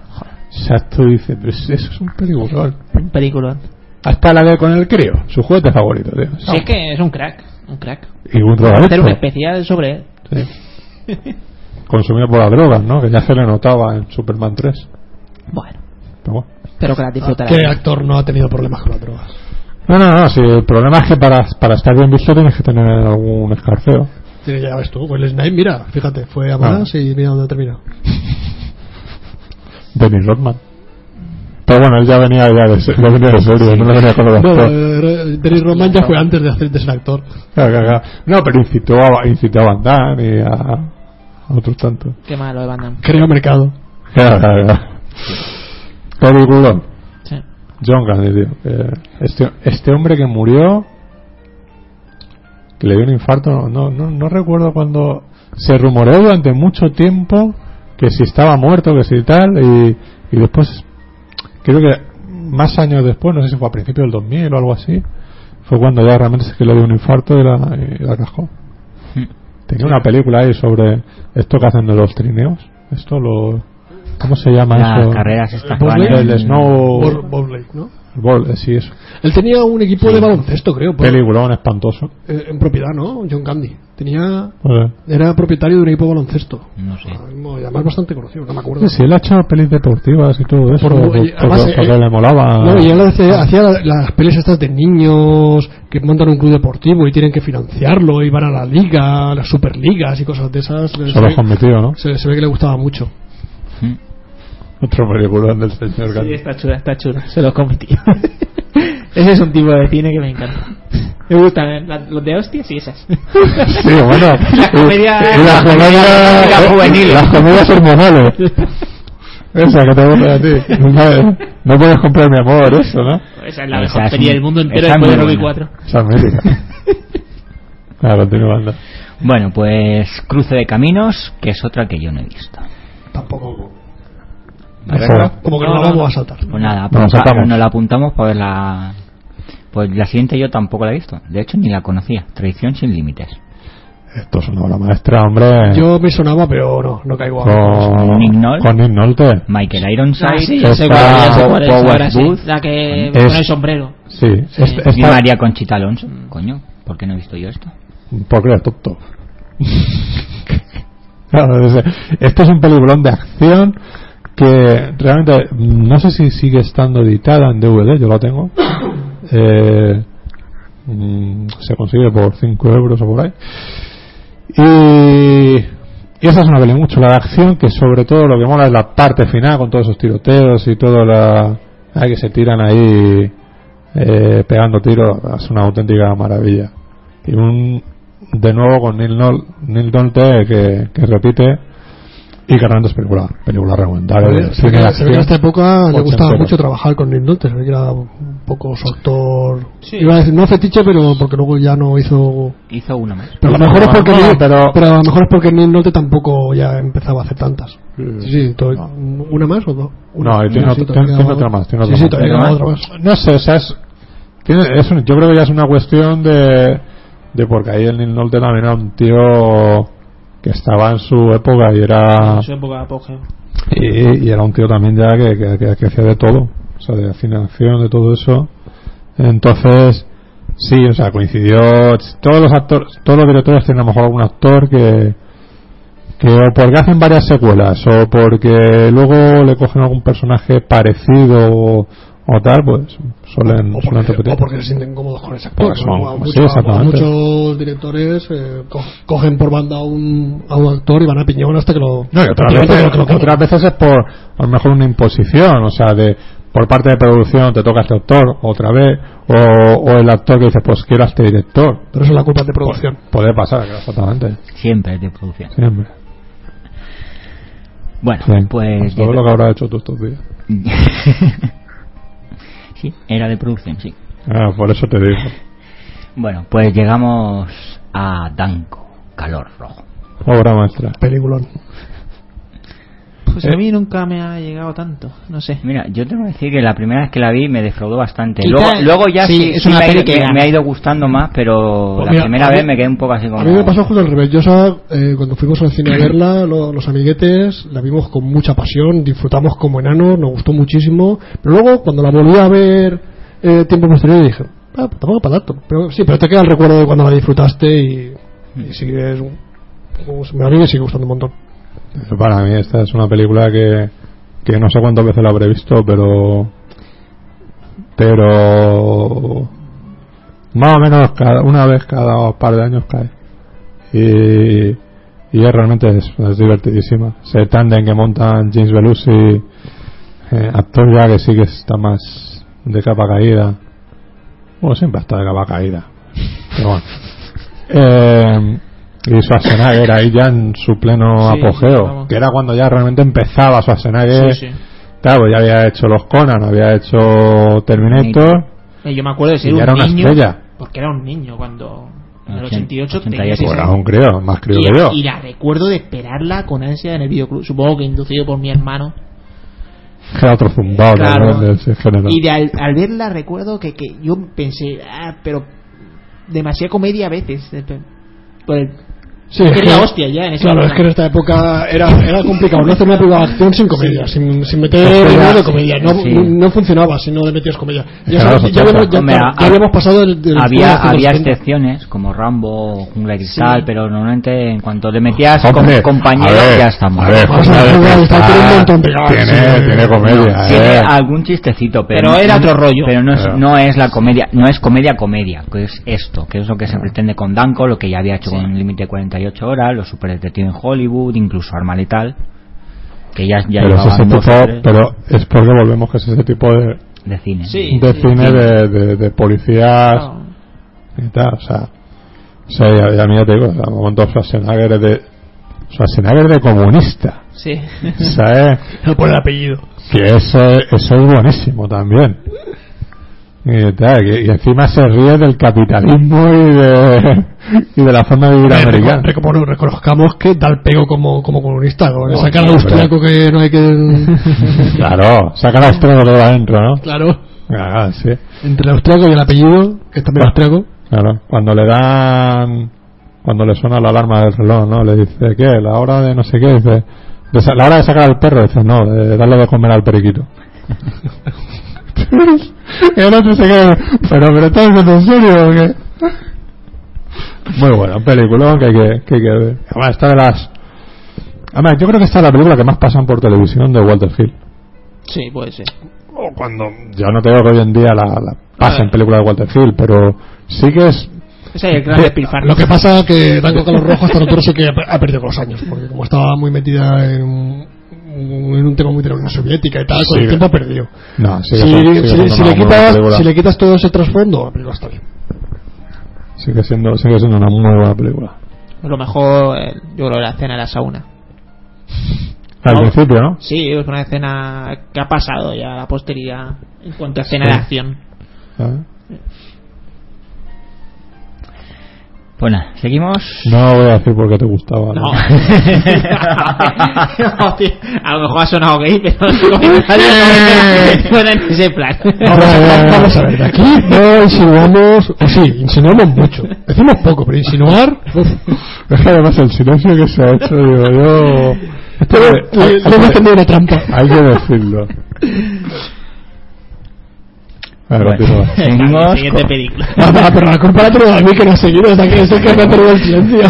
[SPEAKER 1] O sea, tú dices, pero si pues eso es un peliculón.
[SPEAKER 3] Un película.
[SPEAKER 1] Hasta la de con el crío, su juguete favorito, tío.
[SPEAKER 3] Sí, es que es un crack. Un crack.
[SPEAKER 1] Y un
[SPEAKER 3] Hacer un
[SPEAKER 2] pues.
[SPEAKER 1] drogadicto.
[SPEAKER 3] especial sobre él.
[SPEAKER 1] Sí. Consumido por las drogas, ¿no? Que ya se le notaba en Superman 3.
[SPEAKER 3] Bueno,
[SPEAKER 1] Pero bueno.
[SPEAKER 3] espero que la
[SPEAKER 2] Ah,
[SPEAKER 3] disfrutarás.
[SPEAKER 4] ¿Qué actor no ha tenido problemas con las drogas?
[SPEAKER 1] No, no, no, si el problema es que para, para estar bien visto tienes que tener algún escarceo.
[SPEAKER 4] Sí, ya ves tú, pues el Snipe, mira, fíjate, fue a malas y mira dónde ha terminado.
[SPEAKER 1] Dennis Rodman. Pero bueno, él ya venía ya de, se- ya venía de serio, no le venía con lo de
[SPEAKER 4] Bueno,
[SPEAKER 1] actor.
[SPEAKER 4] eh, Dennis Roman ya fue antes de, hacer, de ser actor.
[SPEAKER 1] Claro, claro, claro. No, pero incitó a, incitó a Van Damme y a, a otros tantos.
[SPEAKER 3] Qué malo de Van Damme.
[SPEAKER 4] Creo mercado.
[SPEAKER 1] Claro, claro, claro. Peliculón.
[SPEAKER 3] Sí.
[SPEAKER 1] John Candy, tío. Eh, este, este hombre que murió, que le dio un infarto, no, no, no, no recuerdo cuando se rumoreó durante mucho tiempo que si estaba muerto, que si tal, y, y después, creo que más años después, no sé si fue a principios del 2000 o algo así, fue cuando ya realmente se que le dio un infarto y la, y la cascó.
[SPEAKER 2] Hmm.
[SPEAKER 1] Tenía una película ahí sobre esto que hacen de los trineos, esto lo... ¿Cómo se llama eso?
[SPEAKER 2] Las carreras estas que van
[SPEAKER 1] El
[SPEAKER 2] en-
[SPEAKER 1] snow...
[SPEAKER 4] Bob, Bob Lake, ¿no?
[SPEAKER 1] El bol, eh, sí, es
[SPEAKER 4] Él tenía un equipo de baloncesto, creo, por-
[SPEAKER 1] peliculón espantoso.
[SPEAKER 4] eh, en propiedad, ¿no? John Candy. Tenía,
[SPEAKER 1] Eh,
[SPEAKER 4] era propietario de un equipo de baloncesto.
[SPEAKER 2] No sé.
[SPEAKER 4] Ah, Y además bastante conocido, no me acuerdo.
[SPEAKER 1] Sí, sí, él ha hecho pelis deportivas y todo eso,
[SPEAKER 4] Por-
[SPEAKER 1] por,
[SPEAKER 4] y
[SPEAKER 1] por
[SPEAKER 4] además,
[SPEAKER 1] cosas
[SPEAKER 4] eh,
[SPEAKER 1] que le molaba. Ah,
[SPEAKER 4] No, y él hacía, hacía las pelis estas de niños que montan un club deportivo y tienen que financiarlo y van a la liga, a las superligas y cosas de esas. Se
[SPEAKER 1] Solo con
[SPEAKER 4] ve,
[SPEAKER 1] mi tío, ¿no?
[SPEAKER 4] se- se ve que le gustaba mucho.
[SPEAKER 2] Mm.
[SPEAKER 1] Otro peliculón del señor Gandhi.
[SPEAKER 3] Sí, está chula, está chula. Se los comí, tío. Ese es un tipo de cine que me encanta. Me gustan eh, la- los de hostias y esas.
[SPEAKER 1] Sí, bueno.
[SPEAKER 3] Las comedias-
[SPEAKER 1] y las comedias-
[SPEAKER 3] las juveniles.
[SPEAKER 1] Las comedias hormonales. eh. Esa que te gusta a ti. No, eh, no puedes comprar mi amor, eso, ¿no?
[SPEAKER 3] Esa es la
[SPEAKER 2] Esa
[SPEAKER 3] mejor
[SPEAKER 2] es
[SPEAKER 3] peli
[SPEAKER 2] muy-
[SPEAKER 3] del mundo entero
[SPEAKER 2] esa es
[SPEAKER 3] después de
[SPEAKER 2] muy
[SPEAKER 3] Rocky
[SPEAKER 2] buena.
[SPEAKER 3] 4.
[SPEAKER 1] Esa es mítica. Claro, continuando.
[SPEAKER 2] Bueno, pues Cruce de Caminos, que es otra que yo no he visto.
[SPEAKER 4] Tampoco.
[SPEAKER 2] ¿Vale?
[SPEAKER 1] Eso.
[SPEAKER 4] Como que no,
[SPEAKER 3] No,
[SPEAKER 4] la
[SPEAKER 3] no.
[SPEAKER 4] vamos a saltar.
[SPEAKER 2] Pues nada,
[SPEAKER 1] Nos la
[SPEAKER 2] pa-
[SPEAKER 1] saltamos.
[SPEAKER 2] nos la apuntamos para ver la... Pues la siguiente yo tampoco la he visto. De hecho, ni la conocía. Traición sin límites.
[SPEAKER 1] Esto es una obra maestra, hombre.
[SPEAKER 4] Yo me sonaba, pero no, no caigo a.
[SPEAKER 1] con
[SPEAKER 2] Nick Nolte. Mm.
[SPEAKER 1] Con Nick Nolte.
[SPEAKER 2] Michael Ironside.
[SPEAKER 3] Ah, sí, ya
[SPEAKER 1] Esta-
[SPEAKER 3] sé cuál, ya sé cuál es.
[SPEAKER 1] Power
[SPEAKER 3] ahora sí.
[SPEAKER 1] Booth.
[SPEAKER 3] La que
[SPEAKER 1] Es-
[SPEAKER 3] pone el sombrero.
[SPEAKER 1] Sí,
[SPEAKER 3] Sí.
[SPEAKER 1] esta-
[SPEAKER 2] Y
[SPEAKER 1] esta-
[SPEAKER 2] María Conchita Alonso. Coño, ¿por qué no he visto yo esto?
[SPEAKER 1] Porque eres tonto. Claro, no sé. Esto es un peliculón de acción que realmente mm, no sé si sigue estando editada en DVD, yo lo tengo. Eh, mm, se consigue por 5 euros o por ahí. Y, y esa es una peli mucho la de acción que sobre todo lo que mola es la parte final con todos esos tiroteos y todo la ah, que se tiran ahí eh, pegando tiros es una auténtica maravilla y un de nuevo con Neil, Nol, Neil Nolte que, que repite y que realmente es película película recomendable
[SPEAKER 4] Se ve
[SPEAKER 1] Cine de
[SPEAKER 4] que- se ve que en esta
[SPEAKER 1] acción.
[SPEAKER 4] época le gustaba
[SPEAKER 1] ochentero.
[SPEAKER 4] mucho trabajar con Nick Nolte, se ve que era un poco su actor. Iba a decir, no fetiche, pero porque luego ya no hizo.
[SPEAKER 2] Hizo una más.
[SPEAKER 4] Pero a lo mejor es porque,
[SPEAKER 1] No,
[SPEAKER 4] Neil-
[SPEAKER 1] pero-
[SPEAKER 4] pero a lo mejor es porque Neil Nolte tampoco ya empezaba a hacer tantas.
[SPEAKER 1] Sí.
[SPEAKER 4] Sí, sí, to-
[SPEAKER 1] No.
[SPEAKER 4] ¿una más o dos? Una,
[SPEAKER 1] No, eh, tiene
[SPEAKER 4] sí,
[SPEAKER 1] otra-
[SPEAKER 4] todavía
[SPEAKER 1] tiene
[SPEAKER 4] queda
[SPEAKER 1] otra más, tiene
[SPEAKER 4] Sí,
[SPEAKER 1] otra
[SPEAKER 4] sí,
[SPEAKER 1] más.
[SPEAKER 4] todavía
[SPEAKER 2] Tiene
[SPEAKER 4] queda
[SPEAKER 2] otra
[SPEAKER 4] otra más.
[SPEAKER 1] no sé o sea es, tiene, es un- yo creo que ya es una cuestión de de porque ahí el Neil Nolte también era un tío que estaba en su época y
[SPEAKER 2] Ah.
[SPEAKER 1] era
[SPEAKER 3] Su época de apogeo.
[SPEAKER 1] Y, y era un tío también ya que, que, que- que hacía de todo, o sea, de financiación, de todo eso. Entonces, sí, o sea, coincidió. Todos los actores, todos los directores tienen a lo mejor algún actor que, que o porque hacen varias secuelas o porque luego le cogen algún personaje parecido o, o tal, pues suelen,
[SPEAKER 4] O
[SPEAKER 1] suelen
[SPEAKER 4] porque,
[SPEAKER 1] repetir.
[SPEAKER 4] o porque se sienten cómodos con ese actor.
[SPEAKER 1] Porque son-
[SPEAKER 4] ¿no? A
[SPEAKER 1] Pues sí,
[SPEAKER 4] muchos,
[SPEAKER 1] exactamente.
[SPEAKER 4] a muchos directores eh, co- cogen por banda a un, a un actor y van a piñón hasta que lo.
[SPEAKER 1] No, y otras
[SPEAKER 4] prácticamente
[SPEAKER 1] veces,
[SPEAKER 4] que lo- que lo-
[SPEAKER 1] otras veces es por a lo mejor una imposición, o sea, de por parte de producción te toca este actor otra vez, o, o el actor que dice, pues quiero a este director. Pues,
[SPEAKER 4] Pero eso es la culpa de producción.
[SPEAKER 1] Puede pasar, claro, exactamente.
[SPEAKER 2] Siempre es de producción.
[SPEAKER 1] Siempre.
[SPEAKER 2] Bueno,
[SPEAKER 1] Sí.
[SPEAKER 2] pues...
[SPEAKER 1] Todo lo que habrás hecho tú estos días.
[SPEAKER 2] sí, era de producción, sí.
[SPEAKER 1] Ah, por eso te digo.
[SPEAKER 2] Bueno, pues llegamos a Danco, calor rojo.
[SPEAKER 1] Obra maestra.
[SPEAKER 4] Peliculón.
[SPEAKER 3] Pues
[SPEAKER 2] Eh.
[SPEAKER 3] a mí nunca me ha llegado tanto, no sé.
[SPEAKER 2] Mira, yo tengo que decir que la primera vez que la vi me defraudó bastante.
[SPEAKER 3] Quizá-
[SPEAKER 2] Luego, luego ya
[SPEAKER 3] sí,
[SPEAKER 2] sí,
[SPEAKER 3] es
[SPEAKER 2] sí
[SPEAKER 3] una
[SPEAKER 2] me, ha
[SPEAKER 3] peli
[SPEAKER 2] ido-
[SPEAKER 3] que
[SPEAKER 2] me-
[SPEAKER 3] gana.
[SPEAKER 2] me ha ido gustando más, pero
[SPEAKER 4] Pues
[SPEAKER 2] la
[SPEAKER 4] mira,
[SPEAKER 2] primera
[SPEAKER 4] a mí-
[SPEAKER 2] vez me quedé un poco así como...
[SPEAKER 4] A mí me pasó justo al revés. Yo esa, eh, cuando fuimos al cine a verla, lo- los amiguetes, la vimos con mucha pasión, disfrutamos como enanos, nos gustó muchísimo. Pero luego, cuando la volví a ver eh, tiempo posterior, dije, ah, pues tampoco para tanto. Pero sí, pero te queda el recuerdo de cuando la disfrutaste y,
[SPEAKER 2] Mm.
[SPEAKER 4] y sigues... un- pues, A mí me sigue gustando un montón.
[SPEAKER 1] Para mí esta es una película que, que no sé cuántas veces la habré visto, pero... Pero... Más o menos cada, una vez cada par de años cae. Y, y es realmente es, es divertidísima. Ese tándem que montan James Belushi, eh, actor ya que sí que está más de capa caída. Bueno, siempre está de capa caída. Pero bueno. Eh, y Schwarzenegger ahí ya en su pleno
[SPEAKER 3] Sí, sí,
[SPEAKER 1] apogeo,
[SPEAKER 3] vamos.
[SPEAKER 1] que era cuando ya realmente empezaba Schwarzenegger.
[SPEAKER 3] Sí, sí.
[SPEAKER 1] Claro, pues ya había hecho los Conan, había hecho Terminator.
[SPEAKER 3] Eh, Yo me acuerdo de ser
[SPEAKER 1] Y
[SPEAKER 3] un
[SPEAKER 1] era una
[SPEAKER 3] niño.
[SPEAKER 1] estrella.
[SPEAKER 3] Porque era un niño cuando. En el
[SPEAKER 2] Ochenta-
[SPEAKER 3] 88 tenía
[SPEAKER 2] 88.
[SPEAKER 3] seis
[SPEAKER 1] Pues era
[SPEAKER 3] años.
[SPEAKER 1] un crío, más crío
[SPEAKER 3] y,
[SPEAKER 1] que yo.
[SPEAKER 3] y la recuerdo de esperarla con ansia en el videoclub. Supongo que inducido por mi hermano.
[SPEAKER 1] Era otro zumbado
[SPEAKER 3] Claro.
[SPEAKER 1] Ah, ¿no? del del género.
[SPEAKER 3] Y de al, al verla recuerdo que, que yo pensé, ah, pero demasiada comedia a veces. eh, pe- por el-
[SPEAKER 4] Sí,
[SPEAKER 3] que es la hostia ya en ese
[SPEAKER 4] Claro,
[SPEAKER 3] momento.
[SPEAKER 4] es que en esta época era, era complicado no hacer una película de acción sin comedia, sin, sin meter
[SPEAKER 1] Pero
[SPEAKER 4] dinero de
[SPEAKER 1] sí,
[SPEAKER 4] comedia. No,
[SPEAKER 2] sí.
[SPEAKER 4] no, no funcionaba si no le metías comedia. Ya,
[SPEAKER 1] Claro,
[SPEAKER 4] sabes-
[SPEAKER 1] eso
[SPEAKER 4] ya,
[SPEAKER 1] pasa.
[SPEAKER 4] habíamos, ya,
[SPEAKER 2] Hombre,
[SPEAKER 4] ya
[SPEAKER 2] a-
[SPEAKER 4] habíamos pasado del, del-
[SPEAKER 2] había,
[SPEAKER 4] del-
[SPEAKER 2] había
[SPEAKER 4] del-
[SPEAKER 1] este-
[SPEAKER 2] excepciones como Rambo, Jungla de Cristal,
[SPEAKER 3] Sí.
[SPEAKER 2] pero normalmente en cuanto le metías
[SPEAKER 1] Hombre,
[SPEAKER 2] como compañero
[SPEAKER 1] a ver,
[SPEAKER 2] ya estamos.
[SPEAKER 1] A ver,
[SPEAKER 4] Vamos a
[SPEAKER 1] Jornada de
[SPEAKER 4] jugar, está
[SPEAKER 1] Cristal
[SPEAKER 4] teniendo un montón de gracia.
[SPEAKER 1] tiene, tiene comedia,
[SPEAKER 2] Tiene
[SPEAKER 1] eh.
[SPEAKER 2] algún chistecito, pero,
[SPEAKER 3] Pero
[SPEAKER 2] no-
[SPEAKER 3] era otro rollo.
[SPEAKER 2] Pero no es,
[SPEAKER 1] Claro.
[SPEAKER 2] no es la comedia, no es comedia comedia, que es esto, que es lo que
[SPEAKER 1] Ah.
[SPEAKER 2] se pretende con Danko, lo que ya había hecho
[SPEAKER 3] Sí.
[SPEAKER 2] con Límite 48 horas, los superdetectives en Hollywood, incluso Arma Letal, que ya, ya
[SPEAKER 1] pero, es ese
[SPEAKER 2] llevaban dos o
[SPEAKER 1] tipo,
[SPEAKER 2] tres
[SPEAKER 1] pero es porque volvemos que es ese tipo de,
[SPEAKER 2] de cine.
[SPEAKER 3] Sí,
[SPEAKER 1] de
[SPEAKER 3] sí,
[SPEAKER 1] cine
[SPEAKER 3] sí.
[SPEAKER 1] De, de, de policías
[SPEAKER 3] No.
[SPEAKER 1] y tal, o sea, o sea ya, ya, mira, te digo, o sea, momento Schwarzenegger es de Schwarzenegger de comunista,
[SPEAKER 3] Sí.
[SPEAKER 1] ¿sabes?
[SPEAKER 4] por el apellido.
[SPEAKER 1] que eso, eso es buenísimo también. Y, tal, que- y encima se ríe del capitalismo y de, y de la forma de vivir
[SPEAKER 4] Eh,
[SPEAKER 1] americana.
[SPEAKER 4] reco- recono- reconozcamos que da el pego como, como comunista, con esa
[SPEAKER 1] Hombre,
[SPEAKER 4] cara de austriaco que no hay que.
[SPEAKER 1] Claro, saca los tres de adentro, ¿no?
[SPEAKER 4] claro,
[SPEAKER 1] Ah, sí.
[SPEAKER 4] entre el austriaco y el apellido, que es
[SPEAKER 1] Ah.
[SPEAKER 4] también austriaco.
[SPEAKER 1] Claro, cuando le dan, cuando le suena la alarma del reloj, ¿no? Le dice, ¿qué? La hora de no sé qué, dice, de sa- la hora de sacar al perro, dice, no, de darle de comer al periquito. y el otro se queda, pero, pero ¿estás diciendo en serio o qué? Muy bueno, película que hay que, que hay que ver. Además, esta de las, además, yo creo que esta es la película que más pasan por televisión de Walter Hill.
[SPEAKER 3] Sí, puede ser.
[SPEAKER 1] O cuando, ya no te digo que hoy en día la, la pasen
[SPEAKER 3] Ah.
[SPEAKER 1] película de Walter Hill, pero sí que es
[SPEAKER 3] Ese es el gran
[SPEAKER 1] Sí,
[SPEAKER 3] despilfarro.
[SPEAKER 4] Lo que pasa que Danco Carlos Rojo hasta nosotros sí que ha per- ha perdido con los años, porque como estaba muy metida en, un- en un tema muy de la Unión Soviética y tal, con
[SPEAKER 1] Sí.
[SPEAKER 4] el tiempo ha perdido.
[SPEAKER 1] No,
[SPEAKER 4] Si,
[SPEAKER 1] sigue siendo- sigue
[SPEAKER 4] si-
[SPEAKER 1] siendo
[SPEAKER 4] si
[SPEAKER 1] una muy
[SPEAKER 4] le
[SPEAKER 1] buena
[SPEAKER 4] quitas,
[SPEAKER 1] película.
[SPEAKER 4] si le quitas todo ese trasfondo, la película está bien.
[SPEAKER 1] Sigue siendo, sigue siendo una muy buena película.
[SPEAKER 3] A lo mejor, eh, yo creo, la escena de la sauna.
[SPEAKER 1] Al
[SPEAKER 3] No.
[SPEAKER 1] principio, ¿no?
[SPEAKER 3] Sí, es una escena que ha pasado ya a la posteridad en cuanto a escena de acción.
[SPEAKER 1] ¿Eh?
[SPEAKER 2] Bueno, Pues seguimos.
[SPEAKER 1] No voy a decir por qué te gustaba.
[SPEAKER 3] No.
[SPEAKER 1] ¿no?
[SPEAKER 3] Hostia, a lo mejor ha sonado gay, pero los comentarios no suena en ese plan.
[SPEAKER 4] Vamos a ver, vamos a ver, de aquí no insinuamos, o sí, insinuamos mucho. Decimos poco, pero insinuar. uf.
[SPEAKER 1] Es que además el silencio que se ha hecho, digo yo. Esto
[SPEAKER 4] Pero
[SPEAKER 1] hay- hay-
[SPEAKER 4] le le hemos tendido una trampa.
[SPEAKER 1] Hay que decirlo. A ver,
[SPEAKER 2] Bueno,
[SPEAKER 1] continúa.
[SPEAKER 2] seguimos
[SPEAKER 3] Siguiente
[SPEAKER 2] con-
[SPEAKER 3] película.
[SPEAKER 4] Ah, pero la culpa la tengo a mí que no ha seguido, o sea, que esto es que me ha perdido el silencio.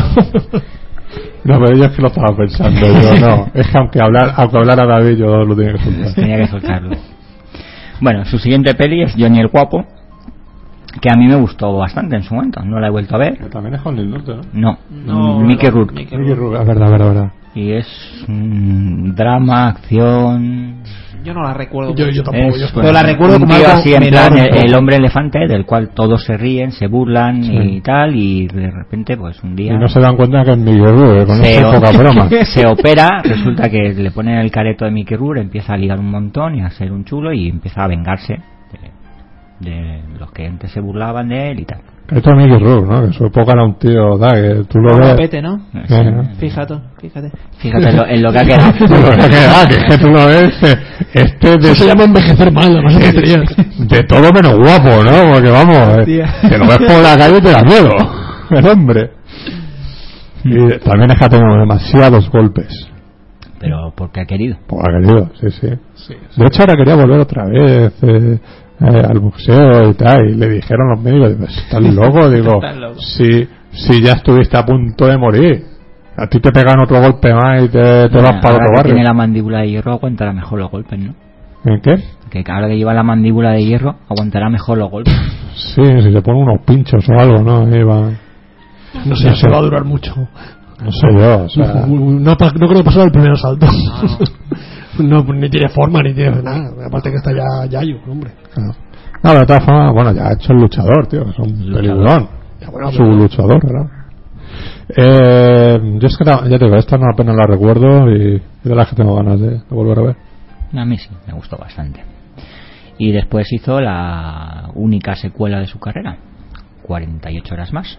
[SPEAKER 1] No, pero yo es que lo estaba pensando. Yo no. Es que aunque hablar, aunque hablara David, yo lo tenía que soltar.
[SPEAKER 2] Pues Tenía que soltarlo. Bueno, su siguiente peli es Johnny el Guapo, que a mí me gustó bastante en su momento. No la he vuelto a ver.
[SPEAKER 1] También es con el norte, ¿no?
[SPEAKER 2] No, mm,
[SPEAKER 3] No,
[SPEAKER 2] Mickey
[SPEAKER 3] no,
[SPEAKER 2] Rourke.
[SPEAKER 3] Mickey
[SPEAKER 1] Es
[SPEAKER 3] Rourke.
[SPEAKER 1] verdad, verdad, verdad.
[SPEAKER 2] Y es mm, drama, acción.
[SPEAKER 3] Yo no la recuerdo.
[SPEAKER 4] Yo, yo tampoco,
[SPEAKER 2] es,
[SPEAKER 4] yo
[SPEAKER 2] bueno,
[SPEAKER 3] Pero la recuerdo
[SPEAKER 2] un
[SPEAKER 3] como
[SPEAKER 2] tío
[SPEAKER 3] algo
[SPEAKER 2] así en
[SPEAKER 3] menor
[SPEAKER 2] plan
[SPEAKER 3] un
[SPEAKER 2] el,
[SPEAKER 3] poco.
[SPEAKER 2] el hombre elefante, del cual todos se ríen, se burlan y tal. Y de repente, pues un
[SPEAKER 1] Y
[SPEAKER 2] día.
[SPEAKER 1] no se dan cuenta que es Miguel Rubio, con
[SPEAKER 2] se,
[SPEAKER 1] esa poca broma.
[SPEAKER 2] se opera, resulta que le ponen el careto de Mickey Rourke, empieza a ligar un montón y a ser un chulo y empieza a vengarse de, de los que antes se burlaban de él y tal.
[SPEAKER 1] Esto es Mickey Rourke, ¿no? Que en su época era un tío, da, que tú lo ves.
[SPEAKER 3] Guapete, ¿no?
[SPEAKER 1] Eh,
[SPEAKER 3] Fíjate, fíjate.
[SPEAKER 2] Fíjate en lo, en lo que ha quedado.
[SPEAKER 1] Tú lo ves que, da, que- que tú lo ves. eh, Este de,
[SPEAKER 4] Eso se llama envejecer mal, además de tonterías.
[SPEAKER 1] de todo menos guapo, ¿no? Porque vamos, eh,
[SPEAKER 3] Hostia.
[SPEAKER 1] te lo ves por la calle y te da miedo. El hombre. Y también es que ha tenido demasiados golpes.
[SPEAKER 2] Pero porque ha querido.
[SPEAKER 1] Por la calle, Pues sí, sí.
[SPEAKER 4] Sí, sí.
[SPEAKER 1] De hecho, ahora quería volver otra vez eh, eh, al boxeo y tal. Y le dijeron los médicos: digo, Estás loco, digo.
[SPEAKER 3] Estás loco.
[SPEAKER 1] Si, si ya estuviste a punto de morir, a ti te pegan otro golpe más y te, te vas
[SPEAKER 2] Ahora
[SPEAKER 1] para otro
[SPEAKER 2] que
[SPEAKER 1] barrio.
[SPEAKER 2] Tiene la mandíbula de hierro, aguantará mejor los golpes, ¿no?
[SPEAKER 1] ¿En qué?
[SPEAKER 2] Que ahora que lleva la mandíbula de hierro, aguantará mejor los golpes.
[SPEAKER 1] Sí, si te ponen unos pinchos o algo, ¿no? Ahí va.
[SPEAKER 4] No sé, eso va a durar mucho.
[SPEAKER 1] No sé yo, o sea.
[SPEAKER 4] No, pa- no creo que pasara el primer asalto. No, ni tiene forma, ni tiene nada. Aparte que está ya Yayo, hombre.
[SPEAKER 1] claro. No, pero de todas formas, bueno, ya ha hecho el luchador, tío. Es un
[SPEAKER 2] Luchador.
[SPEAKER 1] peliculón.
[SPEAKER 4] Ya, bueno,
[SPEAKER 1] su
[SPEAKER 4] pero-
[SPEAKER 1] luchador, ¿verdad? Eh, yo es que no- ya te digo, esta no apenas la recuerdo y es de las que tengo ganas de, de volver a ver.
[SPEAKER 2] A mí sí, me gustó bastante. Y después hizo la única secuela de su carrera, 48 horas más.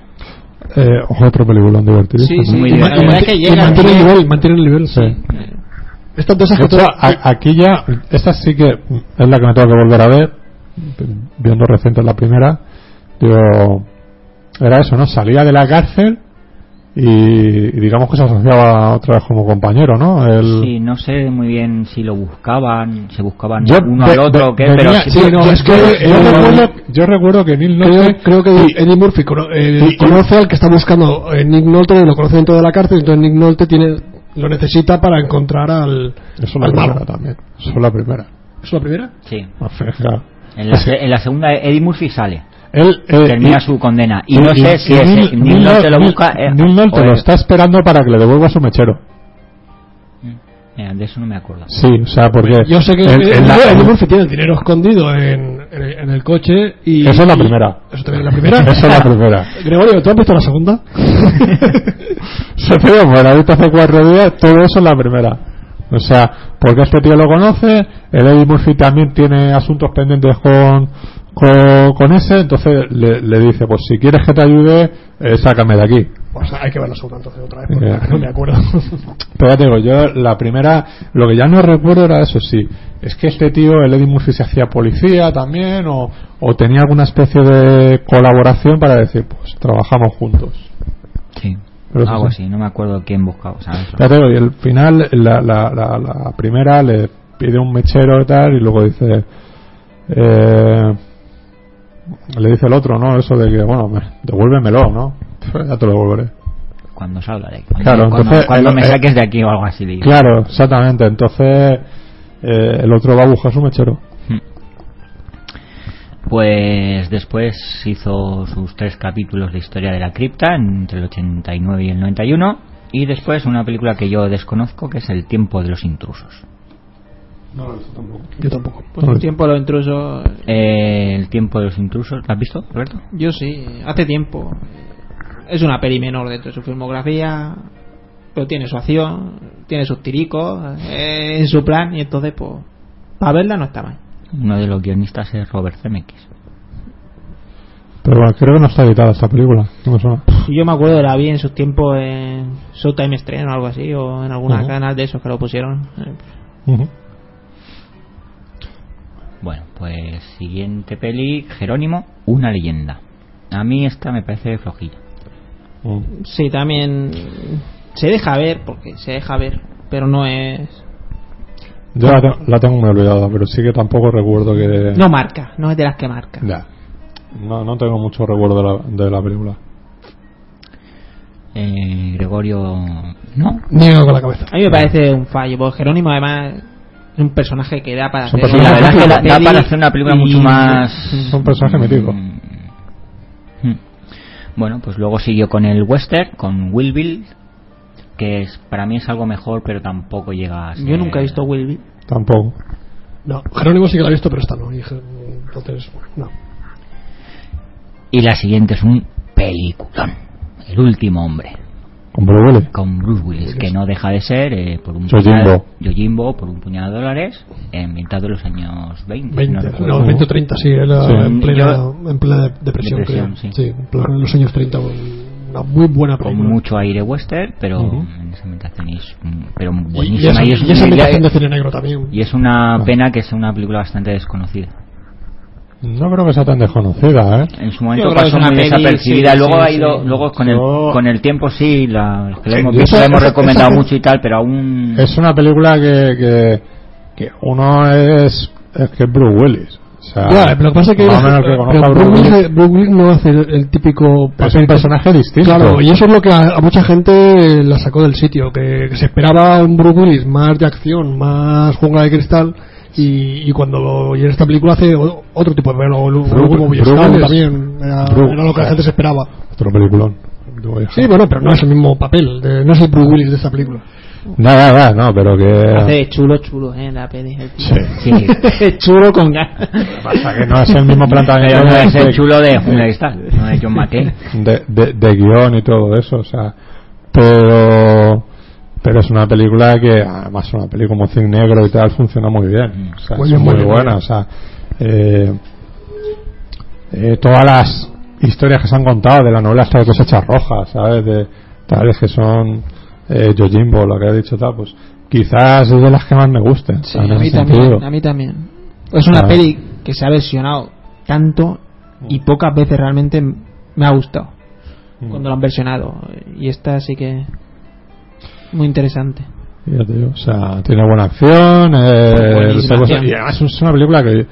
[SPEAKER 1] Eh, otro peliculón divertido.
[SPEAKER 3] Sí, sí,
[SPEAKER 2] Muy
[SPEAKER 3] la
[SPEAKER 2] bien.
[SPEAKER 3] verdad es que llega.
[SPEAKER 4] mantiene el
[SPEAKER 3] llega.
[SPEAKER 4] nivel, mantiene el nivel. Estas dos
[SPEAKER 1] De
[SPEAKER 4] que
[SPEAKER 1] hecho, a- aquí ya, esta sí que es la que me tengo que volver a ver, viendo reciente la primera, digo, era eso, ¿no? Salía de la cárcel y, y digamos que se asociaba otra vez como compañero, ¿no? El,
[SPEAKER 2] Sí, no sé muy bien si lo buscaban, se buscaban
[SPEAKER 1] Yo
[SPEAKER 2] uno
[SPEAKER 1] ve-
[SPEAKER 2] al otro
[SPEAKER 1] ve-
[SPEAKER 2] o qué,
[SPEAKER 1] venía-
[SPEAKER 2] pero
[SPEAKER 1] sí,
[SPEAKER 2] sí,
[SPEAKER 1] no,
[SPEAKER 4] yo
[SPEAKER 1] es que
[SPEAKER 4] creo-
[SPEAKER 1] yo,
[SPEAKER 4] yo
[SPEAKER 1] recuerdo,
[SPEAKER 4] recuerdo-
[SPEAKER 1] yo recuerdo que Neil Nolte
[SPEAKER 4] Creo, creo que
[SPEAKER 1] y-
[SPEAKER 4] Eddie Murphy cono- eh,
[SPEAKER 1] y-
[SPEAKER 4] conoce al que está buscando eh, Nick Nolte y lo conoce dentro de la cárcel, entonces Nick Nolte tiene, lo necesita para encontrar al,
[SPEAKER 1] eso la
[SPEAKER 4] al
[SPEAKER 1] primera
[SPEAKER 4] malo.
[SPEAKER 1] también, eso la primera.
[SPEAKER 4] ¿Es la primera?
[SPEAKER 2] sí.
[SPEAKER 1] Afeja.
[SPEAKER 2] En la, se- en la segunda Eddie Murphy sale,
[SPEAKER 1] Él eh,
[SPEAKER 2] termina
[SPEAKER 1] y-
[SPEAKER 2] su condena y no sé si es
[SPEAKER 1] Neil-
[SPEAKER 2] el- Neil Nolte lo
[SPEAKER 1] Neil-
[SPEAKER 2] busca. eh,
[SPEAKER 1] Neil Nolte
[SPEAKER 2] o
[SPEAKER 1] lo
[SPEAKER 2] es-
[SPEAKER 1] está esperando para que le devuelva su mechero.
[SPEAKER 2] Mm. Mira, de eso no me acuerdo.
[SPEAKER 1] Sí, o sea, porque
[SPEAKER 4] Yo sé que
[SPEAKER 1] en-
[SPEAKER 4] eh,
[SPEAKER 1] en la-
[SPEAKER 4] Eddie Murphy tiene el dinero escondido en, en, el- en el coche y...
[SPEAKER 1] Eso es la
[SPEAKER 4] y-
[SPEAKER 1] primera.
[SPEAKER 4] ¿Eso también es la primera?
[SPEAKER 1] Eso es la primera.
[SPEAKER 4] Gregorio, ¿tú has visto la segunda?
[SPEAKER 1] Se fue, bueno, ahorita hace cuatro días, todo eso es la primera. O sea, porque este tío lo conoce, el Eddie Murphy también tiene asuntos pendientes con, con, con ese, entonces le, le dice, pues si quieres que te ayude, eh, sácame de aquí.
[SPEAKER 4] O sea, Pues hay que ver la segunda entonces otra vez, porque
[SPEAKER 1] Ya.
[SPEAKER 4] no me acuerdo.
[SPEAKER 1] Pero ya te digo, yo la primera, lo que ya no recuerdo era eso, sí. Es que este tío, el Eddie Murphy, se hacía policía también, o, o tenía alguna especie de colaboración para decir, pues trabajamos juntos.
[SPEAKER 2] Sí.
[SPEAKER 1] Pero sí,
[SPEAKER 2] Algo
[SPEAKER 1] sí.
[SPEAKER 2] así, no me acuerdo quién buscaba, ¿sabes?
[SPEAKER 1] Ya te digo, y al final, la, la, la, la primera le pide un mechero y tal, y luego dice. Eh, le dice el otro, ¿no? Eso de que, bueno, me- devuélvemelo, ¿no? Ya te lo devolveré.
[SPEAKER 2] Cuando salga de aquí. Cuando,
[SPEAKER 1] Claro,
[SPEAKER 2] cuando-
[SPEAKER 1] entonces-
[SPEAKER 2] cuando me
[SPEAKER 1] eh,
[SPEAKER 2] saques de aquí o algo así. digo.
[SPEAKER 1] Claro, exactamente. Entonces, eh, el otro va a buscar su mechero.
[SPEAKER 2] Hmm. Pues después hizo sus tres capítulos de historia de la cripta entre el 89 y el 91 y después una película que yo desconozco que es El tiempo de los intrusos.
[SPEAKER 4] Yo tampoco.
[SPEAKER 3] Pues un tiempo lo intruso.
[SPEAKER 2] Eh, el tiempo de los intrusos, ¿la has visto, Roberto?
[SPEAKER 3] Yo sí, hace tiempo. Es una peli menor dentro de su filmografía. Pero tiene su acción, tiene sus tiricos, eh, en su plan. Y entonces, pues. Para verla no está mal.
[SPEAKER 2] Uno de los guionistas es Robert Zemeckis.
[SPEAKER 1] Pero bueno, creo que no está editada esta película. No me suena.
[SPEAKER 3] Y Yo me acuerdo de la vi en sus tiempos en Showtime Estreno o algo así, o en alguna
[SPEAKER 1] Ujú.
[SPEAKER 3] canal de esos que lo pusieron. Eh,
[SPEAKER 1] Ujú.
[SPEAKER 2] Bueno, pues siguiente peli, Jerónimo, una leyenda. A mí esta me parece flojilla.
[SPEAKER 1] Ujú.
[SPEAKER 3] Sí, también se deja ver, porque se deja ver, pero no es...
[SPEAKER 1] Yo la, te- la tengo muy olvidada, pero sí que tampoco recuerdo que.
[SPEAKER 3] No marca, no es de las que marca.
[SPEAKER 1] Ya. No, no tengo mucho recuerdo de la, de la película.
[SPEAKER 2] Eh, Gregorio, no,
[SPEAKER 4] Niego con la cabeza.
[SPEAKER 3] A mí me parece un fallo, porque Jerónimo además es un personaje que da para
[SPEAKER 1] Es un
[SPEAKER 2] Pues Sí,
[SPEAKER 3] hacer...
[SPEAKER 2] la
[SPEAKER 1] personaje
[SPEAKER 2] verdad es que da,
[SPEAKER 3] una
[SPEAKER 2] da
[SPEAKER 3] peli
[SPEAKER 2] para hacer una película
[SPEAKER 3] y-
[SPEAKER 2] mucho más.
[SPEAKER 1] Es un personaje mítico.
[SPEAKER 2] Mm. Mm. Bueno, pues luego siguió con el western, con Will Bill, que es para mí es algo mejor, pero tampoco llega a ser...
[SPEAKER 3] Yo nunca he visto Will Bill.
[SPEAKER 1] Tampoco.
[SPEAKER 4] No, Jerónimo sí que la ha visto, pero esta no. y Je- entonces, bueno, no.
[SPEAKER 2] Y la siguiente es un peliculón, El último hombre.
[SPEAKER 1] con Bruce Willis.
[SPEAKER 2] con Bruce Willis, que no deja de ser eh, por un
[SPEAKER 1] Yojimbo.
[SPEAKER 2] puñado- Yojimbo, por un puñado de dólares, eh, ambientado en los años 20.
[SPEAKER 4] 20,
[SPEAKER 2] no recuerdo.
[SPEAKER 4] no, 20 o 30, sí, era
[SPEAKER 1] Sí.
[SPEAKER 4] En, plena,
[SPEAKER 2] Yo-
[SPEAKER 4] en plena de- depresión,
[SPEAKER 2] Depresión,
[SPEAKER 4] creo.
[SPEAKER 2] sí.
[SPEAKER 4] en plan, en los años 30, un- una muy buena
[SPEAKER 2] con
[SPEAKER 4] película.
[SPEAKER 2] mucho aire western, pero
[SPEAKER 1] Ujú.
[SPEAKER 2] en esa ambientación es mm, pero
[SPEAKER 4] y, y
[SPEAKER 2] buenísima.
[SPEAKER 4] esa,
[SPEAKER 2] Y, es,
[SPEAKER 4] y
[SPEAKER 2] y-
[SPEAKER 4] esa ambientación de cine negro también.
[SPEAKER 2] y es una
[SPEAKER 1] Ah.
[SPEAKER 2] pena que sea una película bastante desconocida.
[SPEAKER 1] No creo que sea tan desconocida, ¿eh?
[SPEAKER 2] En su momento
[SPEAKER 3] creo que
[SPEAKER 2] pasó
[SPEAKER 3] es una
[SPEAKER 2] muy
[SPEAKER 3] peli,
[SPEAKER 2] desapercibida.
[SPEAKER 3] sí,
[SPEAKER 2] luego
[SPEAKER 3] sí,
[SPEAKER 2] ha
[SPEAKER 3] sí.
[SPEAKER 2] ido, luego con el,
[SPEAKER 1] Yo-
[SPEAKER 2] con el tiempo sí, la, los que la
[SPEAKER 1] Sí,
[SPEAKER 2] hemos
[SPEAKER 1] yo
[SPEAKER 2] visto
[SPEAKER 1] esa-
[SPEAKER 2] la hemos
[SPEAKER 1] esa-
[SPEAKER 2] recomendado
[SPEAKER 1] esa-
[SPEAKER 2] mucho y tal, pero aún
[SPEAKER 1] Es una película que, que, que uno es, es que es Bruce Willis. O sea,
[SPEAKER 4] Ya, lo que pasa es que,
[SPEAKER 1] más o menos que
[SPEAKER 4] pero
[SPEAKER 1] conozca a
[SPEAKER 4] Bruce
[SPEAKER 1] Bruce
[SPEAKER 4] Willis-
[SPEAKER 1] Willis,
[SPEAKER 4] Bruce Willis no hace el, el típico
[SPEAKER 1] es un personaje distinto.
[SPEAKER 4] Claro, y eso es lo que a, a mucha gente la sacó del sitio, que, que se esperaba un Bruce Willis más de acción, más jungla de cristal, y, y cuando lo- y en esta película hace o- otro tipo de pero
[SPEAKER 1] Bru-
[SPEAKER 4] como
[SPEAKER 1] Bruce
[SPEAKER 4] Bioscout
[SPEAKER 1] Willis.
[SPEAKER 4] también, era,
[SPEAKER 1] Bru-
[SPEAKER 4] era lo que la gente se esperaba.
[SPEAKER 1] Otro peliculón.
[SPEAKER 4] Sí, bueno, pero no es el mismo papel, de- no es el Bruce Willis de esta película.
[SPEAKER 1] Nada, nada, no, pero que...
[SPEAKER 3] Hace de chulo, chulo, eh, la peli. el tío.
[SPEAKER 1] Sí.
[SPEAKER 2] sí,
[SPEAKER 3] chulo con ganas.
[SPEAKER 1] Pasa que no es el mismo planteamiento
[SPEAKER 2] pero no
[SPEAKER 1] de-
[SPEAKER 2] es el
[SPEAKER 1] de-
[SPEAKER 2] chulo de Jungla de Cristal, no de John McCain.
[SPEAKER 1] de, de, de guión y todo eso, o sea, pero pero es una película que además una película como Cine Negro y tal funciona muy bien, o sea,
[SPEAKER 4] Mm. Muy
[SPEAKER 1] es
[SPEAKER 4] bien, muy
[SPEAKER 1] muy
[SPEAKER 4] bien, muy
[SPEAKER 1] buena,
[SPEAKER 4] bien.
[SPEAKER 1] o sea, eh, eh, todas las historias que se han contado de la novela hasta de cosechas rojas, ¿sabes? De tales que son eh, Yojimbo, lo que ha dicho tal, pues quizás es de las que más me gusten, o
[SPEAKER 3] Sí,
[SPEAKER 1] sea, en
[SPEAKER 3] a mí
[SPEAKER 1] ese
[SPEAKER 3] también,
[SPEAKER 1] sentido.
[SPEAKER 3] a mí también. Es una
[SPEAKER 1] Ah.
[SPEAKER 3] peli que se ha versionado tanto y pocas veces realmente me ha gustado
[SPEAKER 1] Mm.
[SPEAKER 3] cuando la han versionado. Y esta sí que muy interesante.
[SPEAKER 1] Ya te digo, o sea, tiene buena acción, eh,
[SPEAKER 3] Buenísima
[SPEAKER 1] el-
[SPEAKER 3] acción.
[SPEAKER 1] y además es una película que hoy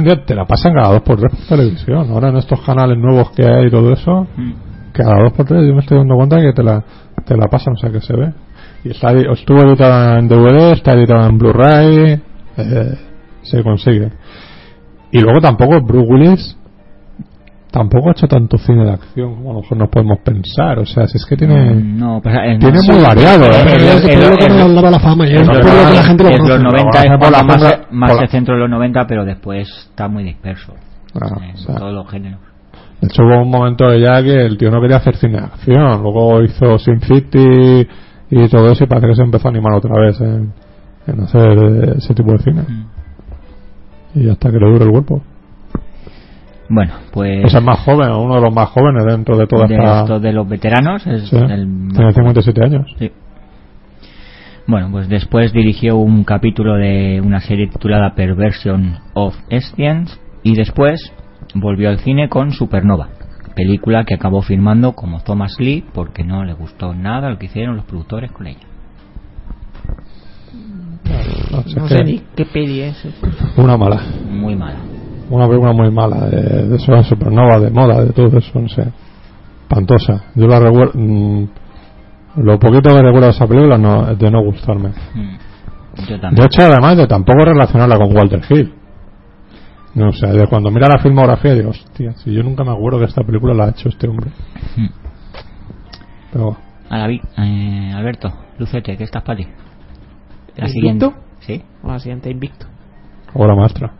[SPEAKER 1] en día te la pasan cada dos por tres por televisión. Ahora en estos canales nuevos que hay y todo eso,
[SPEAKER 2] Mm.
[SPEAKER 1] cada dos por tres yo me estoy dando cuenta que te la, te la pasan, o sea que se ve. Y está, edi- estuvo editada en DVD, está editada en Blu-ray, eh, se consigue. Y luego tampoco Bruce Willis tampoco ha hecho tanto cine de acción como a lo mejor nos podemos pensar. O sea, si es que tiene,
[SPEAKER 2] No, pues, eh,
[SPEAKER 1] tiene
[SPEAKER 2] no,
[SPEAKER 1] muy variado. ¿eh?
[SPEAKER 4] Pero
[SPEAKER 2] el-
[SPEAKER 4] es
[SPEAKER 2] el-
[SPEAKER 4] por lo que
[SPEAKER 2] el-
[SPEAKER 4] nos daba la fama, y es
[SPEAKER 1] el-
[SPEAKER 4] por lo
[SPEAKER 1] el-
[SPEAKER 4] que la gente lo
[SPEAKER 2] Es los
[SPEAKER 4] conoce.
[SPEAKER 1] no-
[SPEAKER 2] 90 es
[SPEAKER 1] Por
[SPEAKER 2] por
[SPEAKER 1] la
[SPEAKER 2] la más,
[SPEAKER 1] jungla-
[SPEAKER 2] más
[SPEAKER 1] por la-
[SPEAKER 2] el centro de los 90, pero después está muy disperso.
[SPEAKER 1] Ah,
[SPEAKER 2] en
[SPEAKER 1] o sea,
[SPEAKER 2] todos los géneros.
[SPEAKER 1] De hecho, hubo un momento ya que el tío no quería hacer cine de acción. Luego hizo Sin City y todo eso, y parece que se empezó a animar otra vez en, en hacer eh, ese tipo de cine.
[SPEAKER 2] Mm.
[SPEAKER 1] Y hasta que le dure el cuerpo.
[SPEAKER 2] Bueno, pues.
[SPEAKER 1] O sea, es más joven, uno de los más jóvenes dentro de toda
[SPEAKER 2] de
[SPEAKER 1] esta.
[SPEAKER 2] estos de los veteranos es
[SPEAKER 1] Sí,
[SPEAKER 2] el
[SPEAKER 1] Tiene 57 años.
[SPEAKER 2] sí. bueno pues después dirigió un capítulo de una serie titulada Perversion of Science y después volvió al cine con Supernova película que acabó firmando como Thomas Lee porque no le gustó nada lo que hicieron los productores con ella
[SPEAKER 1] No, si es
[SPEAKER 3] No
[SPEAKER 1] que
[SPEAKER 3] sé ni qué peli es.
[SPEAKER 1] Una mala.
[SPEAKER 2] muy mala
[SPEAKER 1] Una película muy mala. De, de eso, de supernova, de moda, de todo eso, no sé. Espantosa. Yo la recuerdo. mm, lo poquito que recuerdo de esa película no, es de no gustarme.
[SPEAKER 2] Mm. yo
[SPEAKER 1] De
[SPEAKER 2] también
[SPEAKER 1] hecho, además de tampoco relacionarla con Walter Hill. No, o sea, de cuando mira la filmografía digo, hostia, si yo nunca me acuerdo que esta película la ha hecho este hombre.
[SPEAKER 2] Mm.
[SPEAKER 1] Pero bueno,
[SPEAKER 2] a David eh, Alberto Lucete que estás para ti la
[SPEAKER 3] ¿El
[SPEAKER 2] siguiente
[SPEAKER 3] invicto?
[SPEAKER 2] sí
[SPEAKER 3] O la siguiente, Invicto.
[SPEAKER 1] obra maestra.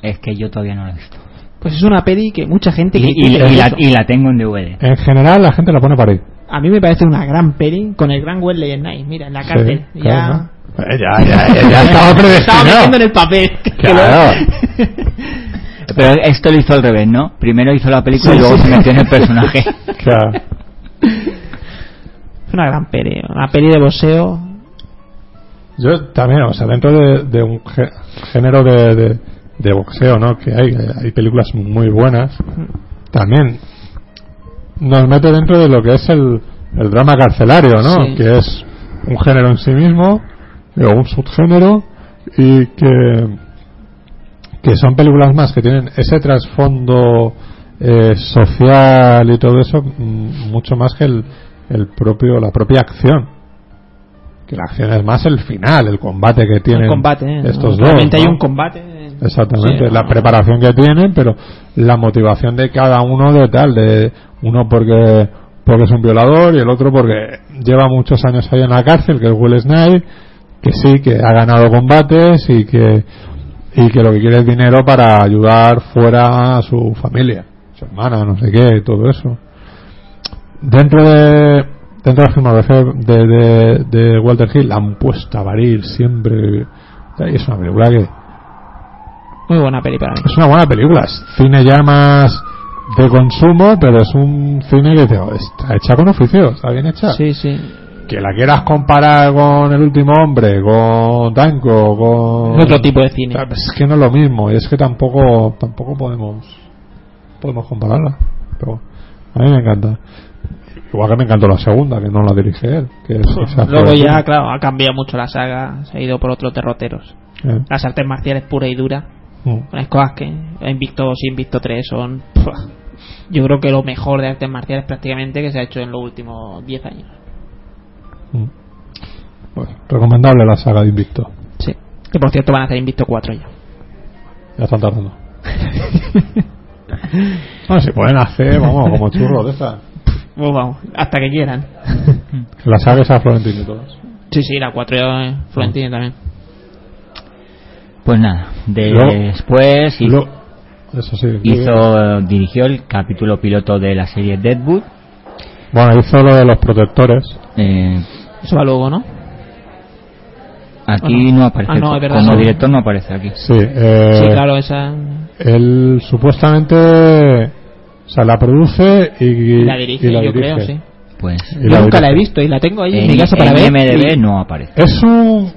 [SPEAKER 2] es que yo todavía no la he visto
[SPEAKER 3] Pues es una peli que mucha gente...
[SPEAKER 2] y, y-
[SPEAKER 3] critica
[SPEAKER 2] y la,
[SPEAKER 3] mucho.
[SPEAKER 2] y la tengo en DVD
[SPEAKER 1] En general, la gente la pone para ir.
[SPEAKER 3] A mí me parece una gran peli con el gran Wesley Snipes. Mira, en la cárcel.
[SPEAKER 1] Sí,
[SPEAKER 3] ya...
[SPEAKER 1] claro, ¿no? Eh, ya, ya, ya, ya estaba
[SPEAKER 3] Estaba metiendo en
[SPEAKER 1] predestinado.
[SPEAKER 3] el papel.
[SPEAKER 1] Claro.
[SPEAKER 2] Pero esto lo hizo al revés, ¿no? Primero hizo la película y luego se metió en el personaje.
[SPEAKER 1] Claro.
[SPEAKER 3] Es una gran peli. Una peli de boxeo.
[SPEAKER 1] Yo también, o sea, dentro de, de un gé- género de, de, de boxeo, ¿no? Que hay, eh, hay películas muy buenas. También nos mete dentro de lo que es el, el drama carcelario, ¿no?
[SPEAKER 3] Sí.
[SPEAKER 1] Que es un género en sí mismo, o un subgénero, y que, que son películas más que tienen ese trasfondo eh, social y todo eso, mm, mucho más que el, el propio, la propia acción. Que la acción es más el final, el combate que tienen
[SPEAKER 3] El combate. ¿eh?
[SPEAKER 1] estos dos.
[SPEAKER 3] Realmente hay
[SPEAKER 1] ¿no?
[SPEAKER 3] un combate.
[SPEAKER 1] Exactamente,
[SPEAKER 3] Sí,
[SPEAKER 1] la
[SPEAKER 3] no.
[SPEAKER 1] preparación que tienen, pero la motivación de cada uno de tal, de uno porque porque es un violador y el otro porque lleva muchos años ahí en la cárcel, que es Will Snipe, que sí, que ha ganado combates y que y que lo que quiere es dinero para ayudar fuera a su familia, su hermana, no sé qué, y todo eso. Dentro de, dentro de la filmografía de, de, de Walter Hill la han puesto a varir siempre. O sea, y es una película que
[SPEAKER 3] Muy buena peli para mí.
[SPEAKER 1] es una buena película. Es cine ya más de consumo, pero es un cine que dice, "Oh, está hecha con oficio, está bien hecha.
[SPEAKER 3] Sí, sí.
[SPEAKER 1] Que la quieras comparar con El último hombre, con Tango, con.
[SPEAKER 3] Es otro tipo de cine.
[SPEAKER 1] Ah, pues Es que no es lo mismo, y es que tampoco tampoco podemos podemos compararla. Pero a mí me encanta. Igual que me encantó la segunda, que no la dirige él. Que es- o sea,
[SPEAKER 3] Luego
[SPEAKER 1] fue-
[SPEAKER 3] ya, claro, ha cambiado mucho la saga. Se ha ido por otros derroteros.
[SPEAKER 1] Eh,
[SPEAKER 3] Las artes marciales pura y dura.
[SPEAKER 1] mm.
[SPEAKER 3] Unas cosas que Invicto o Invicto 3 son. pua, Yo creo que lo mejor de artes marciales prácticamente que se ha hecho en los últimos 10 años.
[SPEAKER 1] Mm. Pues, recomendable la saga de Invicto.
[SPEAKER 3] Sí. Que por cierto van a hacer Invicto 4 ya.
[SPEAKER 1] Ya están tardando. bueno, si pueden hacer, vamos, como churros de esas.
[SPEAKER 3] Pues vamos, hasta que quieran.
[SPEAKER 1] La saga es a Florentino y todas.
[SPEAKER 3] Sí, sí, la 4 ya, eh,
[SPEAKER 1] Ah.
[SPEAKER 3] Florentino también.
[SPEAKER 2] Pues nada, de-
[SPEAKER 1] Luego-
[SPEAKER 2] después
[SPEAKER 1] Y
[SPEAKER 2] hi-
[SPEAKER 1] luego, eso sí.
[SPEAKER 2] hizo, dirigió el capítulo piloto de la serie Deadwood.
[SPEAKER 1] Bueno, hizo lo de los protectores.
[SPEAKER 2] Eh,
[SPEAKER 3] Eso va luego, ¿no?
[SPEAKER 2] aquí
[SPEAKER 3] Ah, no.
[SPEAKER 2] no aparece,
[SPEAKER 3] Ah, no, es verdad,
[SPEAKER 2] como
[SPEAKER 3] no.
[SPEAKER 2] director no aparece aquí.
[SPEAKER 1] Sí, eh,
[SPEAKER 3] Sí, claro, esa.
[SPEAKER 1] Él supuestamente. O sea, la produce y, y
[SPEAKER 3] La dirige,
[SPEAKER 1] y la
[SPEAKER 3] yo
[SPEAKER 1] dirige.
[SPEAKER 3] creo, sí.
[SPEAKER 2] Pues
[SPEAKER 1] Y
[SPEAKER 3] Yo nunca la he
[SPEAKER 1] dirige.
[SPEAKER 3] visto y la tengo ahí en,
[SPEAKER 2] en,
[SPEAKER 3] mi casa para
[SPEAKER 2] en
[SPEAKER 3] ver.
[SPEAKER 2] IMDb
[SPEAKER 3] y-
[SPEAKER 2] no aparece.
[SPEAKER 1] Es un.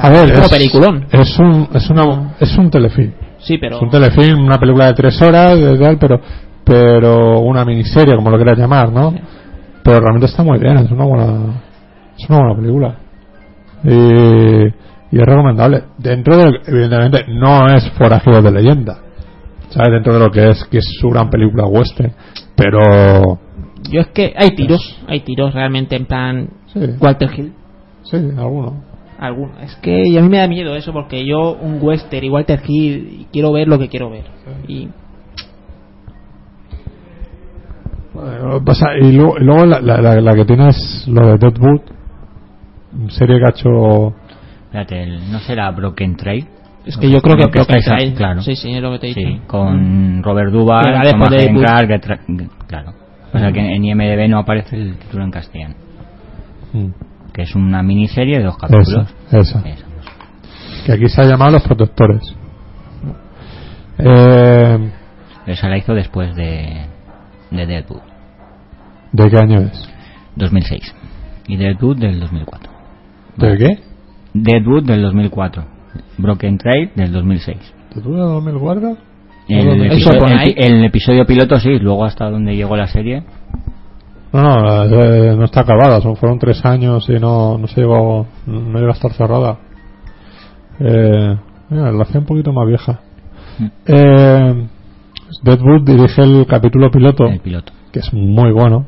[SPEAKER 1] A ver,
[SPEAKER 3] es
[SPEAKER 1] es.
[SPEAKER 3] un peliculón.
[SPEAKER 1] Es un, es una, es un telefilm.
[SPEAKER 3] Sí, pero.
[SPEAKER 1] Es un telefilm, una película de tres horas, de tal, pero. Pero una miniserie, como lo quieras llamar, ¿no?
[SPEAKER 3] Sí.
[SPEAKER 1] Pero realmente está muy bien, es una buena. Es una buena película. Y. y es recomendable. Dentro de. Evidentemente, no es Forajido de leyenda. ¿Sabes? Dentro de lo que es, que es su gran película western. Pero.
[SPEAKER 3] Yo es que hay tiros, hay tiros realmente en plan
[SPEAKER 1] Sí.
[SPEAKER 3] Walter Hill.
[SPEAKER 1] Sí, alguno.
[SPEAKER 3] Alguno. Es que y a mí me da miedo eso porque yo un western y Walter Hill y quiero ver lo que quiero ver. Y
[SPEAKER 1] Bueno, pasa- y luego, y luego la, la- la- la que tienes, lo de Deadwood, serie que ha hecho.
[SPEAKER 2] Espérate, el- ¿no será Broken Trail?
[SPEAKER 3] es que yo creo que
[SPEAKER 2] Lo que
[SPEAKER 3] Broken
[SPEAKER 2] estáis a-
[SPEAKER 3] Trail-
[SPEAKER 2] claro.
[SPEAKER 3] Sí, sí, es lo que te he dicho.
[SPEAKER 2] Sí, con Robert Duval,
[SPEAKER 3] Que la
[SPEAKER 2] con
[SPEAKER 3] dejo de
[SPEAKER 2] Helen
[SPEAKER 3] Deadwood.
[SPEAKER 2] Clark, que tra- claro. O sea que en IMDb no aparece el título en castellano, que es una miniserie de dos
[SPEAKER 1] Esa,
[SPEAKER 2] capítulos.
[SPEAKER 1] esa.
[SPEAKER 2] Eso.
[SPEAKER 1] Que aquí se ha llamado Los Protectores. Eh,
[SPEAKER 2] Esa la hizo después de, de Deadwood,
[SPEAKER 1] ¿De qué año es?
[SPEAKER 2] 2006. Y Deadwood del 2004.
[SPEAKER 1] ¿De qué?
[SPEAKER 2] Deadwood del 2004. Broken Trail del 2006.
[SPEAKER 1] ¿De tú de 2004?
[SPEAKER 2] El,
[SPEAKER 1] ¿Eso
[SPEAKER 2] episodio,
[SPEAKER 3] por
[SPEAKER 2] el pi-
[SPEAKER 3] ahí?
[SPEAKER 2] el episodio piloto sí, luego hasta donde llegó la serie.
[SPEAKER 1] No, no, eh, no está acabada, son, fueron tres años y no, no se llegó, no iba a estar cerrada. Eh, mira, la hacía un poquito más vieja. Mm. Eh, Deadwood dirige el capítulo piloto.
[SPEAKER 2] El piloto.
[SPEAKER 1] que es muy bueno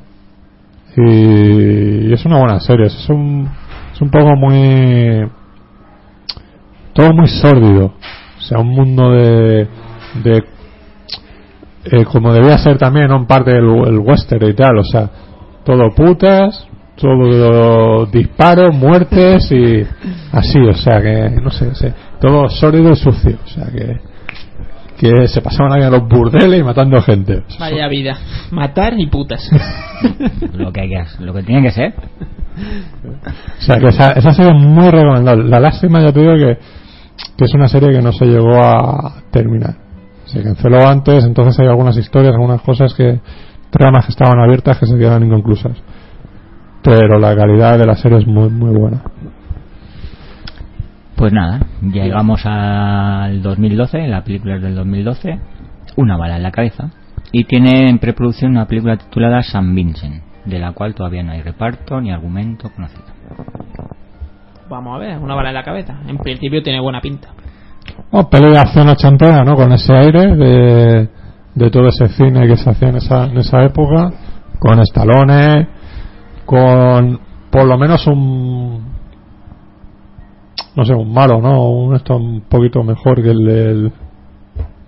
[SPEAKER 1] y es una buena serie es un es un poco muy todo muy sórdido o sea un mundo de de eh, como debía ser también ¿no? en parte el, el western y tal o sea todo putas todo disparos muertes y así o sea que no sé, sé, todo sórdido y sucio o sea que que se pasaban ahí a los burdeles y matando gente
[SPEAKER 3] Vaya vida. Matar y putas.
[SPEAKER 2] lo, que hay que, hacer- lo que tiene que ser.
[SPEAKER 1] O sea, que esa, esa serie es muy recomendable. La lástima, ya te digo, que, que es una serie que no se llegó a terminar. Se canceló antes, entonces hay algunas historias, algunas cosas que. tramas que estaban abiertas que se quedaron inconclusas. Pero la calidad de la serie es muy, muy buena.
[SPEAKER 2] Pues nada, llegamos al 2012, la película es del 2012, Una bala en la cabeza, y tiene en preproducción una película titulada San Vincent, de la cual todavía no hay reparto ni argumento conocido.
[SPEAKER 3] Vamos a ver, una bala en la cabeza. En principio tiene buena pinta.
[SPEAKER 1] Bueno, peli de acción ochentera, ¿no? Con ese aire de, de todo ese cine que se hacía en esa, en esa época, con estalones, con por lo menos un. No sé, un malo, ¿no? Un esto un poquito mejor que el, del-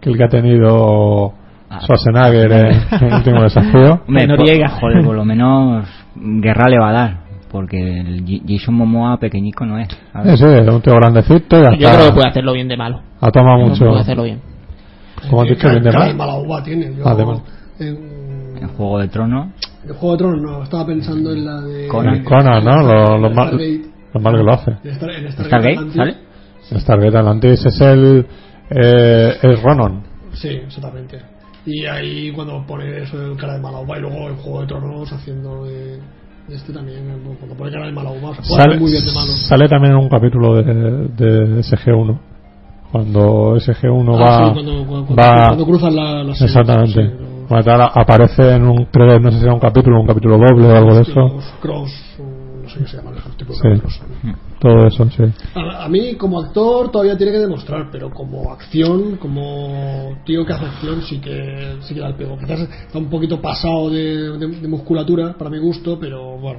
[SPEAKER 1] que, el que ha tenido
[SPEAKER 2] Ah.
[SPEAKER 1] Schwarzenegger en, en el último desafío.
[SPEAKER 2] Hombre,
[SPEAKER 3] En
[SPEAKER 2] po-
[SPEAKER 3] Noriega.
[SPEAKER 2] Joder, por lo menos guerra le va a dar, porque el G- Jason Momoa pequeñico no es.
[SPEAKER 1] Sí,
[SPEAKER 2] ¿sabes?
[SPEAKER 1] sí, es un tío grandecito y
[SPEAKER 3] Ah. Yo creo que puede
[SPEAKER 1] hasta
[SPEAKER 3] hacerlo bien de malo.
[SPEAKER 1] ha tomado
[SPEAKER 3] Creo que
[SPEAKER 1] mucho.
[SPEAKER 3] Puede hacerlo bien.
[SPEAKER 1] Como has
[SPEAKER 4] Eh,
[SPEAKER 1] dicho,
[SPEAKER 4] cara-
[SPEAKER 1] bien de
[SPEAKER 4] cara
[SPEAKER 1] mal.
[SPEAKER 4] mala uva tiene. Yo,
[SPEAKER 1] Ah, de mal.
[SPEAKER 4] en-
[SPEAKER 2] En Juego de Tronos
[SPEAKER 4] De Juego de Tronos no, estaba pensando en la de.
[SPEAKER 2] Conan.
[SPEAKER 1] Conan, ¿no? Lo, lo
[SPEAKER 4] en
[SPEAKER 1] mal,
[SPEAKER 4] Stargate.
[SPEAKER 1] lo mal que lo hace.
[SPEAKER 4] En Star- en
[SPEAKER 2] ¿Stargate?
[SPEAKER 4] Atlantis.
[SPEAKER 2] ¿Sale?
[SPEAKER 1] Stargate Atlantis es el. Eh, es Ronan.
[SPEAKER 4] Sí, exactamente. Y ahí cuando pone eso de cara de Malauba y luego el Juego de Tronos haciendo de. de Este también, eh, cuando pone cara de Malauba, se puede
[SPEAKER 1] Sale,
[SPEAKER 4] hacer muy bien de malo.
[SPEAKER 1] sale también en un capítulo de, de SG1. Cuando SG1
[SPEAKER 4] Ah,
[SPEAKER 1] va.
[SPEAKER 4] sí, cuando, cuando-
[SPEAKER 1] va
[SPEAKER 4] cuando cruzan la, las
[SPEAKER 1] exactamente.
[SPEAKER 4] sí, pero-
[SPEAKER 1] Cuando tal, aparece en un. Creo, no sé si era un capítulo, un capítulo doble o algo de eso.
[SPEAKER 4] Cross, cross, o no sé qué se llaman esos tipos
[SPEAKER 1] Sí.
[SPEAKER 4] de capítulos.
[SPEAKER 1] Todo eso, sí.
[SPEAKER 4] A, a mí, como actor, todavía tiene que demostrar, pero como acción, como tío que hace acción, sí que, sí que da el pego. Quizás está un poquito pasado de, de- de musculatura, para mi gusto, pero bueno,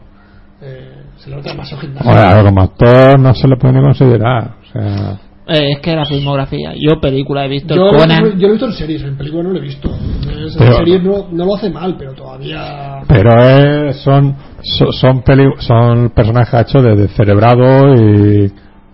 [SPEAKER 4] eh, se le nota demasiado gimnasio.
[SPEAKER 1] Joder, ahora como actor no se le puede ni considerar. O sea.
[SPEAKER 3] Eh, es que la filmografía. Yo película he visto
[SPEAKER 4] Yo,
[SPEAKER 3] el Conan.
[SPEAKER 4] yo lo he visto en series, en películas no lo he visto. Entonces,
[SPEAKER 1] Pero-
[SPEAKER 4] en series no, no lo hace mal, pero todavía.
[SPEAKER 1] Pero eh, son so- son peli- son personajes hechos de, de cerebrado y,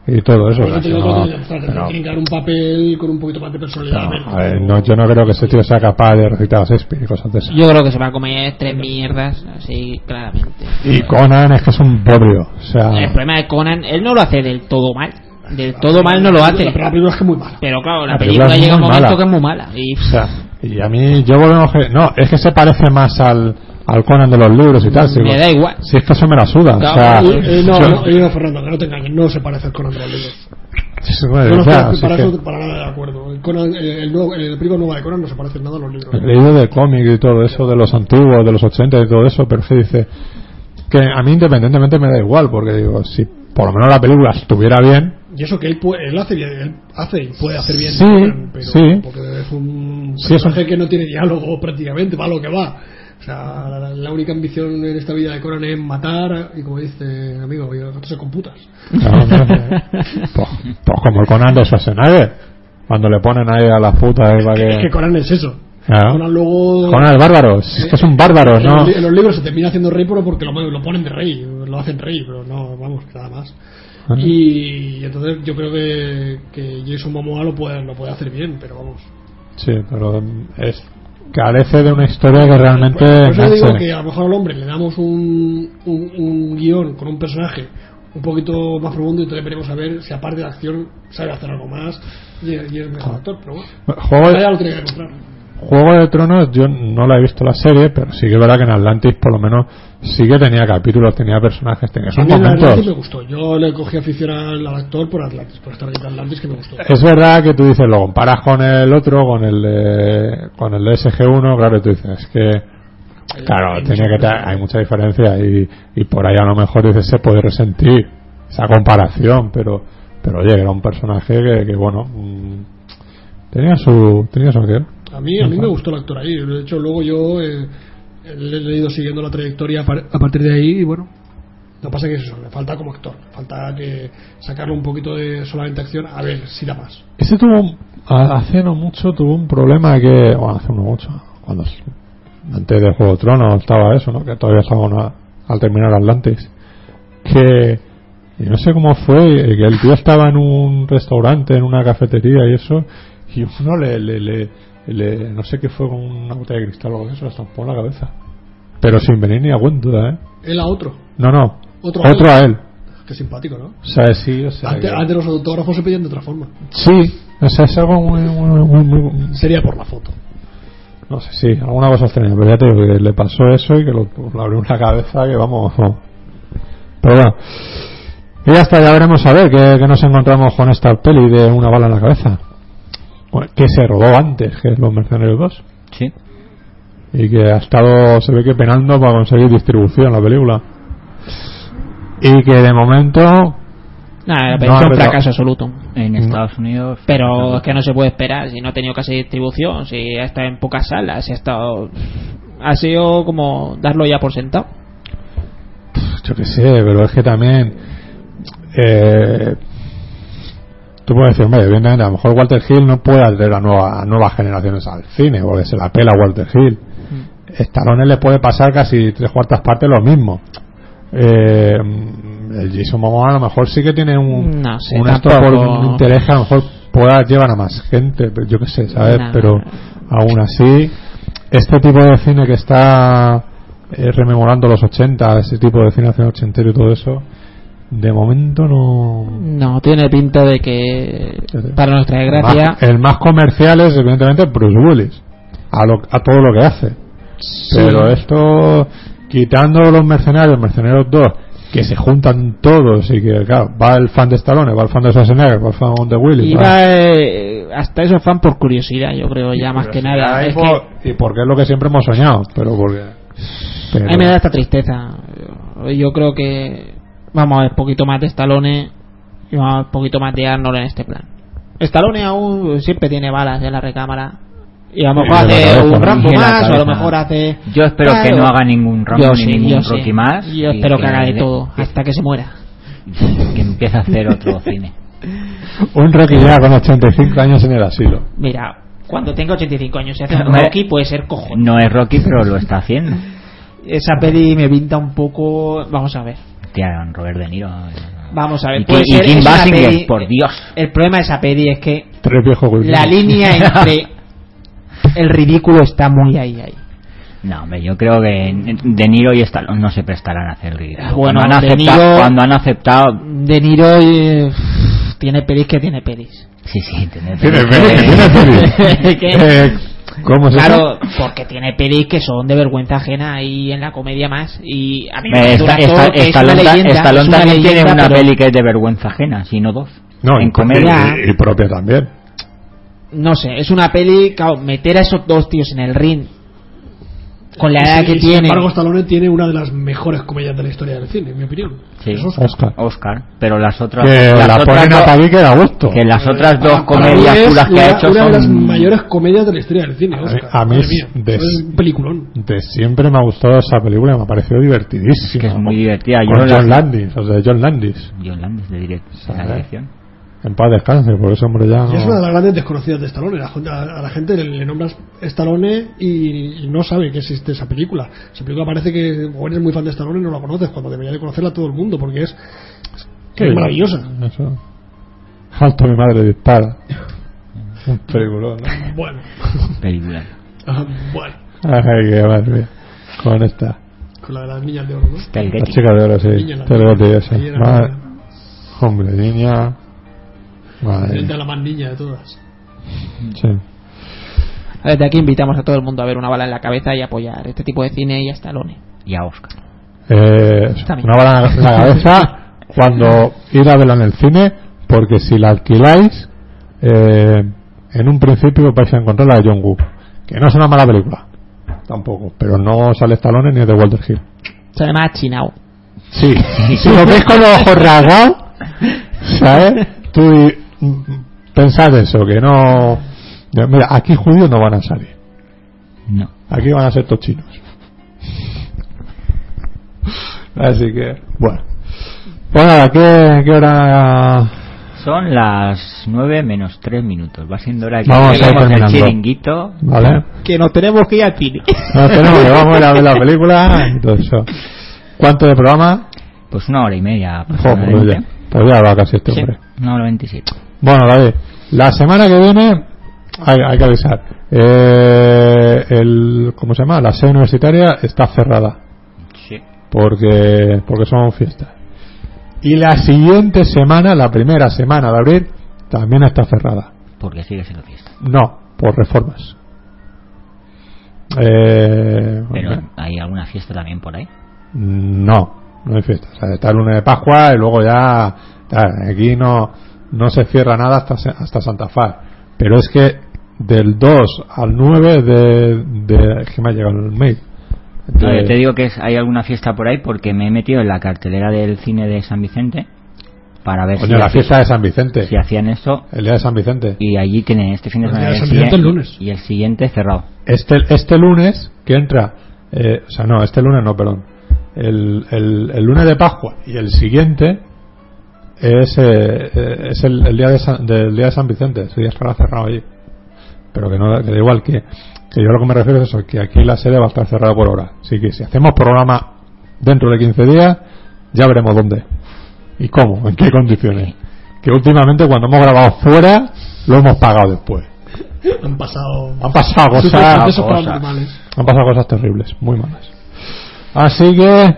[SPEAKER 1] y todo eso. o sea,
[SPEAKER 4] Pero te digo
[SPEAKER 1] no-
[SPEAKER 4] que tiene que demostrar,
[SPEAKER 1] pero-
[SPEAKER 4] tiene que dar un papel con un poquito más de personalidad.
[SPEAKER 1] no,
[SPEAKER 4] menos.
[SPEAKER 1] a ver, no, yo no creo que ese tío sea capaz de recitar a Shakespeare y cosas de esas.
[SPEAKER 3] Yo creo que se va a comer tres mierdas, así claramente.
[SPEAKER 1] Y Conan es que es un bodrio. O sea,
[SPEAKER 3] El problema de Conan, él no lo hace del todo mal. Del todo mal no lo
[SPEAKER 4] La
[SPEAKER 3] hace.
[SPEAKER 4] primera película es que es muy mala.
[SPEAKER 3] Pero claro, la,
[SPEAKER 1] La película
[SPEAKER 3] película,
[SPEAKER 1] es
[SPEAKER 3] llega a un
[SPEAKER 1] muy
[SPEAKER 3] momento
[SPEAKER 1] mala.
[SPEAKER 3] que es muy mala. Y
[SPEAKER 1] o sea, y a mí, yo volvemos que. No, es que se parece más al, al Conan de los libros y tal. Si,
[SPEAKER 3] me da igual.
[SPEAKER 1] si es que eso me la suda.
[SPEAKER 3] Claro,
[SPEAKER 1] o sea,
[SPEAKER 4] Eh, eh, no,
[SPEAKER 1] yo-
[SPEAKER 4] no, eh, no, Fernando, que no te engañes, no se parece al Conan de los libros.
[SPEAKER 1] sí, bueno,
[SPEAKER 4] Yo no
[SPEAKER 1] ya,
[SPEAKER 4] estoy
[SPEAKER 1] si es
[SPEAKER 4] para,
[SPEAKER 1] que-
[SPEAKER 4] eso, para nada de acuerdo. El, Conan, el, el nuevo, el primo nuevo de Conan no se parece en nada a los libros.
[SPEAKER 1] He leído de cómic y todo eso, de los antiguos, de los 80 y todo eso, pero es que dice que a mí independientemente me da igual, porque digo, si por lo menos la película estuviera bien,
[SPEAKER 4] Y eso que él, pu- él hace bien, él hace y puede hacer bien.
[SPEAKER 1] Sí,
[SPEAKER 4] Conan, pero
[SPEAKER 1] sí.
[SPEAKER 4] Porque es un
[SPEAKER 1] Sí, es un-
[SPEAKER 4] personaje que no tiene diálogo prácticamente, va a lo que va. O sea, la, la única ambición en esta vida de Conan es matar y como dice, amigo, yo esto se computas.
[SPEAKER 1] claro, hombre, pues, pues como el Conan de Schwarzenegger, cuando le ponen ahí a la puta ahí para
[SPEAKER 4] Es que
[SPEAKER 1] que...
[SPEAKER 4] Conan es eso.
[SPEAKER 1] Eh. Claro.
[SPEAKER 4] Conan luego...
[SPEAKER 1] Conan el bárbaro, si es que es un bárbaro,
[SPEAKER 4] En los
[SPEAKER 1] ¿no?
[SPEAKER 4] li- En los libros se termina haciendo rey pero porque lo, lo ponen de rey, lo hacen rey, pero no, vamos, nada más.
[SPEAKER 1] Ah.
[SPEAKER 4] Y, entonces yo creo que, que Jason Momoa lo puede, lo puede hacer bien, pero vamos.
[SPEAKER 1] Sí, pero es, carece de una historia que realmente...
[SPEAKER 4] Por eso pues digo
[SPEAKER 1] enganche.
[SPEAKER 4] que a lo mejor al hombre le damos un, un, un guión con un personaje un poquito más profundo y entonces veremos a ver si aparte de acción sabe hacer algo más y, y es mejor actor, pero bueno.
[SPEAKER 1] Juego de-
[SPEAKER 4] Ya lo tiene que demostrar.
[SPEAKER 1] Juego de Tronos, yo no la he visto la serie, pero sí que es verdad que en Atlantis por lo menos sí que tenía capítulos, tenía personajes, tenía
[SPEAKER 4] A
[SPEAKER 1] sus
[SPEAKER 4] mí Atlantis me
[SPEAKER 1] momentos.
[SPEAKER 4] gustó. Yo le cogí afición al al actor por Atlantis, por estar en Atlantis que me gustó.
[SPEAKER 1] Es verdad que tú dices, lo comparas con el otro, con el de, con el de SG1, claro, y tú dices, es que, claro,
[SPEAKER 4] Hay
[SPEAKER 1] tiene
[SPEAKER 4] mucha
[SPEAKER 1] que ta- hay mucha diferencia y, y por ahí a lo mejor dices, se puede resentir esa comparación, pero, pero oye, era un personaje que, que, bueno, mm, tenía su, tenía su aquel.
[SPEAKER 4] A mí, a mí me gustó el actor ahí. De hecho, luego yo eh, le le he ido siguiendo la trayectoria a par- a partir de ahí y bueno. Lo que pasa es que eso, le falta como actor. Falta que sacarle un poquito de solamente acción a ver si da más.
[SPEAKER 1] Ese Este tuvo, un- a- hace no mucho, tuvo un problema que, bueno, hace no mucho, cuando, s- antes de Juego de Tronos estaba eso, ¿no? Que todavía estaba una- al terminar Atlantis. Que, y no sé cómo fue, eh, que el tío estaba en un restaurante, en una cafetería y eso, y uno le, le, le, le- no sé qué fue con una botella de cristal o algo de eso, le estampó en la cabeza. Pero sin venir ni a cuento, ¿eh?
[SPEAKER 4] Él a otro.
[SPEAKER 1] No, no.
[SPEAKER 4] Otro
[SPEAKER 1] a
[SPEAKER 4] a
[SPEAKER 1] él.
[SPEAKER 4] él. Qué simpático, ¿no?
[SPEAKER 1] O sea, sí, o sea.
[SPEAKER 4] Antes,
[SPEAKER 1] que-
[SPEAKER 4] antes los autógrafos se pedían de otra forma.
[SPEAKER 1] Sí, o sea, es algo muy, muy, muy, muy,
[SPEAKER 4] Sería por la foto.
[SPEAKER 1] No sé, sí, alguna cosa extraña, pero ya te digo que le pasó eso y que lo, le abrió una cabeza que vamos. no. Pero bueno, y ya está, ya veremos a ver qué, qué nos encontramos con esta peli de una bala en la cabeza. Bueno, Que se rodó antes que Los Mercenarios 2
[SPEAKER 2] Sí.
[SPEAKER 1] y que ha estado, se ve que penando para conseguir distribución la película. Y que de momento,
[SPEAKER 3] Nada, la
[SPEAKER 1] No, Ah,
[SPEAKER 3] película es un
[SPEAKER 1] pero-
[SPEAKER 3] fracaso absoluto.
[SPEAKER 2] En Estados Unidos.
[SPEAKER 1] pues.
[SPEAKER 3] Pero es que no se puede esperar, si no ha tenido casi distribución, si ha estado en pocas salas, si ha estado. Ha sido como darlo ya por sentado.
[SPEAKER 1] yo qué sé, pero es que también. Eh, tú puedes decir, hombre, evidentemente, a lo mejor Walter Hill no puede atraer a, nueva- a nuevas generaciones al cine, porque se la pela Walter Hill.
[SPEAKER 3] Mm.
[SPEAKER 1] Stallone le puede pasar casi tres cuartas partes lo mismo. Eh, el Jason Momoa a lo mejor sí que tiene un,
[SPEAKER 3] No sé,
[SPEAKER 1] un actor por
[SPEAKER 3] tampoco.
[SPEAKER 1] un interés que a lo mejor pueda llevar a más gente, pero yo qué sé, ¿sabes?
[SPEAKER 3] No.
[SPEAKER 1] Pero aún así, este tipo de cine que está eh, rememorando los 80, ese tipo de cine nacional ochentero y todo eso, de momento no.
[SPEAKER 3] No, tiene pinta de que,
[SPEAKER 1] Ya sé.
[SPEAKER 3] para nuestra desgracia,
[SPEAKER 1] Más- el más comercial es, evidentemente, Bruce Willis, a, lo- a todo lo que hace.
[SPEAKER 3] sí.
[SPEAKER 1] Pero esto, quitando los mercenarios, Mercenarios 2, que se juntan todos y que, claro, va el fan de Stallone, va el fan de Schwarzenegger, va el fan de Willis.
[SPEAKER 3] Iba
[SPEAKER 1] va-
[SPEAKER 3] eh, hasta esos fan por curiosidad, yo creo, ya más que nada.
[SPEAKER 1] Y
[SPEAKER 3] Es
[SPEAKER 1] por- Y porque es lo que siempre hemos soñado, pero porque...
[SPEAKER 3] que
[SPEAKER 1] pero-
[SPEAKER 3] a mí me da esta tristeza. Yo- Yo creo que vamos a ver poquito más de Stallone y vamos a ver poquito más de Arnold en este plan. Stallone aún siempre tiene balas en la recámara. Y a lo mejor
[SPEAKER 1] Y en la
[SPEAKER 3] hace
[SPEAKER 1] cabeza,
[SPEAKER 3] un
[SPEAKER 1] ¿no?
[SPEAKER 3] Rambo
[SPEAKER 2] Y en la
[SPEAKER 3] más, o a lo
[SPEAKER 2] cabeza.
[SPEAKER 3] mejor hace.
[SPEAKER 2] Yo espero que
[SPEAKER 3] Claro.
[SPEAKER 2] no haga ningún Rambo
[SPEAKER 3] Yo
[SPEAKER 2] ni
[SPEAKER 3] sí, yo
[SPEAKER 2] ningún
[SPEAKER 3] sí.
[SPEAKER 2] Rocky más.
[SPEAKER 3] Yo
[SPEAKER 2] y
[SPEAKER 3] espero que haga de
[SPEAKER 2] le-
[SPEAKER 3] todo, hasta que se muera.
[SPEAKER 2] Que empiece a hacer otro cine.
[SPEAKER 1] Un Rocky ya con 85 años en el asilo.
[SPEAKER 3] Eh, Mira, cuando tenga 85 años y hace un
[SPEAKER 2] Hombre.
[SPEAKER 3] Rocky puede ser cojón.
[SPEAKER 2] No es Rocky, pero lo está haciendo.
[SPEAKER 3] Esa peli me pinta un poco. Vamos a ver.
[SPEAKER 2] Tía, con Robert De Niro. eh,
[SPEAKER 3] Vamos a ver,
[SPEAKER 2] Y,
[SPEAKER 3] puede
[SPEAKER 2] Ki- y
[SPEAKER 3] ser,
[SPEAKER 2] Kim
[SPEAKER 3] es una
[SPEAKER 2] Basinger,
[SPEAKER 3] peli-
[SPEAKER 2] por Dios.
[SPEAKER 3] El problema de esa peli es que
[SPEAKER 1] Tres viejos
[SPEAKER 3] la
[SPEAKER 1] golpeados.
[SPEAKER 3] línea entre el ridículo está muy ahí, ahí.
[SPEAKER 2] No, hombre, yo creo que De Niro y Stallone no se prestarán a hacer ridículo.
[SPEAKER 3] Bueno,
[SPEAKER 2] cuando, han
[SPEAKER 3] De
[SPEAKER 2] aceptado,
[SPEAKER 3] Niro-
[SPEAKER 2] cuando han aceptado...
[SPEAKER 3] De Niro eh, tiene pelis que tiene pelis.
[SPEAKER 2] Sí, sí, tiene
[SPEAKER 1] Tiene
[SPEAKER 2] pelis.
[SPEAKER 1] peli, tiene peli.
[SPEAKER 3] ¿Qué?
[SPEAKER 1] Eh, ¿Cómo se
[SPEAKER 3] Claro, porque tiene pelis que son de vergüenza ajena y en la comedia más. Y a mí me
[SPEAKER 2] Eh,
[SPEAKER 3] parece un
[SPEAKER 2] esta-
[SPEAKER 3] actor
[SPEAKER 2] esta-
[SPEAKER 3] que es una
[SPEAKER 2] Stallone ta-
[SPEAKER 3] leyenda,
[SPEAKER 2] Stallone
[SPEAKER 3] es una
[SPEAKER 2] también tiene
[SPEAKER 3] leyenda,
[SPEAKER 2] una
[SPEAKER 3] pero
[SPEAKER 2] peli que es de vergüenza ajena, si no dos.
[SPEAKER 1] No,
[SPEAKER 2] en
[SPEAKER 1] y-
[SPEAKER 2] comedia.
[SPEAKER 1] Y, y propia también.
[SPEAKER 3] No sé, es una peli, claro, meter a esos dos tíos en el ring con la
[SPEAKER 4] Y
[SPEAKER 3] edad
[SPEAKER 4] sin-
[SPEAKER 3] que
[SPEAKER 4] y sin
[SPEAKER 3] tiene.
[SPEAKER 4] embargo, Stallone tiene una de las mejores comedias de la historia del cine, en mi opinión.
[SPEAKER 2] Sí.
[SPEAKER 4] Es Oscar.
[SPEAKER 1] Oscar.
[SPEAKER 2] Oscar. Pero las otras...
[SPEAKER 1] Que
[SPEAKER 2] las
[SPEAKER 1] la
[SPEAKER 2] otras
[SPEAKER 1] ponen
[SPEAKER 2] dos-
[SPEAKER 1] a parir que da gusto.
[SPEAKER 2] que las otras dos
[SPEAKER 4] Para- para mí
[SPEAKER 2] comedias
[SPEAKER 4] es
[SPEAKER 2] puras que
[SPEAKER 4] una-
[SPEAKER 2] ha hecho
[SPEAKER 4] una de las
[SPEAKER 2] son...
[SPEAKER 4] mayores comedias de la historia del cine,
[SPEAKER 1] mí-
[SPEAKER 4] Oscar.
[SPEAKER 1] a mí
[SPEAKER 4] Madre
[SPEAKER 1] es
[SPEAKER 4] mía,
[SPEAKER 1] de-
[SPEAKER 4] es un peliculón.
[SPEAKER 1] De siempre me ha gustado esa película, me ha parecido divertidísima.
[SPEAKER 2] Que es muy divertida. Yo
[SPEAKER 1] Con
[SPEAKER 2] no
[SPEAKER 1] John
[SPEAKER 2] la-
[SPEAKER 1] Landis, o sea, John Landis.
[SPEAKER 2] John Landis de direct- de la
[SPEAKER 1] Ajá.
[SPEAKER 2] dirección.
[SPEAKER 1] En paz descanse, por eso, hombre, ya.
[SPEAKER 4] Y
[SPEAKER 1] no-
[SPEAKER 4] es una de las grandes desconocidas de Stallone. La gente- a la gente le, le nombras Stallone y, y no sabe que existe esa película. Esa película parece que o eres muy fan de Stallone y no la conoces, cuando debería de conocerla todo el mundo, porque es, que es
[SPEAKER 1] Sí,
[SPEAKER 4] maravillosa.
[SPEAKER 1] Eso. Alto mi madre dispara. Un peliculón, ¿no?
[SPEAKER 4] Bueno,
[SPEAKER 2] Película.
[SPEAKER 4] Ah, bueno,
[SPEAKER 1] Ay, qué madre. Con esta.
[SPEAKER 4] con la de las niñas de oro, ¿no?
[SPEAKER 2] Está el
[SPEAKER 1] La
[SPEAKER 2] Getty.
[SPEAKER 1] chica de oro, sí.
[SPEAKER 4] Niña, la
[SPEAKER 1] Te lo digo, sí.
[SPEAKER 4] Ahí era-
[SPEAKER 1] Madre- Hombre, niña. Madre.
[SPEAKER 4] de la más niña de todas.
[SPEAKER 1] Sí.
[SPEAKER 3] Desde aquí invitamos a todo el mundo a ver una bala en la cabeza y apoyar este tipo de cine y a Stallone.
[SPEAKER 2] Y a Oscar.
[SPEAKER 1] Eh,
[SPEAKER 3] También.
[SPEAKER 1] una bala en la cabeza cuando ir a verla en el cine, porque si la alquiláis, eh, en un principio vais a encontrar la de John Woo, que no es una mala película, tampoco, pero no sale Stallone ni es de Walter Hill.
[SPEAKER 3] Se llama Chinao.
[SPEAKER 1] Sí, si lo ves con los ojos rasgados, ¿sabes? Tú di- mm, pensad eso, que no. yo- Mira, aquí judíos no van a salir,
[SPEAKER 2] No.
[SPEAKER 1] aquí van a ser todos chinos. Así que, bueno. Pues nada, ¿qué, qué hora?
[SPEAKER 2] Son las 9 menos 3 minutos. Va siendo hora de que
[SPEAKER 1] Vamos a ir
[SPEAKER 2] lleguemos al
[SPEAKER 1] terminando.
[SPEAKER 2] chiringuito.
[SPEAKER 1] Vale.
[SPEAKER 3] Que nos tenemos que ir al cine.
[SPEAKER 1] No tenemos que vamos a ir a ver la película y todo eso. ¿Cuánto de programa?
[SPEAKER 2] Pues una hora y media.
[SPEAKER 1] Joder, pues ya,
[SPEAKER 2] aproximadamente.
[SPEAKER 1] pues ya va casi este hombre.
[SPEAKER 2] Una hora 27.
[SPEAKER 1] Bueno, David, la semana que viene hay, hay que avisar. Eh, el, ¿Cómo se llama? La sede universitaria está cerrada
[SPEAKER 2] Sí.
[SPEAKER 1] porque, porque son fiestas. Y la siguiente semana, la primera semana de abril, también está cerrada.
[SPEAKER 2] Porque sigue siendo fiesta.
[SPEAKER 1] No, por reformas. Eh,
[SPEAKER 2] Pero
[SPEAKER 1] ok.
[SPEAKER 2] hay alguna fiesta también por ahí.
[SPEAKER 1] No, no hay fiesta. O sea, está el lunes de Pascua y luego ya. claro, aquí no, no se cierra nada hasta, se- hasta Santa Faz. Pero es que del 2 al 9 de. de es que me ha llegado el mail.
[SPEAKER 2] No,
[SPEAKER 1] De-
[SPEAKER 2] yo te digo que es- hay alguna fiesta por ahí porque me he metido en la cartelera del cine de San Vicente para ver
[SPEAKER 1] coño,
[SPEAKER 2] si,
[SPEAKER 1] la
[SPEAKER 2] haci-
[SPEAKER 1] fiesta de San Vicente.
[SPEAKER 2] si hacían eso.
[SPEAKER 1] El día de San Vicente.
[SPEAKER 2] Y allí tienen este fin de
[SPEAKER 4] El día
[SPEAKER 2] semana
[SPEAKER 4] de
[SPEAKER 2] y
[SPEAKER 4] Pues San
[SPEAKER 2] siguiente-
[SPEAKER 4] Vicente el lunes.
[SPEAKER 2] y el siguiente cerrado.
[SPEAKER 1] Este, este lunes que entra. eh, o sea, no, este lunes no, perdón. El, el, el lunes de Pascua y el siguiente es, eh, eh, es el, el día de San, del día de San Vicente, ese día estará cerrado allí. Pero que no que da igual, que, que yo lo que me refiero es eso, que aquí la sede va a estar cerrada por ahora. Así que si hacemos programa dentro de 15 días, ya veremos dónde. ¿Y cómo? ¿En qué condiciones? Que últimamente cuando hemos grabado fuera, lo hemos pagado después.
[SPEAKER 4] Han pasado.
[SPEAKER 1] Han pasado
[SPEAKER 4] sucesos-
[SPEAKER 1] cosas,
[SPEAKER 4] sucesos
[SPEAKER 1] cosas.
[SPEAKER 4] paranormales.
[SPEAKER 1] han pasado cosas terribles, muy malas. Así que,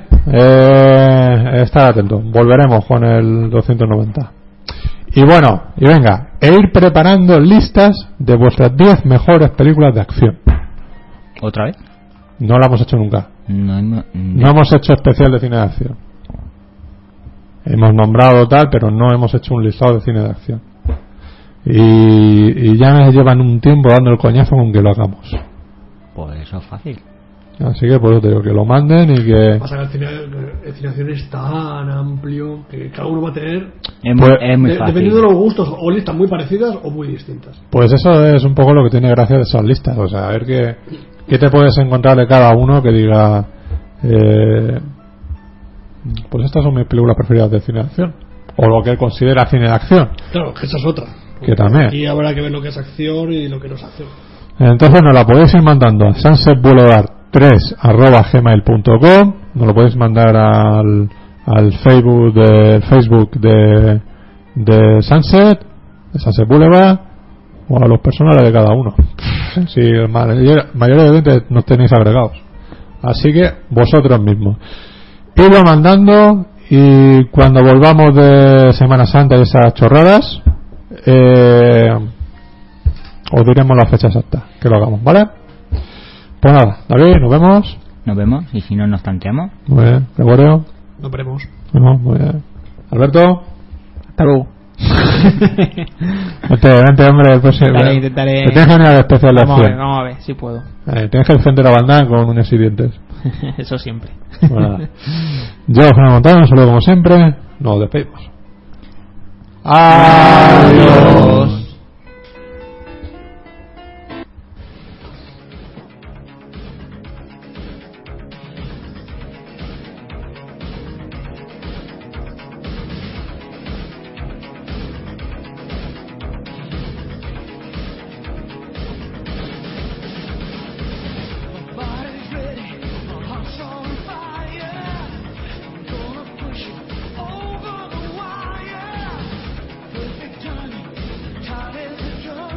[SPEAKER 1] eh, estar atento. Volveremos con el 290. Y bueno, y venga, e ir preparando listas de vuestras 10 mejores películas de acción.
[SPEAKER 2] ¿Otra vez?
[SPEAKER 1] No la hemos hecho nunca.
[SPEAKER 2] No, no,
[SPEAKER 1] No hemos hecho especial de cine de acción. Hemos nombrado tal, pero no hemos hecho un listado de cine de acción. Y, y ya nos llevan un tiempo dando el coñazo con que lo hagamos.
[SPEAKER 2] Pues eso es fácil.
[SPEAKER 1] Así que por eso te digo que lo manden y que...
[SPEAKER 4] Pasa que al final el cine de acción es tan amplio que cada uno va a tener,
[SPEAKER 2] Es,
[SPEAKER 1] Pues,
[SPEAKER 2] muy, es muy
[SPEAKER 4] de-
[SPEAKER 2] fácil.
[SPEAKER 4] dependiendo de los gustos, o listas muy parecidas o muy distintas.
[SPEAKER 1] Pues eso es un poco lo que tiene gracia de esas listas. O sea, a ver qué, qué te puedes encontrar de cada uno que diga... eh, pues estas son mis películas preferidas de cine de acción. O lo que él considera cine de acción.
[SPEAKER 4] Claro, que esa es otra.
[SPEAKER 1] Que también.
[SPEAKER 4] Y habrá que ver lo que es acción y lo que no es acción.
[SPEAKER 1] Entonces nos la podéis ir mandando a sunsetboulevard3 arroba gmail.com, nos lo podéis mandar al, al Facebook de, Facebook de, de Sunset, de Sunset Boulevard, o a los personales de cada uno. Si el mayor, mayoritariamente nos tenéis agregados. Así que vosotros mismos. Irlo mandando y cuando volvamos de Semana Santa y esas chorradas, eh, os diremos la fecha exacta que lo hagamos, ¿vale? Pues nada, David, nos vemos.
[SPEAKER 2] Nos vemos y si no nos tanteamos.
[SPEAKER 1] Muy bien, Gregorio.
[SPEAKER 4] No veremos.
[SPEAKER 1] Bueno, muy bien. Alberto,
[SPEAKER 3] Hasta luego.
[SPEAKER 1] vente, vente, hombre. el próximo-
[SPEAKER 3] Intentaré, intentaré.
[SPEAKER 1] Te tienes que venir al especial de
[SPEAKER 3] Vamos a ver,
[SPEAKER 1] acción.
[SPEAKER 3] vamos a ver, si puedo.
[SPEAKER 1] Eh, tienes que defender la banda con unos y dientes.
[SPEAKER 3] Eso siempre.
[SPEAKER 1] Bueno, nada. Yo, Fernando Montano, un saludo como siempre. Nos despedimos. Adiós.
[SPEAKER 5] body's ready, my heart's on fire. I'm gonna push it over the wire. Perfect timing, time